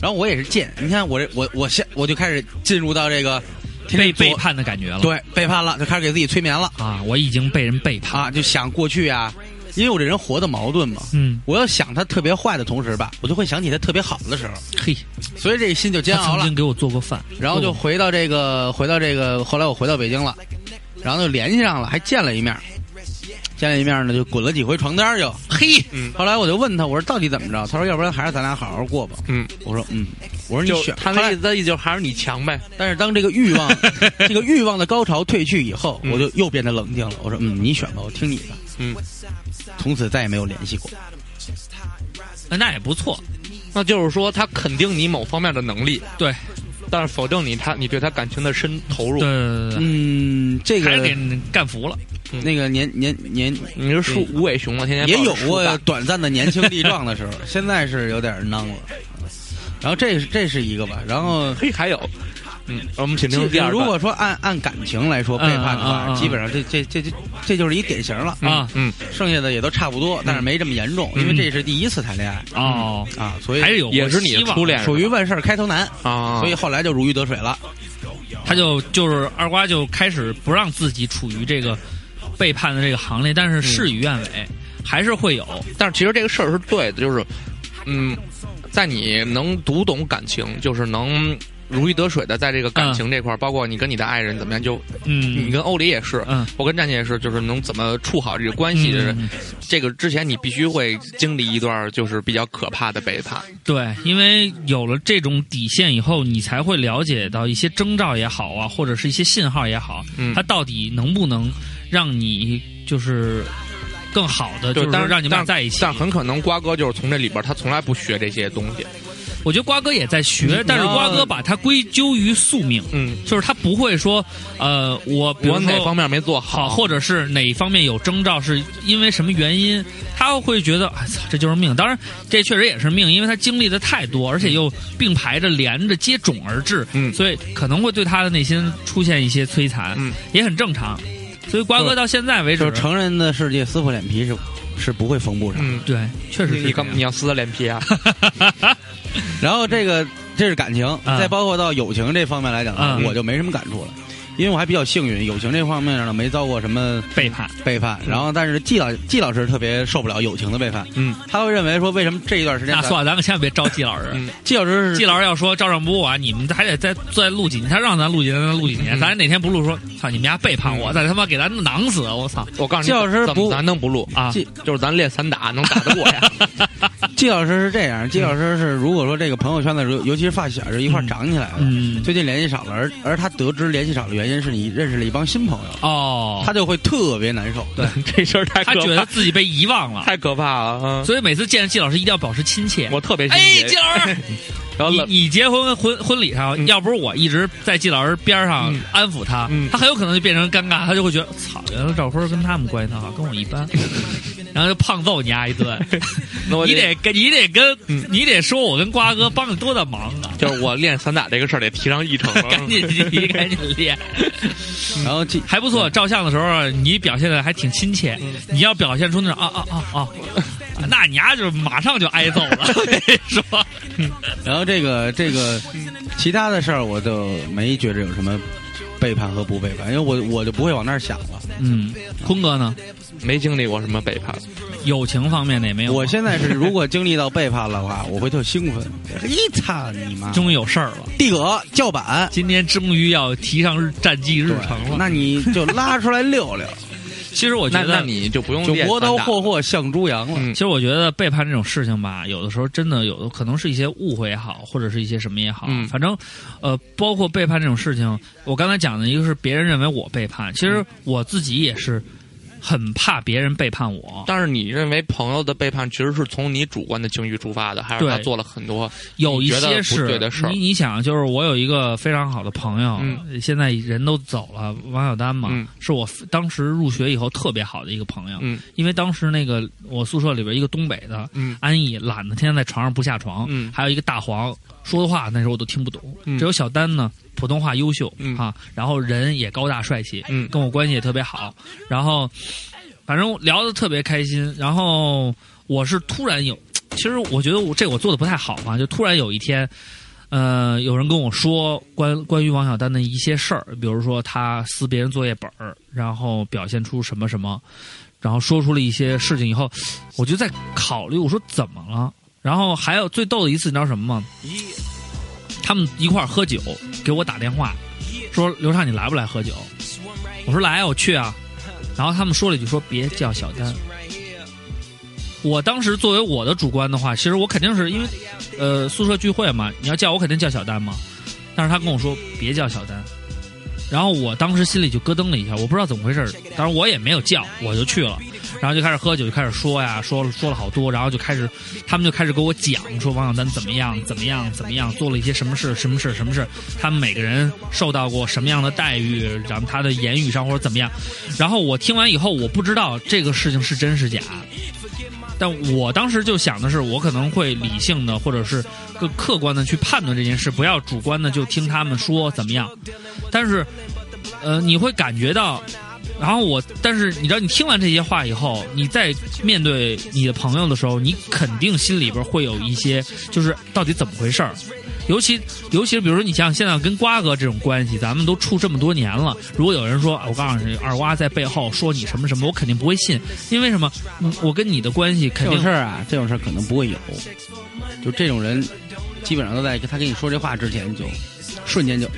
[SPEAKER 4] 然后我也是贱，你看我这我我现我就开始进入到这个天
[SPEAKER 3] 被
[SPEAKER 4] 天
[SPEAKER 3] 背
[SPEAKER 4] 左
[SPEAKER 3] 叛的感觉了。
[SPEAKER 4] 对背叛了，就开始给自己催眠了
[SPEAKER 3] 啊，我已经被人背叛。
[SPEAKER 4] 啊，就想过去啊，因为我这人活的矛盾嘛，
[SPEAKER 3] 嗯，
[SPEAKER 4] 我要想他特别坏的同时吧，我就会想起他特别好的时候，
[SPEAKER 3] 嘿，
[SPEAKER 4] 所以这个心就煎
[SPEAKER 3] 他
[SPEAKER 4] 熬
[SPEAKER 3] 曾
[SPEAKER 4] 了
[SPEAKER 3] 经。给我做过饭，哦
[SPEAKER 4] 然后就
[SPEAKER 3] 做
[SPEAKER 4] 回到这个，回到这个，后来我回到北京了，然后就联系上了，还见了一面，见了一面呢，就滚了几回床单儿就嘿。后来我就问他，我说到底怎么着？他说，要不然还是咱俩好好过吧。
[SPEAKER 5] 嗯，
[SPEAKER 4] 我说嗯，我说
[SPEAKER 5] 就
[SPEAKER 4] 你选。
[SPEAKER 5] 他
[SPEAKER 4] 后
[SPEAKER 5] 那
[SPEAKER 4] 来
[SPEAKER 5] 意思，意思就是还是你强呗。
[SPEAKER 4] 但是当这个欲望，这个欲望的高潮退去以后，
[SPEAKER 5] 嗯
[SPEAKER 4] 我就又变得冷静了。我说嗯，你选吧，我听你的。
[SPEAKER 5] 嗯，
[SPEAKER 4] 从此再也没有联系过。
[SPEAKER 3] 哎那也不错。
[SPEAKER 5] 那就是说，他肯定你某方面的能力，
[SPEAKER 3] 对，
[SPEAKER 5] 但是否定你他你对他感情的深投入
[SPEAKER 3] 对。对对对
[SPEAKER 4] 嗯，这
[SPEAKER 3] 对，还是给
[SPEAKER 4] 个
[SPEAKER 3] 人干服了。
[SPEAKER 4] 那个年年年
[SPEAKER 5] 你是树无尾熊吗？天天
[SPEAKER 4] 也
[SPEAKER 5] 抱着
[SPEAKER 4] 有
[SPEAKER 5] 树
[SPEAKER 4] 过
[SPEAKER 5] 干
[SPEAKER 4] 短暂的年轻力壮的时候， 现在是有点囊了。然后这是这是一个吧，然后
[SPEAKER 5] 嘿，还有，嗯，我们请
[SPEAKER 4] 这
[SPEAKER 5] 听第二
[SPEAKER 4] 如
[SPEAKER 5] 段
[SPEAKER 4] 果说按按感情来说背叛的
[SPEAKER 3] 嗯嗯嗯
[SPEAKER 4] 话，
[SPEAKER 3] 嗯
[SPEAKER 4] 基本上这这这这这就是一典型了
[SPEAKER 3] 嗯
[SPEAKER 5] 啊，嗯，
[SPEAKER 4] 剩下的也都差不多，但是没这么严重，因为这是第一次谈恋爱
[SPEAKER 3] 哦，
[SPEAKER 4] 啊，所以
[SPEAKER 3] 还是有
[SPEAKER 5] 嗯也是你的
[SPEAKER 3] 希望
[SPEAKER 5] 初恋
[SPEAKER 4] 属于万事开头难，
[SPEAKER 5] 啊，
[SPEAKER 4] 所以后来就如鱼得水了。
[SPEAKER 3] 他他就就是二瓜就开始不让自己处于这个背叛的这个行列，但是事与愿
[SPEAKER 5] 嗯
[SPEAKER 3] 违，还是会有。
[SPEAKER 5] 但是其实这个事儿是对的，就是，嗯，在你能读懂感情，就是能如鱼得水的在这个感情这块儿，包括你跟你的爱人怎么样，就你
[SPEAKER 3] 嗯，
[SPEAKER 5] 跟欧里也是，
[SPEAKER 3] 嗯
[SPEAKER 5] 我跟战姐也是，就是能怎么处好这个关系的人，
[SPEAKER 3] 嗯
[SPEAKER 5] 这个之前你必须会经历一段就是比较可怕的背叛，
[SPEAKER 3] 对，因为有了这种底线以后，你才会了解到一些征兆也好啊，或者是一些信号也好，
[SPEAKER 5] 嗯
[SPEAKER 3] 它到底能不能让你就是更好的，就是
[SPEAKER 5] 但
[SPEAKER 3] 说
[SPEAKER 5] 是
[SPEAKER 3] 让你们俩
[SPEAKER 5] 但
[SPEAKER 3] 在一起。
[SPEAKER 5] 但很可能瓜哥就是从这里边儿他从来不学这些东西，
[SPEAKER 3] 我觉得瓜哥也在学，但是瓜哥把它归咎于宿命，
[SPEAKER 5] 嗯，
[SPEAKER 3] 就是他不会说，呃，我比如
[SPEAKER 5] 我
[SPEAKER 3] 说
[SPEAKER 5] 哪方面没做
[SPEAKER 3] 好，或者是哪一方面有征兆，是因为什么原因，他会觉得，哎操，这就是命。当然，这确实也是命，因为他经历的太多，而且又并排着连着接踵而至，
[SPEAKER 5] 嗯
[SPEAKER 3] 所以可能会对他的内心出现一些摧残，
[SPEAKER 5] 嗯，
[SPEAKER 3] 也很正常。所以瓜哥到现在为
[SPEAKER 4] 就
[SPEAKER 3] 止
[SPEAKER 4] 是，成人的世界，撕破脸皮是是不会缝布上的。
[SPEAKER 5] 嗯，
[SPEAKER 3] 对，确实
[SPEAKER 5] 你
[SPEAKER 3] 是
[SPEAKER 5] 你
[SPEAKER 3] 这
[SPEAKER 5] 干
[SPEAKER 3] 样
[SPEAKER 5] 你要撕他脸 皮啊，
[SPEAKER 4] 然后这个这是感情，
[SPEAKER 3] 嗯
[SPEAKER 4] 再包括到友情这方面来讲，
[SPEAKER 3] 嗯
[SPEAKER 4] 我就没什么感触了，因为我还比较幸运，友情这方面呢没遭过什么
[SPEAKER 3] 背叛，
[SPEAKER 4] 背叛。
[SPEAKER 3] 嗯
[SPEAKER 4] 然后，但是季老季老师特别受不了友情的背叛，
[SPEAKER 5] 嗯，
[SPEAKER 4] 他会认为说为什么这一段时间
[SPEAKER 3] 那
[SPEAKER 4] 咱
[SPEAKER 3] 啊算了，咱们千万别招季老师。
[SPEAKER 5] 嗯
[SPEAKER 4] 季老师是
[SPEAKER 3] 季老师要说照上不误啊，你们还得再再录几年，他让咱录几年，咱录几年，
[SPEAKER 5] 嗯
[SPEAKER 3] 咱哪天不录说，操你们家背叛我，再他妈给咱囊死，啊我操
[SPEAKER 5] 我告诉你，
[SPEAKER 4] 季老师
[SPEAKER 5] 怎
[SPEAKER 4] 不
[SPEAKER 5] 么咱能不录
[SPEAKER 3] 啊！
[SPEAKER 4] 季
[SPEAKER 5] 就是咱练散打能打得过呀，
[SPEAKER 4] 季老师是这
[SPEAKER 3] 嗯
[SPEAKER 4] 样，季老师是如果说这个朋友圈子，尤尤其是发小是一块儿长起来的，
[SPEAKER 3] 嗯
[SPEAKER 4] 最近联系少了，而而他得知联系少的原因是你认识了一帮新朋友，
[SPEAKER 3] 哦，
[SPEAKER 4] 他就会特别难受。对，
[SPEAKER 5] 这事儿太
[SPEAKER 3] 他
[SPEAKER 5] 可
[SPEAKER 3] 觉得
[SPEAKER 5] 怕，
[SPEAKER 3] 自己被遗忘了，
[SPEAKER 5] 太可怕了，嗯。
[SPEAKER 3] 所以每次见季老师一定要保持亲切。
[SPEAKER 5] 我特别
[SPEAKER 3] 哎，
[SPEAKER 5] 心
[SPEAKER 3] 季
[SPEAKER 5] 急，
[SPEAKER 3] 老 师，
[SPEAKER 5] 然后
[SPEAKER 3] 你
[SPEAKER 5] 冷
[SPEAKER 3] 你结婚婚婚礼上，
[SPEAKER 5] 嗯
[SPEAKER 3] 要不是我一直在季老师边上
[SPEAKER 5] 嗯
[SPEAKER 3] 安抚他
[SPEAKER 5] 嗯，
[SPEAKER 3] 他很有可能就变成尴尬，他就会觉得操，原来赵坤跟他们关系特好，跟我一 般，然后就胖揍你丫一顿。
[SPEAKER 5] 那我
[SPEAKER 3] 你得跟你得跟
[SPEAKER 5] 嗯
[SPEAKER 3] 你得说，我跟瓜哥帮你多大忙啊！
[SPEAKER 5] 就是我练散打这个事儿得提上议程了，
[SPEAKER 3] 赶紧你赶紧练，
[SPEAKER 4] 然后季
[SPEAKER 3] 还不错。照相的时候你表现的还挺亲切，你要表现出那种啊啊啊啊，那你丫就马上就挨揍了。 我跟你说，嗯
[SPEAKER 4] 然后这个这个其他的事儿，我就没觉着有什么背叛和不背叛，因为我我就不会往那儿想了。
[SPEAKER 3] 嗯，坤哥呢？
[SPEAKER 5] 嗯没经历过什么背叛。
[SPEAKER 3] 友情方面的也没有吗。
[SPEAKER 4] 我现在是如果经历到背叛的话，我会特兴奋。一操你妈！
[SPEAKER 3] 终于有事儿了，
[SPEAKER 4] 地葛叫板，
[SPEAKER 3] 今天终于要提上日战绩日
[SPEAKER 4] 对
[SPEAKER 3] 程了。
[SPEAKER 4] 那你就拉出来溜溜，
[SPEAKER 3] 其实我觉
[SPEAKER 5] 那
[SPEAKER 3] 得
[SPEAKER 5] 那你就不用
[SPEAKER 4] 就
[SPEAKER 5] 练
[SPEAKER 4] 磨刀
[SPEAKER 5] 散打
[SPEAKER 4] 霍霍向猪羊了。
[SPEAKER 5] 嗯
[SPEAKER 3] 其实我觉得背叛这种事情吧，有的时候真的有的可能是一些误会也好，或者是一些什么也好，
[SPEAKER 5] 嗯
[SPEAKER 3] 反正呃，包括背叛这种事情，我刚才讲的一个是别人认为我背叛，其
[SPEAKER 5] 嗯
[SPEAKER 3] 实我自己也是很怕别人背叛我。
[SPEAKER 5] 但是你认为朋友的背叛其实是从你主观的情绪出发的，还是他
[SPEAKER 3] 对
[SPEAKER 5] 做了很多？
[SPEAKER 3] 有一
[SPEAKER 5] 你觉得
[SPEAKER 3] 些
[SPEAKER 5] 不
[SPEAKER 3] 是
[SPEAKER 5] 对的事儿
[SPEAKER 3] 你你想，就是我有一个非常好的朋友，
[SPEAKER 5] 嗯
[SPEAKER 3] 现在人都走了，王小丹嘛，
[SPEAKER 5] 嗯
[SPEAKER 3] 是我当时入学以后特别好的一个朋友，
[SPEAKER 5] 嗯
[SPEAKER 3] 因为当时那个我宿舍里边一个东北的，
[SPEAKER 5] 嗯
[SPEAKER 3] 安逸懒得天天在床上不下床，
[SPEAKER 5] 嗯
[SPEAKER 3] 还有一个大黄说的话那时候我都听不懂，
[SPEAKER 5] 嗯
[SPEAKER 3] 只有小丹呢普通话优秀、
[SPEAKER 5] 嗯
[SPEAKER 3] 啊，然后人也高大帅气，
[SPEAKER 5] 嗯
[SPEAKER 3] 跟我关系也特别好，然后反正聊得特别开心，然后我是突然有，其实我觉得我这我做的不太好嘛，就突然有一天。呃，有人跟我说关关于王小丹的一些事儿，比如说他撕别人作业本儿，然后表现出什么什么，然后说出了一些事情以后，我就在考虑，我说怎么了？然后还有最逗的一次，你知道什么吗？他们一块儿喝酒，给我打电话，说刘畅你来不来喝酒？我说来啊，我去啊。然后他们说了一句说别叫小丹。我当时作为我的主观的话，其实我肯定是因为，呃，宿舍聚会嘛，你要叫我肯定叫小丹嘛。但是他跟我说别叫小丹，然后我当时心里就咯噔了一下，我不知道怎么回事儿。当然我也没有叫，我就去了，然后就开始喝酒，就开始说呀，说了说了好多，然后就开始他们就开始给我讲说王小丹怎么样怎么样怎么样，做了一些什么事什么事什么事，他们每个人受到过什么样的待遇，然后他的言语上或者怎么样。然后我听完以后，我不知道这个事情是真是假。但我当时就想的是，我可能会理性的，或者是更客观的去判断这件事，不要主观的就听他们说怎么样。但是，呃，你会感觉到，然后我，但是你知道，你听完这些话以后，你在面对你的朋友的时候，你肯定心里边会有一些，就是到底怎么回事儿。尤其尤其是比如说你像现在跟瓜哥这种关系，咱们都处这么多年了，如果有人说啊我告诉你二瓜在背后说你什么什么，我肯定不会信，因为什么？嗯我跟你的关系
[SPEAKER 4] 这
[SPEAKER 3] 肯
[SPEAKER 4] 种
[SPEAKER 3] 定
[SPEAKER 4] 事儿啊，这种事儿可能不会有，就这种人，基本上都在他跟你说这话之前就瞬间就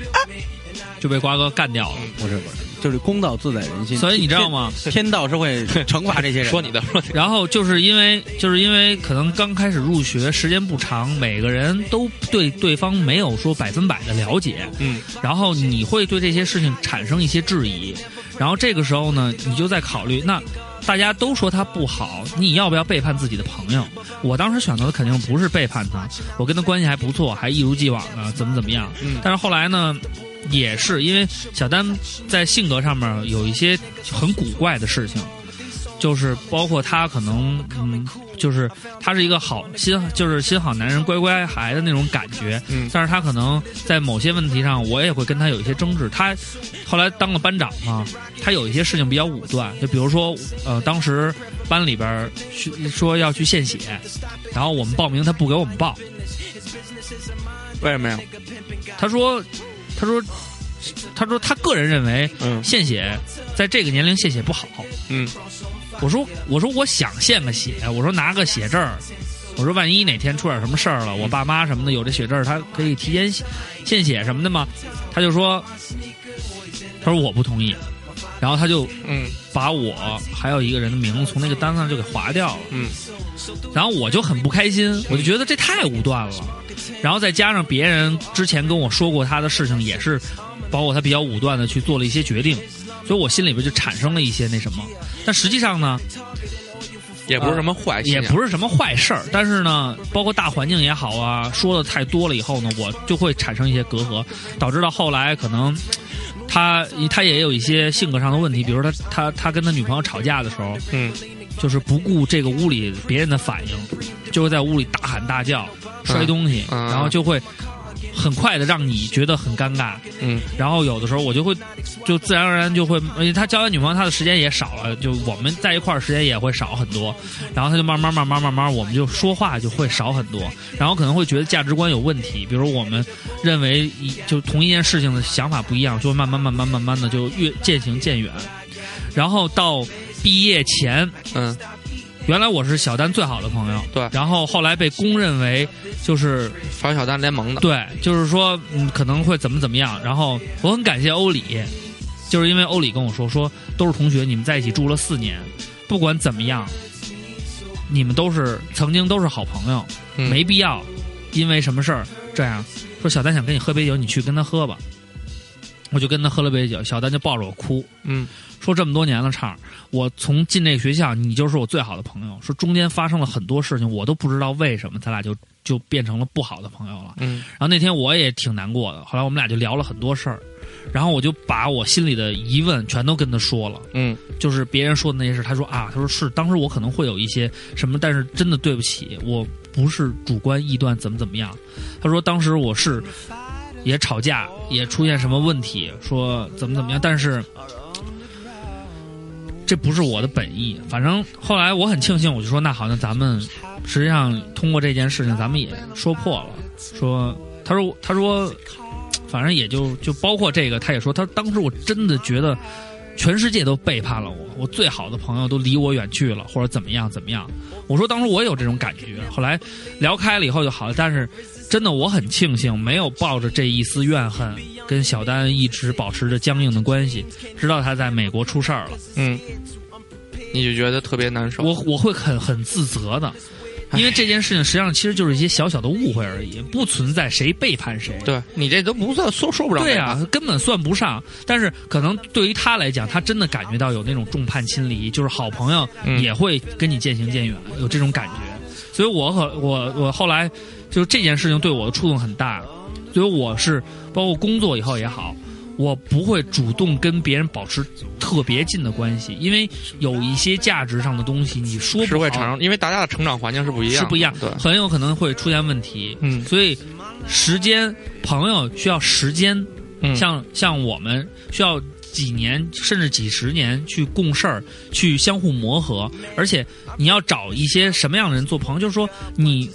[SPEAKER 3] 就被瓜哥干掉了。
[SPEAKER 4] 不是不是，就是公道自在人心。
[SPEAKER 3] 所以你知道吗
[SPEAKER 4] 天？天道是会惩罚这些人。
[SPEAKER 5] 说你的，说你的。
[SPEAKER 3] 然后就是因为就是因为可能刚开始入学时间不长，每个人都对对方没有说百分百的了解，
[SPEAKER 5] 嗯，
[SPEAKER 3] 然后你会对这些事情产生一些质疑，然后这个时候呢，你就在考虑那。大家都说他不好，你要不要背叛自己的朋友？我当时选择的肯定不是背叛他，我跟他关系还不错，还一如既往的怎么怎么样。
[SPEAKER 5] 嗯
[SPEAKER 3] 但是后来呢，也是因为小丹在性格上面有一些很古怪的事情，就是包括他可能，嗯，就是他是一个好心，就是心好男人、乖乖孩子那种感觉。
[SPEAKER 5] 嗯
[SPEAKER 3] 但是他可能在某些问题上，我也会跟他有一些争执。他后来当了班长嘛，他有一些事情比较武断，就比如说，呃，当时班里边儿去说要去献血，然后我们报名，他不给我们报，
[SPEAKER 5] 为什么呀？
[SPEAKER 3] 他说，他说，他说他个人认为
[SPEAKER 5] 嗯
[SPEAKER 3] 献血在这个年龄献血不好。
[SPEAKER 5] 嗯，
[SPEAKER 3] 我说我说我想献个血，我说拿个血证儿，我说万一哪天出点什么事儿了，我爸妈什么的有这血证儿，他可以提前献血什么的嘛。他就说，他说我不同意，然后他就
[SPEAKER 5] 嗯
[SPEAKER 3] 把我还有一个人的名字从那个单子上就给划掉了。
[SPEAKER 5] 嗯，
[SPEAKER 3] 然后我就很不开心，我就觉得这太武断了。然后再加上别人之前跟我说过他的事情，也是包括他比较武断的去做了一些决定，所以我心里边就产生了一些那什么。但实际上呢，
[SPEAKER 5] 也不是什么坏心啊
[SPEAKER 3] 也
[SPEAKER 5] 眼，
[SPEAKER 3] 不是什么坏事儿。但是呢，包括大环境也好啊，说的太多了以后呢，我就会产生一些隔阂，导致到后来可能。他他也有一些性格上的问题，比如他他他跟他女朋友吵架的时候，
[SPEAKER 5] 嗯
[SPEAKER 3] 就是不顾这个屋里别人的反应，就会在屋里大喊大叫、摔东西，
[SPEAKER 5] 嗯嗯
[SPEAKER 3] 然后就会很快的让你觉得很尴尬。
[SPEAKER 5] 嗯
[SPEAKER 3] 然后有的时候我就会，就自然而然就会，因为他交完女朋友，他的时间也少了，就我们在一块儿时间也会少很多。然后他就慢慢慢慢慢慢，我们就说话就会少很多，然后可能会觉得价值观有问题，比如我们认为一就同一件事情的想法不一样，就会慢慢慢慢慢慢的就越渐行渐远。然后到毕业前，
[SPEAKER 5] 嗯，
[SPEAKER 3] 原来我是小丹最好的朋友，
[SPEAKER 5] 对
[SPEAKER 3] 然后后来被公认为就是
[SPEAKER 5] 反小丹联盟的，
[SPEAKER 3] 对，就是说嗯可能会怎么怎么样，然后我很感谢欧里，就是因为欧里跟我说说都是同学，你们在一起住了四年，不管怎么样，你们都是曾经都是好朋友，
[SPEAKER 5] 嗯
[SPEAKER 3] 没必要因为什么事儿这样说小丹想跟你喝杯酒，你去跟他喝吧，我就跟他喝了杯酒，小丹就抱着我哭，
[SPEAKER 5] 嗯
[SPEAKER 3] 说这么多年了，畅儿，我从进这个学校，你就是我最好的朋友。说中间发生了很多事情，我都不知道为什么，咱俩就就变成了不好的朋友了。
[SPEAKER 5] 嗯
[SPEAKER 3] 然后那天我也挺难过的，后来我们俩就聊了很多事儿，然后我就把我心里的疑问全都跟他说了，
[SPEAKER 5] 嗯
[SPEAKER 3] 就是别人说的那些事，他说啊，他说是，当时我可能会有一些什么，但是真的对不起，我不是主观臆断怎么怎么样。他说当时我是也吵架，也出现什么问题，说怎么怎么样，但是。这不是我的本意，反正后来我很庆幸，我就说那好，那咱们实际上通过这件事情，咱们也说破了。说，他说，他说，反正也就就包括这个，他也说，他说当时我真的觉得全世界都背叛了我，我最好的朋友都离我远去了，或者怎么样怎么样。我说当时我有这种感觉，后来聊开了以后就好了。但是真的我很庆幸，没有抱着这一丝怨恨，跟小丹一直保持着僵硬的关系，直到他在美国出事儿了。
[SPEAKER 5] 嗯，你就觉得特别难受。
[SPEAKER 3] 我我会很很自责的，因为这件事情实际上其实就是一些小小的误会而已，不存在谁背叛谁。
[SPEAKER 5] 对你这都不算说说不上
[SPEAKER 3] 对
[SPEAKER 5] 来
[SPEAKER 3] 啊，根本算不上。但是可能对于他来讲，他真的感觉到有那种众叛亲离，就是好朋友
[SPEAKER 5] 嗯
[SPEAKER 3] 也会跟你渐行渐远，有这种感觉。所以我和我我后来就这件事情对我的触动很大，所以我是包括工作以后也好，我不会主动跟别人保持特别近的关系，因为有一些价值上的东西你说
[SPEAKER 5] 是
[SPEAKER 3] 不
[SPEAKER 5] 会
[SPEAKER 3] 好
[SPEAKER 5] 产生，因为大家的成长环境是不一样的，
[SPEAKER 3] 是不一样，
[SPEAKER 5] 对，
[SPEAKER 3] 很有可能会出现问题。
[SPEAKER 5] 嗯
[SPEAKER 3] 所以时间，朋友需要时间，
[SPEAKER 5] 嗯
[SPEAKER 3] 像像我们需要几年甚至几十年去共事儿，去相互磨合，而且你要找一些什么样的人做朋友，就是说你。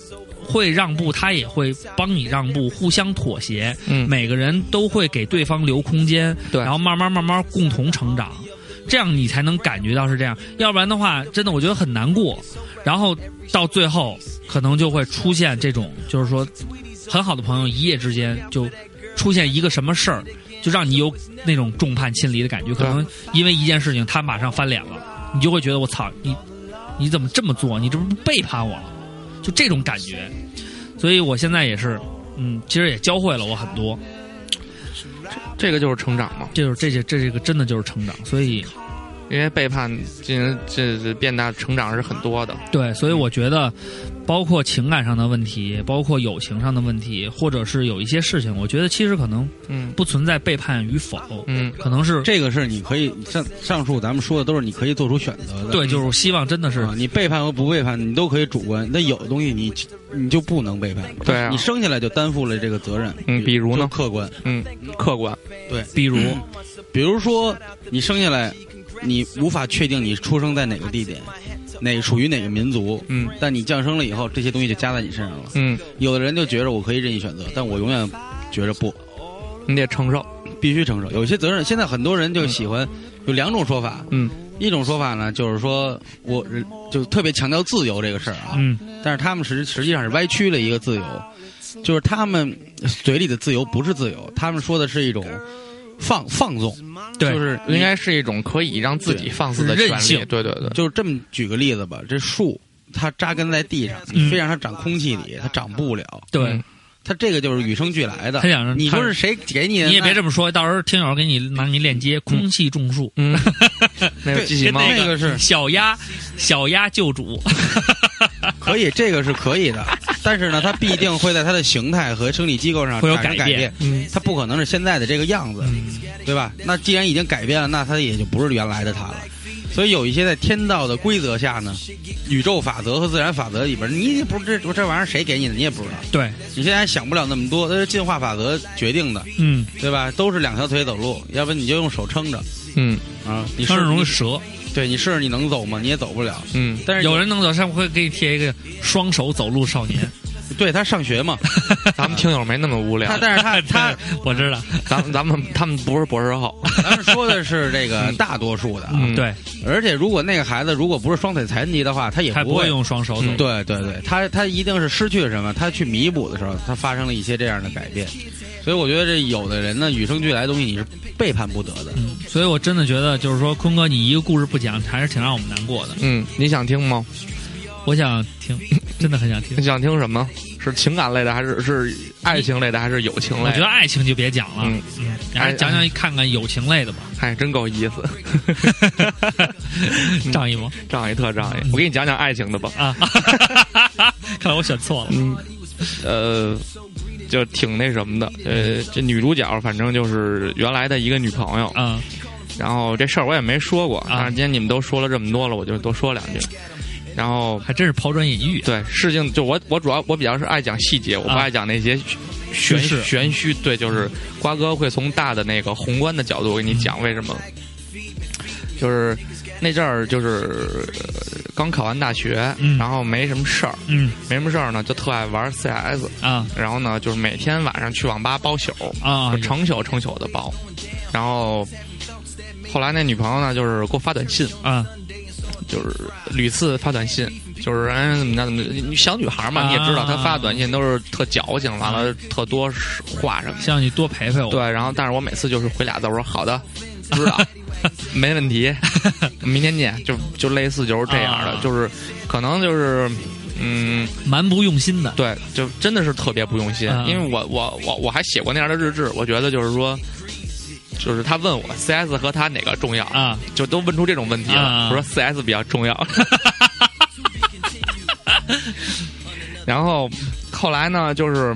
[SPEAKER 3] 会让步，他也会帮你让步，互相妥协。
[SPEAKER 5] 嗯
[SPEAKER 3] 每个人都会给对方留空间，
[SPEAKER 5] 对
[SPEAKER 3] 然后慢慢慢慢共同成长，这样你才能感觉到是这样。要不然的话，真的我觉得很难过。然后到最后，可能就会出现这种，就是说，很好的朋友一夜之间就出现一个什么事儿，就让你有那种众叛亲离的感觉。可能因为一件事情，他马上翻脸了，你就会觉得我操，你你怎么这么做？你这不是背叛我了？就这种感觉。所以我现在也是，嗯，其实也教会了我很多。
[SPEAKER 5] 这个就是成长嘛。
[SPEAKER 3] 这就是这些，这这个真的就是成长。所以
[SPEAKER 5] 因为背叛，这这这变大成长是很多的。
[SPEAKER 3] 对，所以我觉得，包括情感上的问题，包括友情上的问题，或者是有一些事情，我觉得其实可能
[SPEAKER 5] 嗯
[SPEAKER 3] 不存在背叛与否，
[SPEAKER 5] 嗯，
[SPEAKER 3] 可能是
[SPEAKER 4] 这个是你可以上上述咱们说的都是你可以做出选择的。
[SPEAKER 3] 对，就是希望真的是
[SPEAKER 4] 嗯啊，你背叛和不背叛，你都可以主观。那有的东西你你就不能背叛，
[SPEAKER 5] 对啊
[SPEAKER 4] 你生下来就担负了这个责任。
[SPEAKER 5] 嗯比如呢
[SPEAKER 4] 就客观，
[SPEAKER 5] 嗯，客观，
[SPEAKER 3] 比如，
[SPEAKER 4] 嗯比如说你生下来，你无法确定你出生在哪个地点，哪属于哪个民族，
[SPEAKER 5] 嗯
[SPEAKER 4] 但你降生了以后，这些东西就加在你身上了。
[SPEAKER 5] 嗯，
[SPEAKER 4] 有的人就觉着我可以任意选择，但我永远觉着不，
[SPEAKER 5] 你得承受。
[SPEAKER 4] 必须承受。有些责任，现在很多人就喜欢有两种说法，
[SPEAKER 5] 嗯
[SPEAKER 4] 一种说法呢就是说我就特别强调自由这个事儿啊，
[SPEAKER 3] 嗯，
[SPEAKER 4] 但是他们实实际上是歪曲了一个自由，就是他们嘴里的自由不是自由，他们说的是一种放放纵，
[SPEAKER 3] 对
[SPEAKER 4] 就是
[SPEAKER 5] 应
[SPEAKER 4] 你
[SPEAKER 5] 该是一种可以让自己放肆的
[SPEAKER 3] 对
[SPEAKER 5] 权
[SPEAKER 3] 任
[SPEAKER 5] 利。
[SPEAKER 3] 性
[SPEAKER 5] 对对对，
[SPEAKER 4] 就是这么举个例子吧，这树它扎根在地上，
[SPEAKER 3] 嗯
[SPEAKER 4] 你非让它长空气里，它长不了，
[SPEAKER 3] 对
[SPEAKER 5] 嗯，
[SPEAKER 4] 它这个就是与生俱来的
[SPEAKER 3] 它想让。
[SPEAKER 4] 你
[SPEAKER 3] 它
[SPEAKER 4] 说是谁给你的？
[SPEAKER 3] 你也别
[SPEAKER 4] 那
[SPEAKER 3] 这么说，到时候听友给你拿你链接，空气种树，
[SPEAKER 5] 嗯，那个
[SPEAKER 4] 对
[SPEAKER 5] 机器猫，
[SPEAKER 4] 跟那个是
[SPEAKER 3] 小鸭，小鸭救主，
[SPEAKER 4] 可以，这个是可 以的，但是呢，它必定会在它的形态和生理机构上
[SPEAKER 3] 会有
[SPEAKER 4] 产生
[SPEAKER 3] 改
[SPEAKER 4] 改
[SPEAKER 3] 变嗯
[SPEAKER 5] 嗯
[SPEAKER 4] 它不可能是现在的这个样子，对吧？那既然已经改变了，那它也就不是原来的它了。所以有一些在天道的规则下呢，宇宙法则和自然法则里边，你也不知这这玩意儿谁给你的，你也不知道。
[SPEAKER 3] 对，
[SPEAKER 4] 你现在还想不了那么多，这是进化法则决定的，
[SPEAKER 3] 嗯，
[SPEAKER 4] 对吧？都是两条腿走路，要不你就用手撑着
[SPEAKER 5] 嗯
[SPEAKER 4] 啊。你
[SPEAKER 3] 穿着
[SPEAKER 4] 试试
[SPEAKER 3] 容易
[SPEAKER 4] 你
[SPEAKER 3] 折。
[SPEAKER 4] 对你试试你能走吗？你也走不了。
[SPEAKER 5] 嗯，
[SPEAKER 4] 但是
[SPEAKER 3] 有人能走，上回给你贴一个双手走路少年。
[SPEAKER 4] 对他上学 嘛，
[SPEAKER 5] 咱们听友没那么无聊
[SPEAKER 4] 他，但是他他
[SPEAKER 3] 我知道，
[SPEAKER 5] 咱们咱们他们不是博士 后，
[SPEAKER 4] 咱们说的是这个大多数的啊，
[SPEAKER 5] 嗯
[SPEAKER 3] 对，
[SPEAKER 4] 而且如果那个孩子如果不是双腿残疾的话，他也
[SPEAKER 3] 还
[SPEAKER 4] 不
[SPEAKER 3] 不会。用双手走。
[SPEAKER 5] 嗯
[SPEAKER 4] 对对对，他他一定是失去了什么，他去弥补的时候，他发生了一些这样的改变，所以我觉得这有的人呢，与生俱来的东西你是背叛不得的。
[SPEAKER 3] 所以我真的觉得，就是说，坤哥，你一个故事不讲，还是挺让我们难过的。
[SPEAKER 5] 嗯，你想听吗？
[SPEAKER 3] 我想听，真的很想 听
[SPEAKER 5] 你。想听什么？是情感类的，还是是爱情类的，还是友情类的？
[SPEAKER 3] 我觉得爱情就别讲了，
[SPEAKER 5] 嗯
[SPEAKER 3] 嗯，你还是讲讲看看友情类的吧。
[SPEAKER 5] 哎，真够意思，嗯
[SPEAKER 3] 仗 义吗？
[SPEAKER 5] 仗义特
[SPEAKER 4] 嗯
[SPEAKER 5] 仗义。我给你讲讲爱情的吧。
[SPEAKER 3] 啊， 看来我选错了。
[SPEAKER 5] 嗯，呃，就挺那什么的。呃，这女主角反正就是原来的一个女朋友，
[SPEAKER 3] 啊，
[SPEAKER 5] 然后这事儿我也没说
[SPEAKER 4] 啊
[SPEAKER 5] 过，但是今天你们都说了这么多了，我就多说两句。然后
[SPEAKER 3] 还真是抛砖引玉。
[SPEAKER 5] 对事情，就我我主要我比较是爱讲细节，我不
[SPEAKER 3] 啊
[SPEAKER 5] 爱讲那些
[SPEAKER 3] 叙
[SPEAKER 5] 玄
[SPEAKER 3] 事
[SPEAKER 5] 玄虚。对，就是瓜哥会从大的那个宏观的角度给你讲为什么。就是那阵儿，就是呃刚考完大学，
[SPEAKER 3] 嗯
[SPEAKER 5] 然后没什么事儿，
[SPEAKER 3] 嗯
[SPEAKER 5] 没什么事儿呢，就特爱玩 CS。
[SPEAKER 3] 啊
[SPEAKER 5] 然后呢，就是每天晚上去网吧包宿，
[SPEAKER 3] 啊
[SPEAKER 5] 就，成宿成宿的包。然后后来那女朋友呢，就是给我发短信，
[SPEAKER 3] 啊，
[SPEAKER 5] 就是屡次发短信，就是哎怎么着怎么着，小女孩嘛，
[SPEAKER 3] 啊
[SPEAKER 5] 你也知道，她发的短信都是特矫情，完了特多话什么的。
[SPEAKER 3] 希望你多陪陪我。
[SPEAKER 5] 对，然后但是我每次就是回俩字，我说好的，知 道，没问题，明天见，就就类似就是这样的
[SPEAKER 3] 啊，
[SPEAKER 5] 就是可能就是嗯。
[SPEAKER 3] 蛮不用心的。
[SPEAKER 5] 对，就真的是特别不用心，
[SPEAKER 3] 嗯
[SPEAKER 5] 因为我我我我还写过那样的日志，我觉得就是说，就是他问我 CS 和他哪个重要，
[SPEAKER 3] 啊，
[SPEAKER 5] 就都问出这种问题了，
[SPEAKER 3] 啊
[SPEAKER 5] 我说 CS 比较重要。 然后后来呢，就是，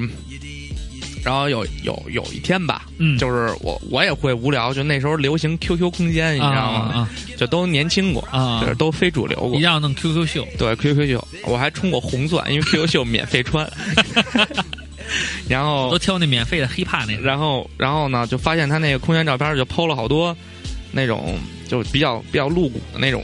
[SPEAKER 5] 然后有有有一天吧，
[SPEAKER 3] 嗯
[SPEAKER 5] 就是我我也会无聊，就那时候流行 QQ 空间，你知道吗？
[SPEAKER 3] 啊
[SPEAKER 5] 就都年轻过，
[SPEAKER 3] 啊
[SPEAKER 5] 就是都非主流过
[SPEAKER 3] 一定。要弄 QQ 秀。
[SPEAKER 5] 对 QQ 秀，我还充过红钻，因为 QQ 秀免费穿。 然
[SPEAKER 3] 我都
[SPEAKER 5] 后，
[SPEAKER 3] 挑那免费的 hiphop 那个。
[SPEAKER 5] 然后，然后呢，就发现他那个空间照片就 PO 了好多那种就比较比较露骨的那种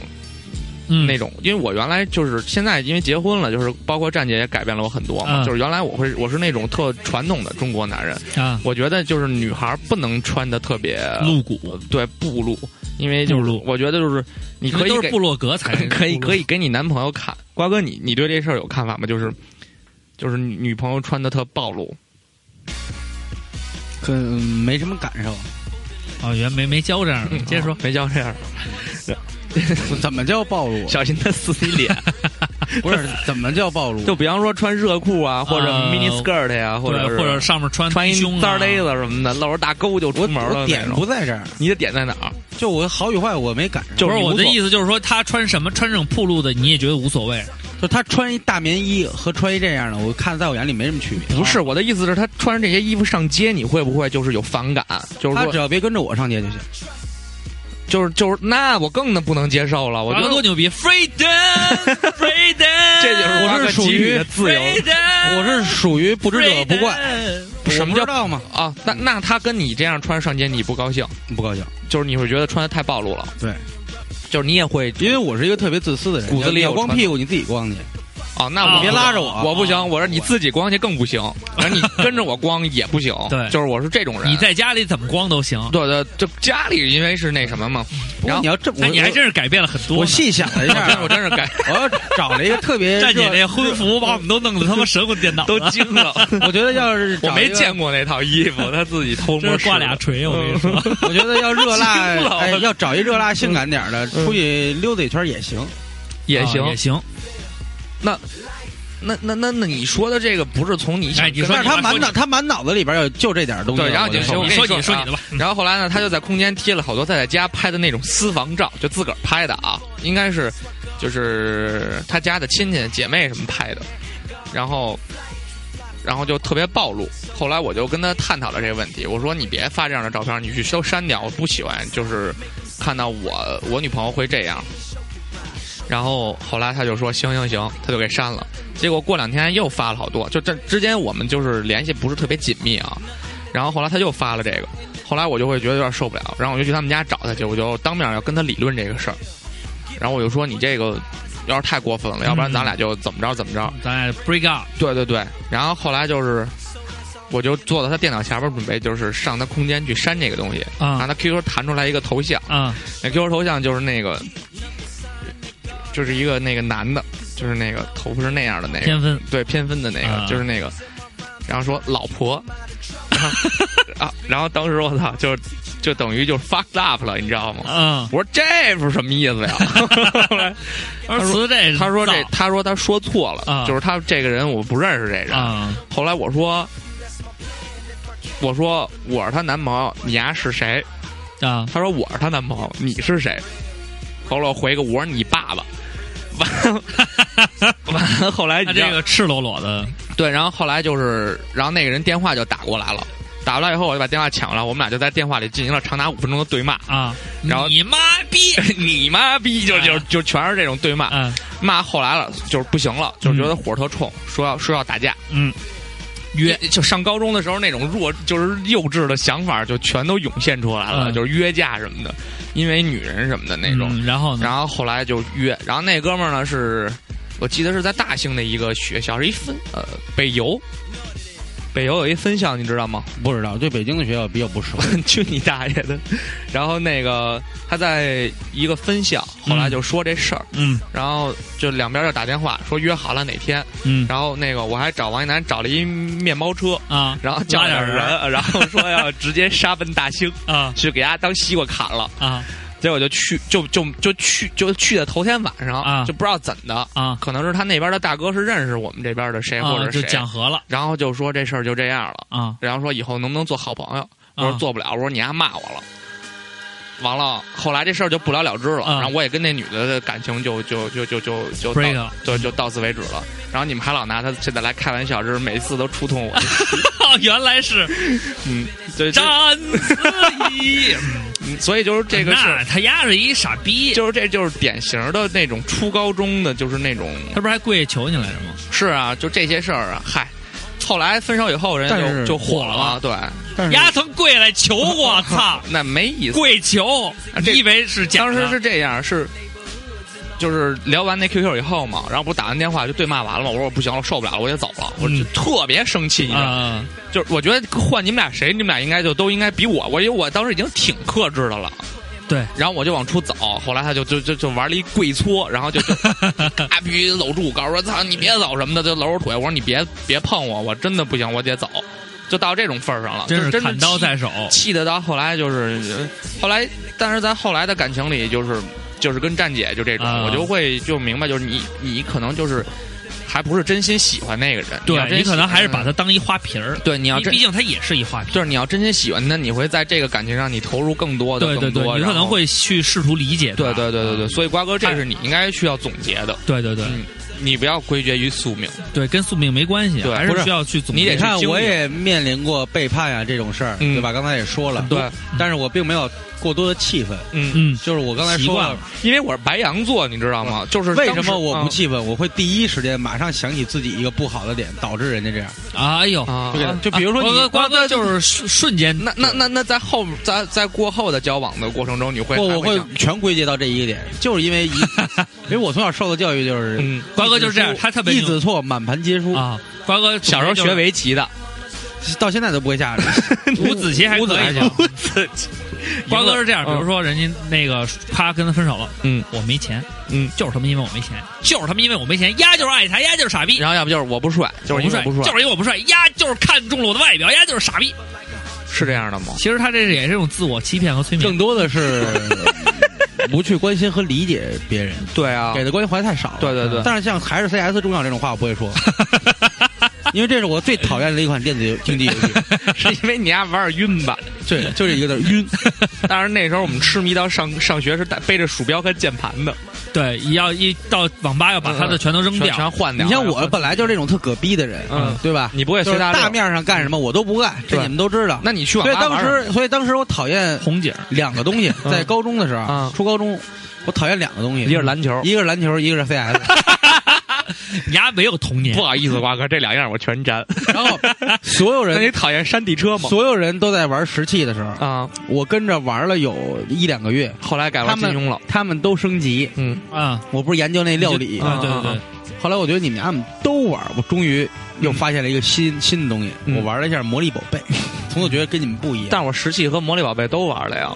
[SPEAKER 3] 嗯
[SPEAKER 5] 那种，因为我原来就是现在因为结婚了，就是包括站姐也改变了我很多嘛，
[SPEAKER 3] 嗯
[SPEAKER 5] 就是原来我会我是那种特传统的中国男人，
[SPEAKER 3] 啊，
[SPEAKER 5] 我觉得就是女孩不能穿的特别
[SPEAKER 3] 露骨，
[SPEAKER 5] 对暴露，因为就是
[SPEAKER 3] 暴露
[SPEAKER 5] 我觉得就是你
[SPEAKER 3] 因
[SPEAKER 5] 可
[SPEAKER 3] 为
[SPEAKER 5] 以
[SPEAKER 3] 都
[SPEAKER 5] 给
[SPEAKER 3] 是哎部落格才
[SPEAKER 5] 可以可
[SPEAKER 3] 以
[SPEAKER 5] 以给你男朋友看。瓜哥你，你对这事儿有看法吗？就是就是女女朋友穿的特暴露，
[SPEAKER 4] 可嗯没什么感受，
[SPEAKER 3] 哦，原来没没教这样的，接着说，
[SPEAKER 5] 啊没教这样，
[SPEAKER 4] 怎么叫暴露？啊
[SPEAKER 5] 小心他撕你 脸。
[SPEAKER 4] 不是怎么叫暴露？啊
[SPEAKER 5] 就比方说穿热裤啊，或者
[SPEAKER 3] 呃
[SPEAKER 5] mini skirt 呀、 或
[SPEAKER 3] 对
[SPEAKER 5] 者是
[SPEAKER 3] 或者上面穿
[SPEAKER 5] 穿一
[SPEAKER 3] 胸啊
[SPEAKER 5] 脏儿勒
[SPEAKER 3] 子，
[SPEAKER 5] 子什么的，露着大沟就出
[SPEAKER 4] 我
[SPEAKER 5] 门了
[SPEAKER 4] 我
[SPEAKER 5] 那
[SPEAKER 4] 点
[SPEAKER 5] 种。
[SPEAKER 4] 不在这儿，
[SPEAKER 5] 你的点在哪儿？
[SPEAKER 4] 就我好与坏我没赶上，
[SPEAKER 5] 就
[SPEAKER 3] 不
[SPEAKER 5] 是
[SPEAKER 3] 是
[SPEAKER 5] 你
[SPEAKER 3] 我
[SPEAKER 5] 无
[SPEAKER 3] 的
[SPEAKER 5] 所
[SPEAKER 3] 意思，就是说他穿什么穿这种暴露的，你也觉得无所谓，
[SPEAKER 4] 就他穿一大棉衣和穿一这样的，我看在我眼里没什么区别。啊
[SPEAKER 5] 不是我的意思是，他穿着这些衣服上街，你会不会就是有反感？就是
[SPEAKER 4] 他只
[SPEAKER 5] 说，
[SPEAKER 4] 要别跟着我上街就行。
[SPEAKER 5] 就是就是，那我更能不能接受了。我
[SPEAKER 3] 瓜
[SPEAKER 5] 觉
[SPEAKER 3] 啊哥多
[SPEAKER 5] 得
[SPEAKER 3] 牛逼，freedom，freedom，
[SPEAKER 5] 这就是
[SPEAKER 4] 我
[SPEAKER 5] 瓜
[SPEAKER 4] 是
[SPEAKER 5] 哥
[SPEAKER 4] 属
[SPEAKER 5] 给予
[SPEAKER 4] 于
[SPEAKER 5] 你的自由
[SPEAKER 3] ，freedom，
[SPEAKER 4] 我是属于不知者不怪，
[SPEAKER 3] freedom
[SPEAKER 5] 什
[SPEAKER 4] 我
[SPEAKER 5] 么
[SPEAKER 4] 不知
[SPEAKER 5] 叫
[SPEAKER 4] 道吗？
[SPEAKER 5] 啊？那那他跟你这样穿上街，你不高兴？
[SPEAKER 4] 不高兴，
[SPEAKER 5] 就是你会觉得穿的太暴露了，
[SPEAKER 4] 对，
[SPEAKER 5] 就是你也会
[SPEAKER 4] 因为我是一个特别自私的人，
[SPEAKER 5] 骨子里
[SPEAKER 4] 你要
[SPEAKER 5] 有
[SPEAKER 4] 光
[SPEAKER 5] 传
[SPEAKER 4] 屁股你自己光去，
[SPEAKER 5] 哦，那我
[SPEAKER 4] 啊你别
[SPEAKER 5] 不
[SPEAKER 4] 拉
[SPEAKER 5] 行
[SPEAKER 4] 着我
[SPEAKER 5] 我不行，我说你自己光去更 不行，然后你跟着我光也不行，
[SPEAKER 3] 对
[SPEAKER 5] 就是我是这种人。
[SPEAKER 3] 你在家里怎么光都行，
[SPEAKER 5] 对对，就家里因为是那什么嘛，
[SPEAKER 4] 然后哎
[SPEAKER 5] 然后
[SPEAKER 4] 你要这，
[SPEAKER 3] 那
[SPEAKER 4] 我
[SPEAKER 3] 你还真是改变了很多呢。
[SPEAKER 4] 我细想了一下，
[SPEAKER 5] 我真是改
[SPEAKER 4] 我要找了一个特 别
[SPEAKER 3] 站姐
[SPEAKER 4] 热
[SPEAKER 3] 那婚服把我们都弄得他妈神魂颠倒，
[SPEAKER 5] 都惊了。
[SPEAKER 4] 我觉得要是
[SPEAKER 5] 我
[SPEAKER 4] 找
[SPEAKER 5] 没
[SPEAKER 4] 一个
[SPEAKER 5] 见过那套衣服，他自己偷摸
[SPEAKER 3] 真是挂
[SPEAKER 5] 试的
[SPEAKER 3] 俩锤，我跟你
[SPEAKER 5] 嗯
[SPEAKER 3] 说，啊
[SPEAKER 4] 我觉得要热辣
[SPEAKER 5] 惊了，
[SPEAKER 4] 哎，要找一热辣性感点儿的，出去溜达一圈儿也行。
[SPEAKER 5] 也
[SPEAKER 3] 啊
[SPEAKER 5] 行。
[SPEAKER 3] 也行。
[SPEAKER 5] 那那那那你说的这个不是从你想
[SPEAKER 3] 哎你
[SPEAKER 5] 跟
[SPEAKER 3] 说
[SPEAKER 4] 但是他
[SPEAKER 3] 你
[SPEAKER 4] 满脑他满脑子里边儿有就这点儿东西。
[SPEAKER 5] 对，然后
[SPEAKER 4] 我觉得
[SPEAKER 5] 行，我
[SPEAKER 3] 你
[SPEAKER 5] 跟
[SPEAKER 3] 说
[SPEAKER 5] 说
[SPEAKER 3] 你说你的吧
[SPEAKER 5] 啊然后后来呢，他就在空间贴了好多他在家拍的那种私房照，就自个儿拍的啊，应该是就是他家的亲戚姐妹什么拍的，然后。然后就特别暴露。后来我就跟他探讨了这个问题，我说你别发这样的照片，你去都删掉，我不喜欢，就是看到我我女朋友会这样。然后后来他就说行行行，他就给删了。结果过两天又发了好多，就这之间我们就是联系不是特别紧密啊。然后后来他又发了这个，后来我就会觉得有点受不了，然后我就去他们家找他去，我就当面要跟他理论这个事儿。然后我就说你这个要是太过分了，要不然咱俩就怎么着怎么着。
[SPEAKER 3] 咱俩 break up，
[SPEAKER 5] 对对对，然后后来就是，我就坐到他电脑前边，准备就是上他空间去删这个东西，
[SPEAKER 3] 啊
[SPEAKER 5] 然后他 QQ 弹出来一个头像，
[SPEAKER 3] 啊
[SPEAKER 5] 那 QQ 头像就是那个，就是一个那个男的，就是那个头发是那样的那个，
[SPEAKER 3] 偏分
[SPEAKER 5] 对偏分的那个，
[SPEAKER 3] 啊
[SPEAKER 5] 就是那个，然后说老婆， 然后啊，然后当时我操，就就等于就 fucked up 了，你知道吗？
[SPEAKER 3] 啊，
[SPEAKER 5] 我说这是什么意思呀？ 后来
[SPEAKER 3] 而词 这
[SPEAKER 5] 他说这
[SPEAKER 3] 造
[SPEAKER 5] 他说他说错了，
[SPEAKER 3] 啊
[SPEAKER 5] 就是他这个人我不认识这人，
[SPEAKER 3] 啊
[SPEAKER 5] 后来我说，我说我是她男朋友，你丫是谁？
[SPEAKER 3] 啊，
[SPEAKER 5] 她说我是她男朋友，你是谁？后来我回个我是你爸爸。完完 了，后来
[SPEAKER 3] 他
[SPEAKER 5] 你知道
[SPEAKER 3] 这个赤裸裸的
[SPEAKER 5] 对，然后后来就是，然后那个人电话就打过来了，打过来以后我就把电话抢过来，我们俩就在电话里进行了长达五分钟的对骂，
[SPEAKER 3] 啊，
[SPEAKER 5] 然后
[SPEAKER 3] 你妈逼
[SPEAKER 5] 你妈逼就就就全是这种对骂，
[SPEAKER 3] 啊，
[SPEAKER 5] 骂后来了就是不行了，就是觉得火特冲，说要说要打架，
[SPEAKER 3] 嗯，
[SPEAKER 5] 约就上高中的时候那种弱就是幼稚的想法就全都涌现出来了，
[SPEAKER 3] 嗯
[SPEAKER 5] 就是约架什么的，因为女人什么的那种。
[SPEAKER 3] 嗯然后呢，
[SPEAKER 5] 然后后来就约，然后那哥们儿呢是，我记得是在大兴的一个学校，是一分呃北邮，北邮有一分校，你知道吗？
[SPEAKER 4] 不知道，对北京的学校比较不熟。
[SPEAKER 5] 去你大爷的！然后那个他在一个分校，后来就说这事儿，
[SPEAKER 3] 嗯
[SPEAKER 5] 然后就两边就打电话说约好了哪天，
[SPEAKER 3] 嗯
[SPEAKER 5] 然后那个我还找王一楠找了一面包车，
[SPEAKER 3] 啊，
[SPEAKER 5] 然后叫
[SPEAKER 3] 拉点啊
[SPEAKER 5] 点
[SPEAKER 3] 人
[SPEAKER 5] 人， 然后说要直接杀奔大兴，
[SPEAKER 3] 啊
[SPEAKER 5] 去给他当西瓜砍 了。
[SPEAKER 3] 啊
[SPEAKER 5] 结果就去，就就就去，就去的头天晚上，
[SPEAKER 3] 啊
[SPEAKER 5] 就不知道怎的，
[SPEAKER 3] 啊
[SPEAKER 5] 可能是他那边的大哥是认识我们这边的谁哎或
[SPEAKER 3] 啊，
[SPEAKER 5] 者
[SPEAKER 3] 就
[SPEAKER 5] 谁，
[SPEAKER 3] 讲和了
[SPEAKER 5] 然后就说这事儿就这样了，
[SPEAKER 3] 啊
[SPEAKER 5] 然后说以后能不能做好朋友？我
[SPEAKER 3] 啊
[SPEAKER 5] 说做不了，我说你还骂我了。完了，后来这事儿就不了了之了。
[SPEAKER 3] 啊
[SPEAKER 5] 然后我也跟那女的的感情就就就就就就
[SPEAKER 3] ，break
[SPEAKER 5] 到
[SPEAKER 3] up，
[SPEAKER 5] 就就到此为止了。然后你们还老拿她现在来开玩笑，这是每次都 触痛我。
[SPEAKER 3] 哦，原来是
[SPEAKER 5] 嗯，对，这
[SPEAKER 3] 詹思怡，
[SPEAKER 5] 嗯所以就是 这个事儿
[SPEAKER 3] 哎那他丫是一傻逼，
[SPEAKER 5] 就是这就是典型的那种初高中的，就是那种
[SPEAKER 3] 他不是还跪下求你来着吗？
[SPEAKER 5] 是啊，就这些事儿啊，嗨。后来分手以后，人家
[SPEAKER 4] 但是
[SPEAKER 5] 就就火
[SPEAKER 3] 火
[SPEAKER 5] 了，对，
[SPEAKER 4] 但是
[SPEAKER 3] 丫曾跪来求我，操！
[SPEAKER 5] 那没意思。
[SPEAKER 3] 跪求，
[SPEAKER 5] 啊这
[SPEAKER 3] 你以为是假
[SPEAKER 5] 当
[SPEAKER 3] 的？
[SPEAKER 5] 时是这样，是就是聊完那 QQ 以后嘛，然后不是打完电话就对骂完了嘛，我说我不行了，我受不了了，我也走了，我就
[SPEAKER 3] 嗯
[SPEAKER 5] 特别生气，你知道吗？
[SPEAKER 3] 啊，
[SPEAKER 5] 就是我觉得换你们俩谁，你们俩应该就都应该比我，我因为我当时已经挺克制的了。
[SPEAKER 3] 对，
[SPEAKER 5] 然后我就往出走，后来他就就就就玩了一跪搓，然后就就啊必须搂住，告诉我操你别走什么的，就搂着腿，我说你别别碰我，我真的不行，我得走，就到这种份儿上了，
[SPEAKER 3] 真
[SPEAKER 5] 就是真
[SPEAKER 3] 砍刀
[SPEAKER 5] 气
[SPEAKER 3] 在手，
[SPEAKER 5] 气得到后来就是，呃后来，但是在后来的感情里，就是就是跟站姐就这种，
[SPEAKER 3] 啊
[SPEAKER 5] 我就会就明白，就是你你可能就是还不是真心喜欢那个人，要真
[SPEAKER 3] 对你可能还是
[SPEAKER 5] 喜欢
[SPEAKER 3] 把它当一花瓶儿，
[SPEAKER 5] 对你要
[SPEAKER 3] 毕
[SPEAKER 5] 真
[SPEAKER 3] 毕。竟它也是一花瓶儿。
[SPEAKER 5] 就是你要真心喜欢他，你会在这个感情上你投入更多的，
[SPEAKER 3] 对对
[SPEAKER 5] 更
[SPEAKER 3] 对，
[SPEAKER 5] 多
[SPEAKER 3] 你可
[SPEAKER 5] 然
[SPEAKER 3] 能
[SPEAKER 5] 后
[SPEAKER 3] 会去试图理解它。
[SPEAKER 5] 对对对对对，
[SPEAKER 3] 嗯
[SPEAKER 5] 所以瓜哥，这是你应该需要总结的，
[SPEAKER 3] 对对对
[SPEAKER 5] 嗯你不要归结于宿命。
[SPEAKER 3] 对，跟宿命没关系，啊
[SPEAKER 5] 对
[SPEAKER 3] 还
[SPEAKER 5] 不是
[SPEAKER 3] 需要去总结。
[SPEAKER 5] 你得
[SPEAKER 4] 你看
[SPEAKER 5] 去，经历
[SPEAKER 4] 我也面临过背叛呀、这种事儿，
[SPEAKER 5] 嗯
[SPEAKER 4] 对吧？刚才也说了，
[SPEAKER 5] 对，
[SPEAKER 4] 但是我并没有过多的气愤，
[SPEAKER 5] 嗯，
[SPEAKER 3] 嗯，
[SPEAKER 4] 就是我刚才
[SPEAKER 3] 习
[SPEAKER 4] 说
[SPEAKER 3] 惯
[SPEAKER 4] 了
[SPEAKER 3] 了，
[SPEAKER 5] 因为我是白羊座，你知道吗？就是
[SPEAKER 4] 为
[SPEAKER 5] 当
[SPEAKER 4] 什
[SPEAKER 5] 时
[SPEAKER 4] 么我不
[SPEAKER 5] 嗯
[SPEAKER 4] 气愤？我会第一时间马上想起自己一个不好的点，导致人家这样。
[SPEAKER 3] 哎呦，
[SPEAKER 5] 啊
[SPEAKER 4] 就给他就比如说
[SPEAKER 3] 瓜哥，
[SPEAKER 4] 你，
[SPEAKER 3] 瓜哥就是瞬瞬间，
[SPEAKER 5] 那那那那在后在在过后的交往的过程中，你会
[SPEAKER 4] 我
[SPEAKER 5] 还
[SPEAKER 4] 我会
[SPEAKER 5] 想
[SPEAKER 4] 全归结到这一个点，就是因 为一，因为我从小受的教育就是，
[SPEAKER 5] 嗯，
[SPEAKER 3] 瓜哥就是这样，他特别
[SPEAKER 4] 一
[SPEAKER 3] 牛
[SPEAKER 4] 子错满盘皆输，
[SPEAKER 3] 啊，瓜哥
[SPEAKER 5] 小时候学围棋的，
[SPEAKER 4] 到现在都不会下。
[SPEAKER 3] 五子棋还
[SPEAKER 4] 五
[SPEAKER 3] 可
[SPEAKER 4] 子还
[SPEAKER 3] 以啊
[SPEAKER 4] 行，
[SPEAKER 3] 瓜哥是这样，比
[SPEAKER 5] 嗯
[SPEAKER 3] 如说人家那个啪跟他分手了，
[SPEAKER 5] 嗯，
[SPEAKER 3] 我没钱，
[SPEAKER 5] 嗯，
[SPEAKER 3] 就是他妈因为我没钱，就是他妈因为我没钱，丫就是爱他，丫就是傻逼，
[SPEAKER 5] 然后要不就是我不帅，就是因为
[SPEAKER 3] 帅，
[SPEAKER 5] 我不
[SPEAKER 3] 就是因为我不帅，丫就是看中了我的外表，丫就是傻逼。
[SPEAKER 5] 是这样的吗？
[SPEAKER 3] 其实他这是也是一种自我欺骗和催
[SPEAKER 4] 更
[SPEAKER 3] 眠。
[SPEAKER 4] 多的是不去关心和理解别人，
[SPEAKER 5] 对啊
[SPEAKER 4] 给的关怀太少了。嗯
[SPEAKER 5] 对对对
[SPEAKER 4] 但是像还是 CS 重要这种话，我不会说， 因为这是我最讨厌的一款电子游竞技游 戏。
[SPEAKER 5] 是因为你丫玩点晕吧？
[SPEAKER 4] 对，就这一个字儿晕。
[SPEAKER 5] 当然那时候我们痴迷到上上学是带背着鼠标和键盘的，
[SPEAKER 3] 对，一要一到网吧要把他的全都扔
[SPEAKER 5] 全
[SPEAKER 3] 掉
[SPEAKER 5] 全。换掉。
[SPEAKER 4] 你像我，本来就是这种特葛逼的人，
[SPEAKER 5] 嗯
[SPEAKER 4] 对吧？
[SPEAKER 5] 你不会
[SPEAKER 4] 就
[SPEAKER 5] 随
[SPEAKER 4] 是
[SPEAKER 5] 大
[SPEAKER 4] 大
[SPEAKER 5] 流，
[SPEAKER 4] 面上干什么我都不干，这
[SPEAKER 5] 对
[SPEAKER 4] 你们都知道。
[SPEAKER 5] 那你去网
[SPEAKER 4] 所以
[SPEAKER 5] 吧
[SPEAKER 4] 当
[SPEAKER 5] 玩什么
[SPEAKER 4] 时，所以当时我讨厌
[SPEAKER 3] 红警，
[SPEAKER 4] 两个东西，
[SPEAKER 5] 嗯
[SPEAKER 4] 在高中的时候
[SPEAKER 5] 嗯，
[SPEAKER 4] 初高中，我讨厌两个东西，
[SPEAKER 5] 一个是篮球，
[SPEAKER 4] 一个是篮球，一个是 CS。
[SPEAKER 3] 你 丫没有童年
[SPEAKER 5] 不，好意思，瓜哥，这两样我全沾。
[SPEAKER 4] 然后 所有
[SPEAKER 5] 那你
[SPEAKER 4] 人，
[SPEAKER 5] 讨厌山地车吗？
[SPEAKER 4] 所有人都在玩石器的时候，
[SPEAKER 5] 啊，
[SPEAKER 4] 我跟着玩了有一两个月，
[SPEAKER 5] 后来改玩
[SPEAKER 4] 他
[SPEAKER 5] 金
[SPEAKER 4] 们
[SPEAKER 5] 庸了。
[SPEAKER 4] 他们都升级，
[SPEAKER 5] 嗯，
[SPEAKER 3] 啊，
[SPEAKER 4] 我不是研究那料理
[SPEAKER 3] 啊，对对
[SPEAKER 5] 啊
[SPEAKER 3] 对，
[SPEAKER 4] 后来我觉得你们俺们都玩，我终于又发现了一个新新的东西，
[SPEAKER 5] 嗯
[SPEAKER 4] 我玩了一下魔力宝贝，从此觉得跟你们不一样。
[SPEAKER 5] 但是我石器和魔力宝贝都玩了呀。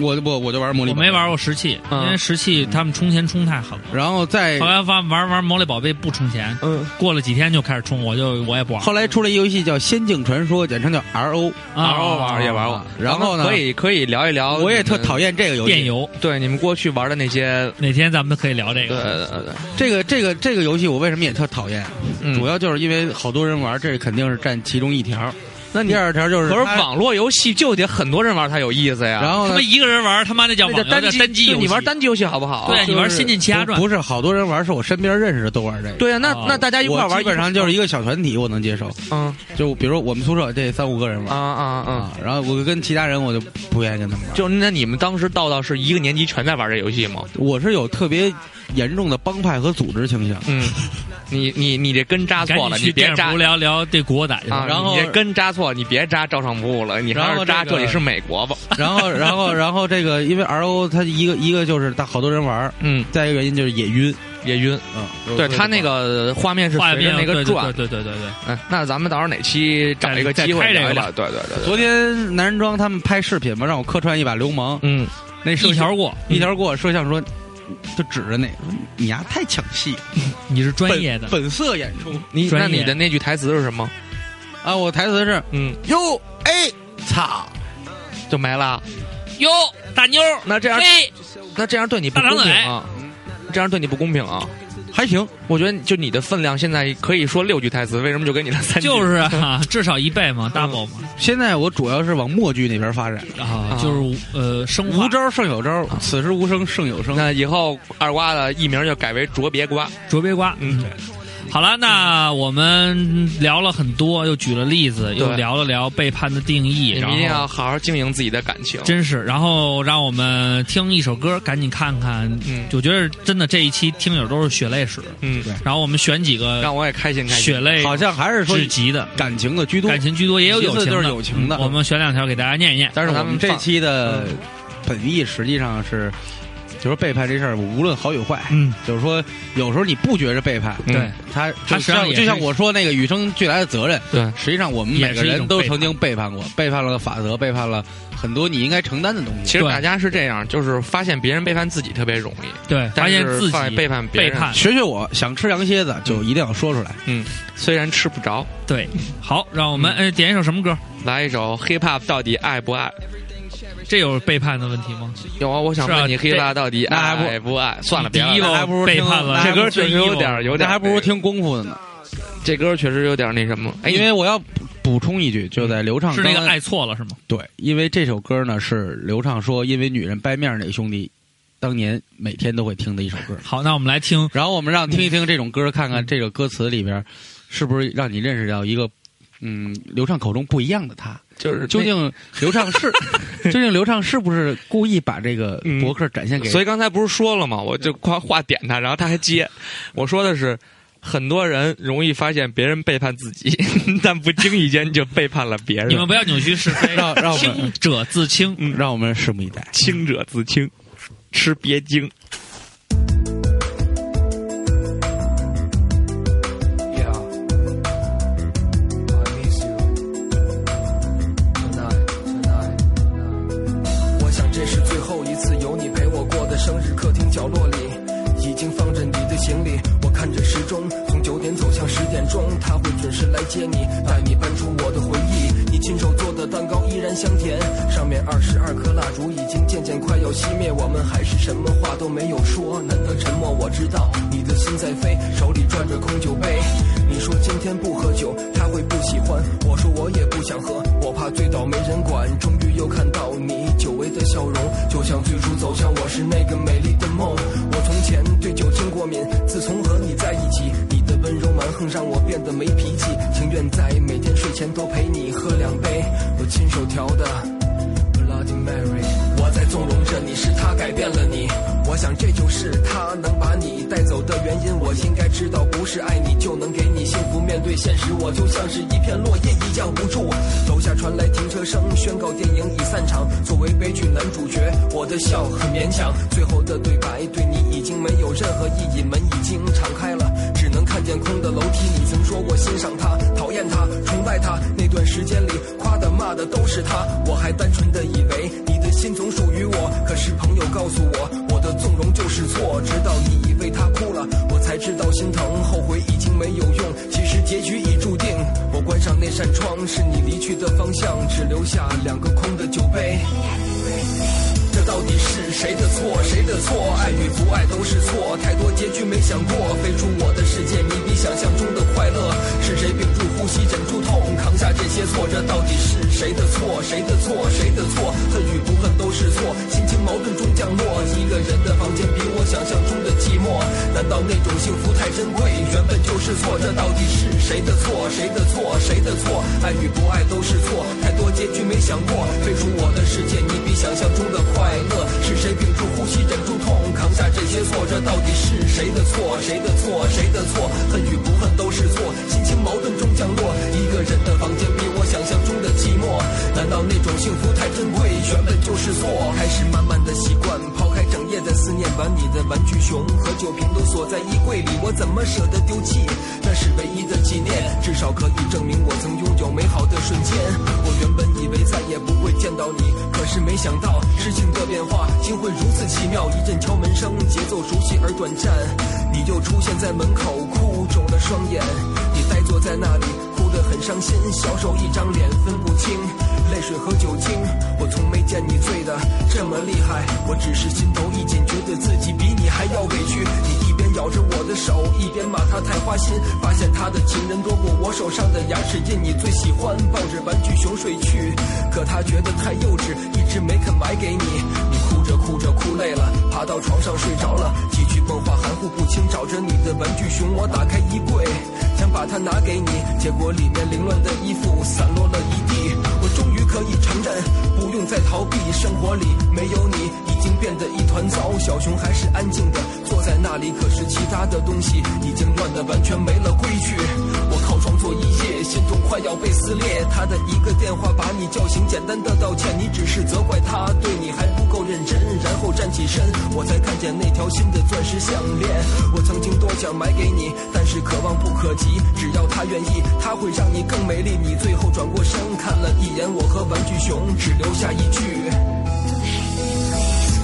[SPEAKER 4] 我我我就玩魔力，
[SPEAKER 3] 我没玩。过石器，
[SPEAKER 5] 嗯
[SPEAKER 3] 因为石器他们充钱充太狠了。
[SPEAKER 4] 然后再
[SPEAKER 3] 后来发玩玩魔力宝贝不充钱，
[SPEAKER 5] 嗯，
[SPEAKER 3] 过了几天就开始充，我就我也不玩
[SPEAKER 4] 后来出了一游戏叫《仙境传说》，简称叫 RO，
[SPEAKER 3] 啊
[SPEAKER 5] 玩过玩也玩过
[SPEAKER 4] 啊。然后呢
[SPEAKER 5] 可以可以聊一聊，
[SPEAKER 4] 我也特讨厌这个游
[SPEAKER 3] 电
[SPEAKER 4] 戏。
[SPEAKER 3] 游。
[SPEAKER 5] 对你们过去玩的那些，呃
[SPEAKER 3] 哪天咱们可以聊这
[SPEAKER 5] 对
[SPEAKER 3] 个？
[SPEAKER 5] 对对对，
[SPEAKER 4] 这个这个这个游戏我为什么也特讨厌？
[SPEAKER 5] 嗯
[SPEAKER 4] 主要就是因为好多人玩，这肯定是占其中一条。
[SPEAKER 5] 那
[SPEAKER 4] 第二条就是
[SPEAKER 5] 可是
[SPEAKER 4] 它
[SPEAKER 5] 网络游戏就得很多人玩才有意思呀。
[SPEAKER 4] 然后
[SPEAKER 3] 他妈，
[SPEAKER 4] 呢
[SPEAKER 3] 一个人玩，他妈那叫网
[SPEAKER 5] 那叫
[SPEAKER 3] 游
[SPEAKER 5] 单
[SPEAKER 3] 叫单机
[SPEAKER 5] 对
[SPEAKER 3] 游戏。
[SPEAKER 5] 你玩单机游戏好不好？
[SPEAKER 3] 对你玩
[SPEAKER 4] 就是
[SPEAKER 3] 仙剑奇侠
[SPEAKER 4] 不
[SPEAKER 3] 传
[SPEAKER 4] 不是好多人玩，是我身边认识的都玩这个。
[SPEAKER 5] 对呀，那
[SPEAKER 3] 啊
[SPEAKER 5] 那大家一块
[SPEAKER 4] 我
[SPEAKER 5] 儿玩，
[SPEAKER 4] 基本上就是一个小团体，我能接受。
[SPEAKER 5] 嗯
[SPEAKER 4] 就比如我们宿舍这三五个人
[SPEAKER 5] 啊
[SPEAKER 4] 玩
[SPEAKER 5] 啊啊，
[SPEAKER 4] 啊，然后我跟其他人我就不愿意跟他们玩。
[SPEAKER 5] 就那你们当时到到是一个年级全在玩这游戏吗？
[SPEAKER 4] 我是有特别严重的帮派和组织倾向。
[SPEAKER 5] 嗯，你你你这跟扎
[SPEAKER 3] 赶
[SPEAKER 5] 错
[SPEAKER 3] 紧
[SPEAKER 5] 了，
[SPEAKER 3] 去
[SPEAKER 5] 你别
[SPEAKER 3] 电视
[SPEAKER 5] 扎
[SPEAKER 3] 服聊聊这国打去吧
[SPEAKER 5] 啊，
[SPEAKER 4] 然后
[SPEAKER 5] 你这跟扎错，你别扎照上铺了，你还
[SPEAKER 4] 然
[SPEAKER 5] 是
[SPEAKER 4] 后
[SPEAKER 5] 扎
[SPEAKER 4] 这个
[SPEAKER 5] 这里是美 国吧？
[SPEAKER 4] 然后， 然后，然后这个因为 R O 它一个一个就是大好多人玩儿，
[SPEAKER 5] 嗯，
[SPEAKER 4] 再一个原因就是也晕。
[SPEAKER 5] 也晕。
[SPEAKER 4] 嗯，
[SPEAKER 5] 对他那个画面是
[SPEAKER 3] 画
[SPEAKER 5] 随
[SPEAKER 3] 面
[SPEAKER 5] 着那个
[SPEAKER 3] 对对
[SPEAKER 5] 转，
[SPEAKER 3] 对对对对对，
[SPEAKER 5] 嗯，那咱们到时候哪期找一个机会聊一聊？对对对对，
[SPEAKER 4] 昨天男人装他们拍视频嘛，让我客串一把流氓，
[SPEAKER 5] 嗯，
[SPEAKER 4] 那摄
[SPEAKER 3] 一
[SPEAKER 4] 像
[SPEAKER 3] 条过，
[SPEAKER 4] 一条过，摄像说就指着那个，你呀太抢戏，
[SPEAKER 3] 你是专业的
[SPEAKER 4] 本本色演出
[SPEAKER 5] 你那
[SPEAKER 3] 专业
[SPEAKER 5] 你的那句台词是什么？
[SPEAKER 4] 啊！我台词是
[SPEAKER 5] 嗯，
[SPEAKER 4] 哟哎操，
[SPEAKER 5] 就没了。
[SPEAKER 3] 哟，大妞儿
[SPEAKER 5] 那这样，
[SPEAKER 3] 嘿，
[SPEAKER 5] 那这样对你不公
[SPEAKER 3] 哎大
[SPEAKER 5] 平
[SPEAKER 3] 张
[SPEAKER 5] 啊！这样对你不公平啊！
[SPEAKER 4] 还行，
[SPEAKER 5] 我觉得就你的分量现在可以说六句台词，为什么就给你了三句？
[SPEAKER 3] 就是啊，至少一倍嘛，double 嘛
[SPEAKER 4] 现在我主要是往默剧那边发展，
[SPEAKER 5] 嗯
[SPEAKER 3] 啊，就是呃生化
[SPEAKER 4] 无招胜有招，此时无声胜有声。
[SPEAKER 5] 那以后二瓜的艺名就改为卓别瓜。
[SPEAKER 3] 卓别瓜，
[SPEAKER 5] 嗯，
[SPEAKER 3] 好了，那我们聊了很多，又举了例子，又
[SPEAKER 5] 对
[SPEAKER 3] 聊了聊背叛的定义，
[SPEAKER 5] 你
[SPEAKER 3] 然
[SPEAKER 5] 们一定
[SPEAKER 3] 后
[SPEAKER 5] 要好好经营自己的感情。
[SPEAKER 3] 真是，然后让我们听一首歌，赶紧看看。
[SPEAKER 5] 嗯
[SPEAKER 3] 我觉得真的这一期听友都是血泪史，
[SPEAKER 5] 嗯，
[SPEAKER 3] 然后我们选几个
[SPEAKER 5] 让我也开心开心。
[SPEAKER 3] 血泪
[SPEAKER 4] 好像还是说
[SPEAKER 3] 至极的，
[SPEAKER 4] 感情的居多，
[SPEAKER 3] 感情居多，也有友
[SPEAKER 4] 其次
[SPEAKER 3] 情
[SPEAKER 4] 就
[SPEAKER 3] 的，嗯
[SPEAKER 4] 是友情的
[SPEAKER 3] 嗯我们选两条给大家念一念。
[SPEAKER 4] 但是我们
[SPEAKER 5] 咱们
[SPEAKER 4] 这
[SPEAKER 5] 放
[SPEAKER 4] 期的本意实际上是就是背叛这事儿，无论好与坏，
[SPEAKER 3] 嗯，
[SPEAKER 4] 就是说有时候你不觉着背叛，
[SPEAKER 5] 嗯
[SPEAKER 3] 对，
[SPEAKER 4] 他
[SPEAKER 3] 他
[SPEAKER 4] 就
[SPEAKER 3] 实际上
[SPEAKER 4] 像
[SPEAKER 3] 也
[SPEAKER 4] 就是像我说那个与生俱来的责任，
[SPEAKER 5] 对
[SPEAKER 4] 实际上我们每个
[SPEAKER 3] 也是一
[SPEAKER 4] 人
[SPEAKER 3] 种
[SPEAKER 4] 都
[SPEAKER 3] 背叛
[SPEAKER 4] 曾经背叛过，背叛了法则，背叛了很多你应该承担的东西。
[SPEAKER 5] 其实
[SPEAKER 3] 对
[SPEAKER 5] 大家是这样，就是发现别人背叛自己特别容易，
[SPEAKER 3] 对，
[SPEAKER 5] 但
[SPEAKER 3] 发现
[SPEAKER 5] 是
[SPEAKER 3] 自
[SPEAKER 5] 放在
[SPEAKER 3] 己
[SPEAKER 5] 背叛别
[SPEAKER 3] 背
[SPEAKER 5] 人
[SPEAKER 3] 叛，
[SPEAKER 4] 学学我，想吃羊蝎子就一定要说出来。
[SPEAKER 5] 嗯，虽然吃不着。
[SPEAKER 3] 对，好，让我们
[SPEAKER 5] 嗯
[SPEAKER 3] 哎点一首什么歌？
[SPEAKER 5] 来一首 hip hop 到底爱不爱？
[SPEAKER 3] 这有背叛的问题吗？
[SPEAKER 5] 有啊，我想
[SPEAKER 3] 是啊
[SPEAKER 5] 问你 hip
[SPEAKER 3] 这
[SPEAKER 5] hop 到底
[SPEAKER 4] 那还不
[SPEAKER 5] 爱不爱？算了，别
[SPEAKER 3] 第一
[SPEAKER 5] 了，
[SPEAKER 3] 楼
[SPEAKER 4] 那还不如
[SPEAKER 3] 背
[SPEAKER 4] 听
[SPEAKER 3] 叛了，
[SPEAKER 4] 那还
[SPEAKER 5] 这
[SPEAKER 4] 不
[SPEAKER 5] 歌
[SPEAKER 4] 如
[SPEAKER 5] 确实
[SPEAKER 3] 嗯
[SPEAKER 5] 有
[SPEAKER 3] 啊
[SPEAKER 5] 点有
[SPEAKER 4] 那
[SPEAKER 5] 点，
[SPEAKER 4] 还不如听功夫的呢，
[SPEAKER 5] 这歌确实有点那什么。哎，
[SPEAKER 4] 因为我要补充一句，就在刘畅
[SPEAKER 3] 嗯是那
[SPEAKER 4] 刚
[SPEAKER 3] 个
[SPEAKER 4] 才
[SPEAKER 3] 爱错了是吗？
[SPEAKER 4] 对，因为这首歌呢是刘畅说，因为女人掰面儿那兄弟，当年每天都会听的一首歌。
[SPEAKER 3] 好，那我们来听，
[SPEAKER 4] 然后我们让听一听这种歌，看看这个歌词里边是不是让你认识到一个，嗯，刘畅口中不一样的他。
[SPEAKER 5] 就是
[SPEAKER 4] 究
[SPEAKER 5] 那
[SPEAKER 4] 竟刘畅 是，究竟刘畅是不是故意把这个博客展现给？
[SPEAKER 5] 嗯所以刚才不是说了吗？我就夸话点他，然后他还接。我说的是，很多人容易发现别人背叛自己， 但不经意间就背叛了别人。
[SPEAKER 3] 你们不要扭曲是非，
[SPEAKER 4] 让让我们
[SPEAKER 3] 清者自清。
[SPEAKER 4] 让我们拭目以待。
[SPEAKER 5] 清者自清，吃别精。
[SPEAKER 9] Yeah, I miss you tonight, tonight, tonight. 我想这是最后一次有你陪我过的生日，客厅角落里已经放着你的行李。我看着时钟，从九点走向十点钟，他会准时来接你，带你搬出我的回忆。你亲手做的蛋糕依然香甜，上面二十二颗蜡烛已经渐渐快要熄灭，我们还是什么话都没有说，难得沉默。我知道你的心在飞，手里转着空酒杯。你说今天不喝酒，他会不喜欢。我说我也不想喝，我怕醉倒没人管。终于又看到你久违的笑容，就像最初走向我是那个美丽的梦。我从前对酒精过敏，自从和你在一起，你的温柔蛮横让我变得没脾气，情愿在每天睡前都陪你喝两杯。我亲手调的。Bloody Mary，我在纵容着你，是他改变了你。我想这就是他能把你带走的原因。我应该知道，不是爱你就能给你幸福。面对现实，我就像是一片落叶一样无助。楼下传来停车声，宣告电影已散场。作为悲剧男主角，我的笑很勉强。最后的对白对你已经没有任何意义，门已经敞开了，只能看见空的楼梯。你曾说过欣赏他，讨厌他，崇拜他。那段时间里，夸的骂的都是他，我还单纯的以为你的心总属于我。可是朋友告诉我，我的纵容就是错。直到你已为他哭了，我才知道心疼，后悔已经没有用。其实结局已注定，我关上那扇窗，是你离去的方向，只留下两个空的酒杯。这到底是谁的错？谁的错？爱与不爱都是错，太多结局没想过。飞出我的世界，你比想象中的快乐。是谁屏住呼吸，忍住痛，扛下这些错？这到底是谁的错？谁的错？谁的错？恨与不恨都是错，心情矛盾中降落。一个人的房间比我想象中的寂寞。难道那种幸福太珍贵，原本就是错？这到底是谁的错？谁的错？谁的错？爱与不爱都是错，太多结局没想过。飞出我的世界，你比想象中的快乐。是谁屏住呼吸，忍住痛，扛下这些错？这到底是谁的错？谁的错？谁的错？恨与不恨都是错，心情矛盾中降落。一个人的房间比我想象中的寂寞。难道那种幸福太珍贵，原本就是错？还是慢慢的习惯，抛开整夜在思念玩你的玩具熊和酒瓶都锁在衣柜里，我怎么舍得丢弃？那是唯一的纪念，至少可以证明我曾拥有美好的瞬间。我原本以为再也不会见到你，可是没想到事情的变化竟会如此奇妙。一阵敲门声，节奏熟悉而短暂，你又出现在门口，哭肿了双眼。你呆坐在那里，哭得很伤心，小手一张脸分不清泪水和酒精。我从没见你醉的这么厉害，我只是心头一紧，觉得自己比你还要委屈。你一边咬着我的手，一边骂他太花心，发现他的情人多过我手上的牙齿印。你最喜欢抱着玩具熊睡去，可他觉得太幼稚，一直没肯买给你。你哭着哭着哭累了，爬到床上睡着了，几句梦话含糊不清，找着你的玩具熊，我打开衣柜，想把它拿给你，结果里面凌乱的衣服散落了一地。我终于可以承认，不用再逃避，生活里没有你已经变得一团糟。小熊还是安静的坐在那里，可是其他的东西已经乱得完全没了规矩。我靠床坐一夜，心痛快要被撕裂。他的一个电话把你叫醒，简单的道歉，你只是责怪他对你还不够认认真，然后站起身，我才看见那条新的钻石项链。我曾经多想买给你，但是可望不可及。只要他愿意，他会让你更美丽。你最后转过身看了一眼我和玩具熊，只留下一句。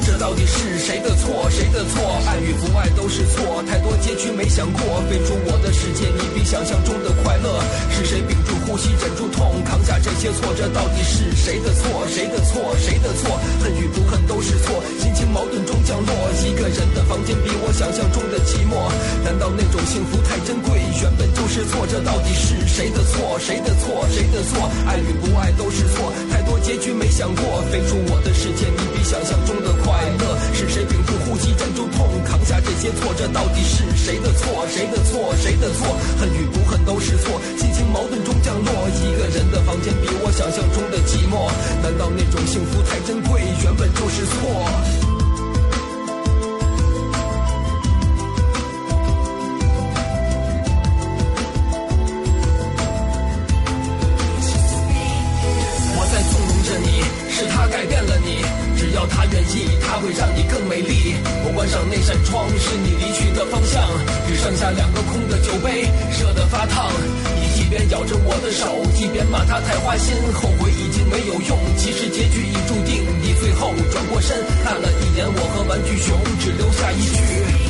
[SPEAKER 9] 这到底是谁的错？谁的错？爱与不爱都是错。太多街区没想过，飞出我的世界，你比想象中的快乐。是谁屏住呼吸，忍住痛，扛下这些错？这到底是谁的错？谁的错？谁的错？恨与不恨都是错。心情矛盾中降落，一个人的房间比我想象中的寂寞。难道那种幸福太珍贵，原本就是错？这到底是谁的错？谁的错？谁的错？爱与不爱都是错。太多结局没想过，飞出我的世界，你比想象中的快乐。是谁屏住呼吸，忍住痛，扛下这些挫折？到底是谁的错？谁的错？谁的错？恨与不恨都是错。心情矛盾中降落，一个人的房间比我想象中的寂寞。难道那种幸福太珍贵，原本就是错？我在纵容着你，是他改变了你。只要他愿意，他会让你更美丽。我关上那扇窗，是你离去的方向，只剩下两个空的酒杯，热得发烫。你一边咬着我的手，一边骂他太花心，后悔已经没有用。其实结局已注定，你最后转过身，看了一眼我和玩具熊，只留下一句。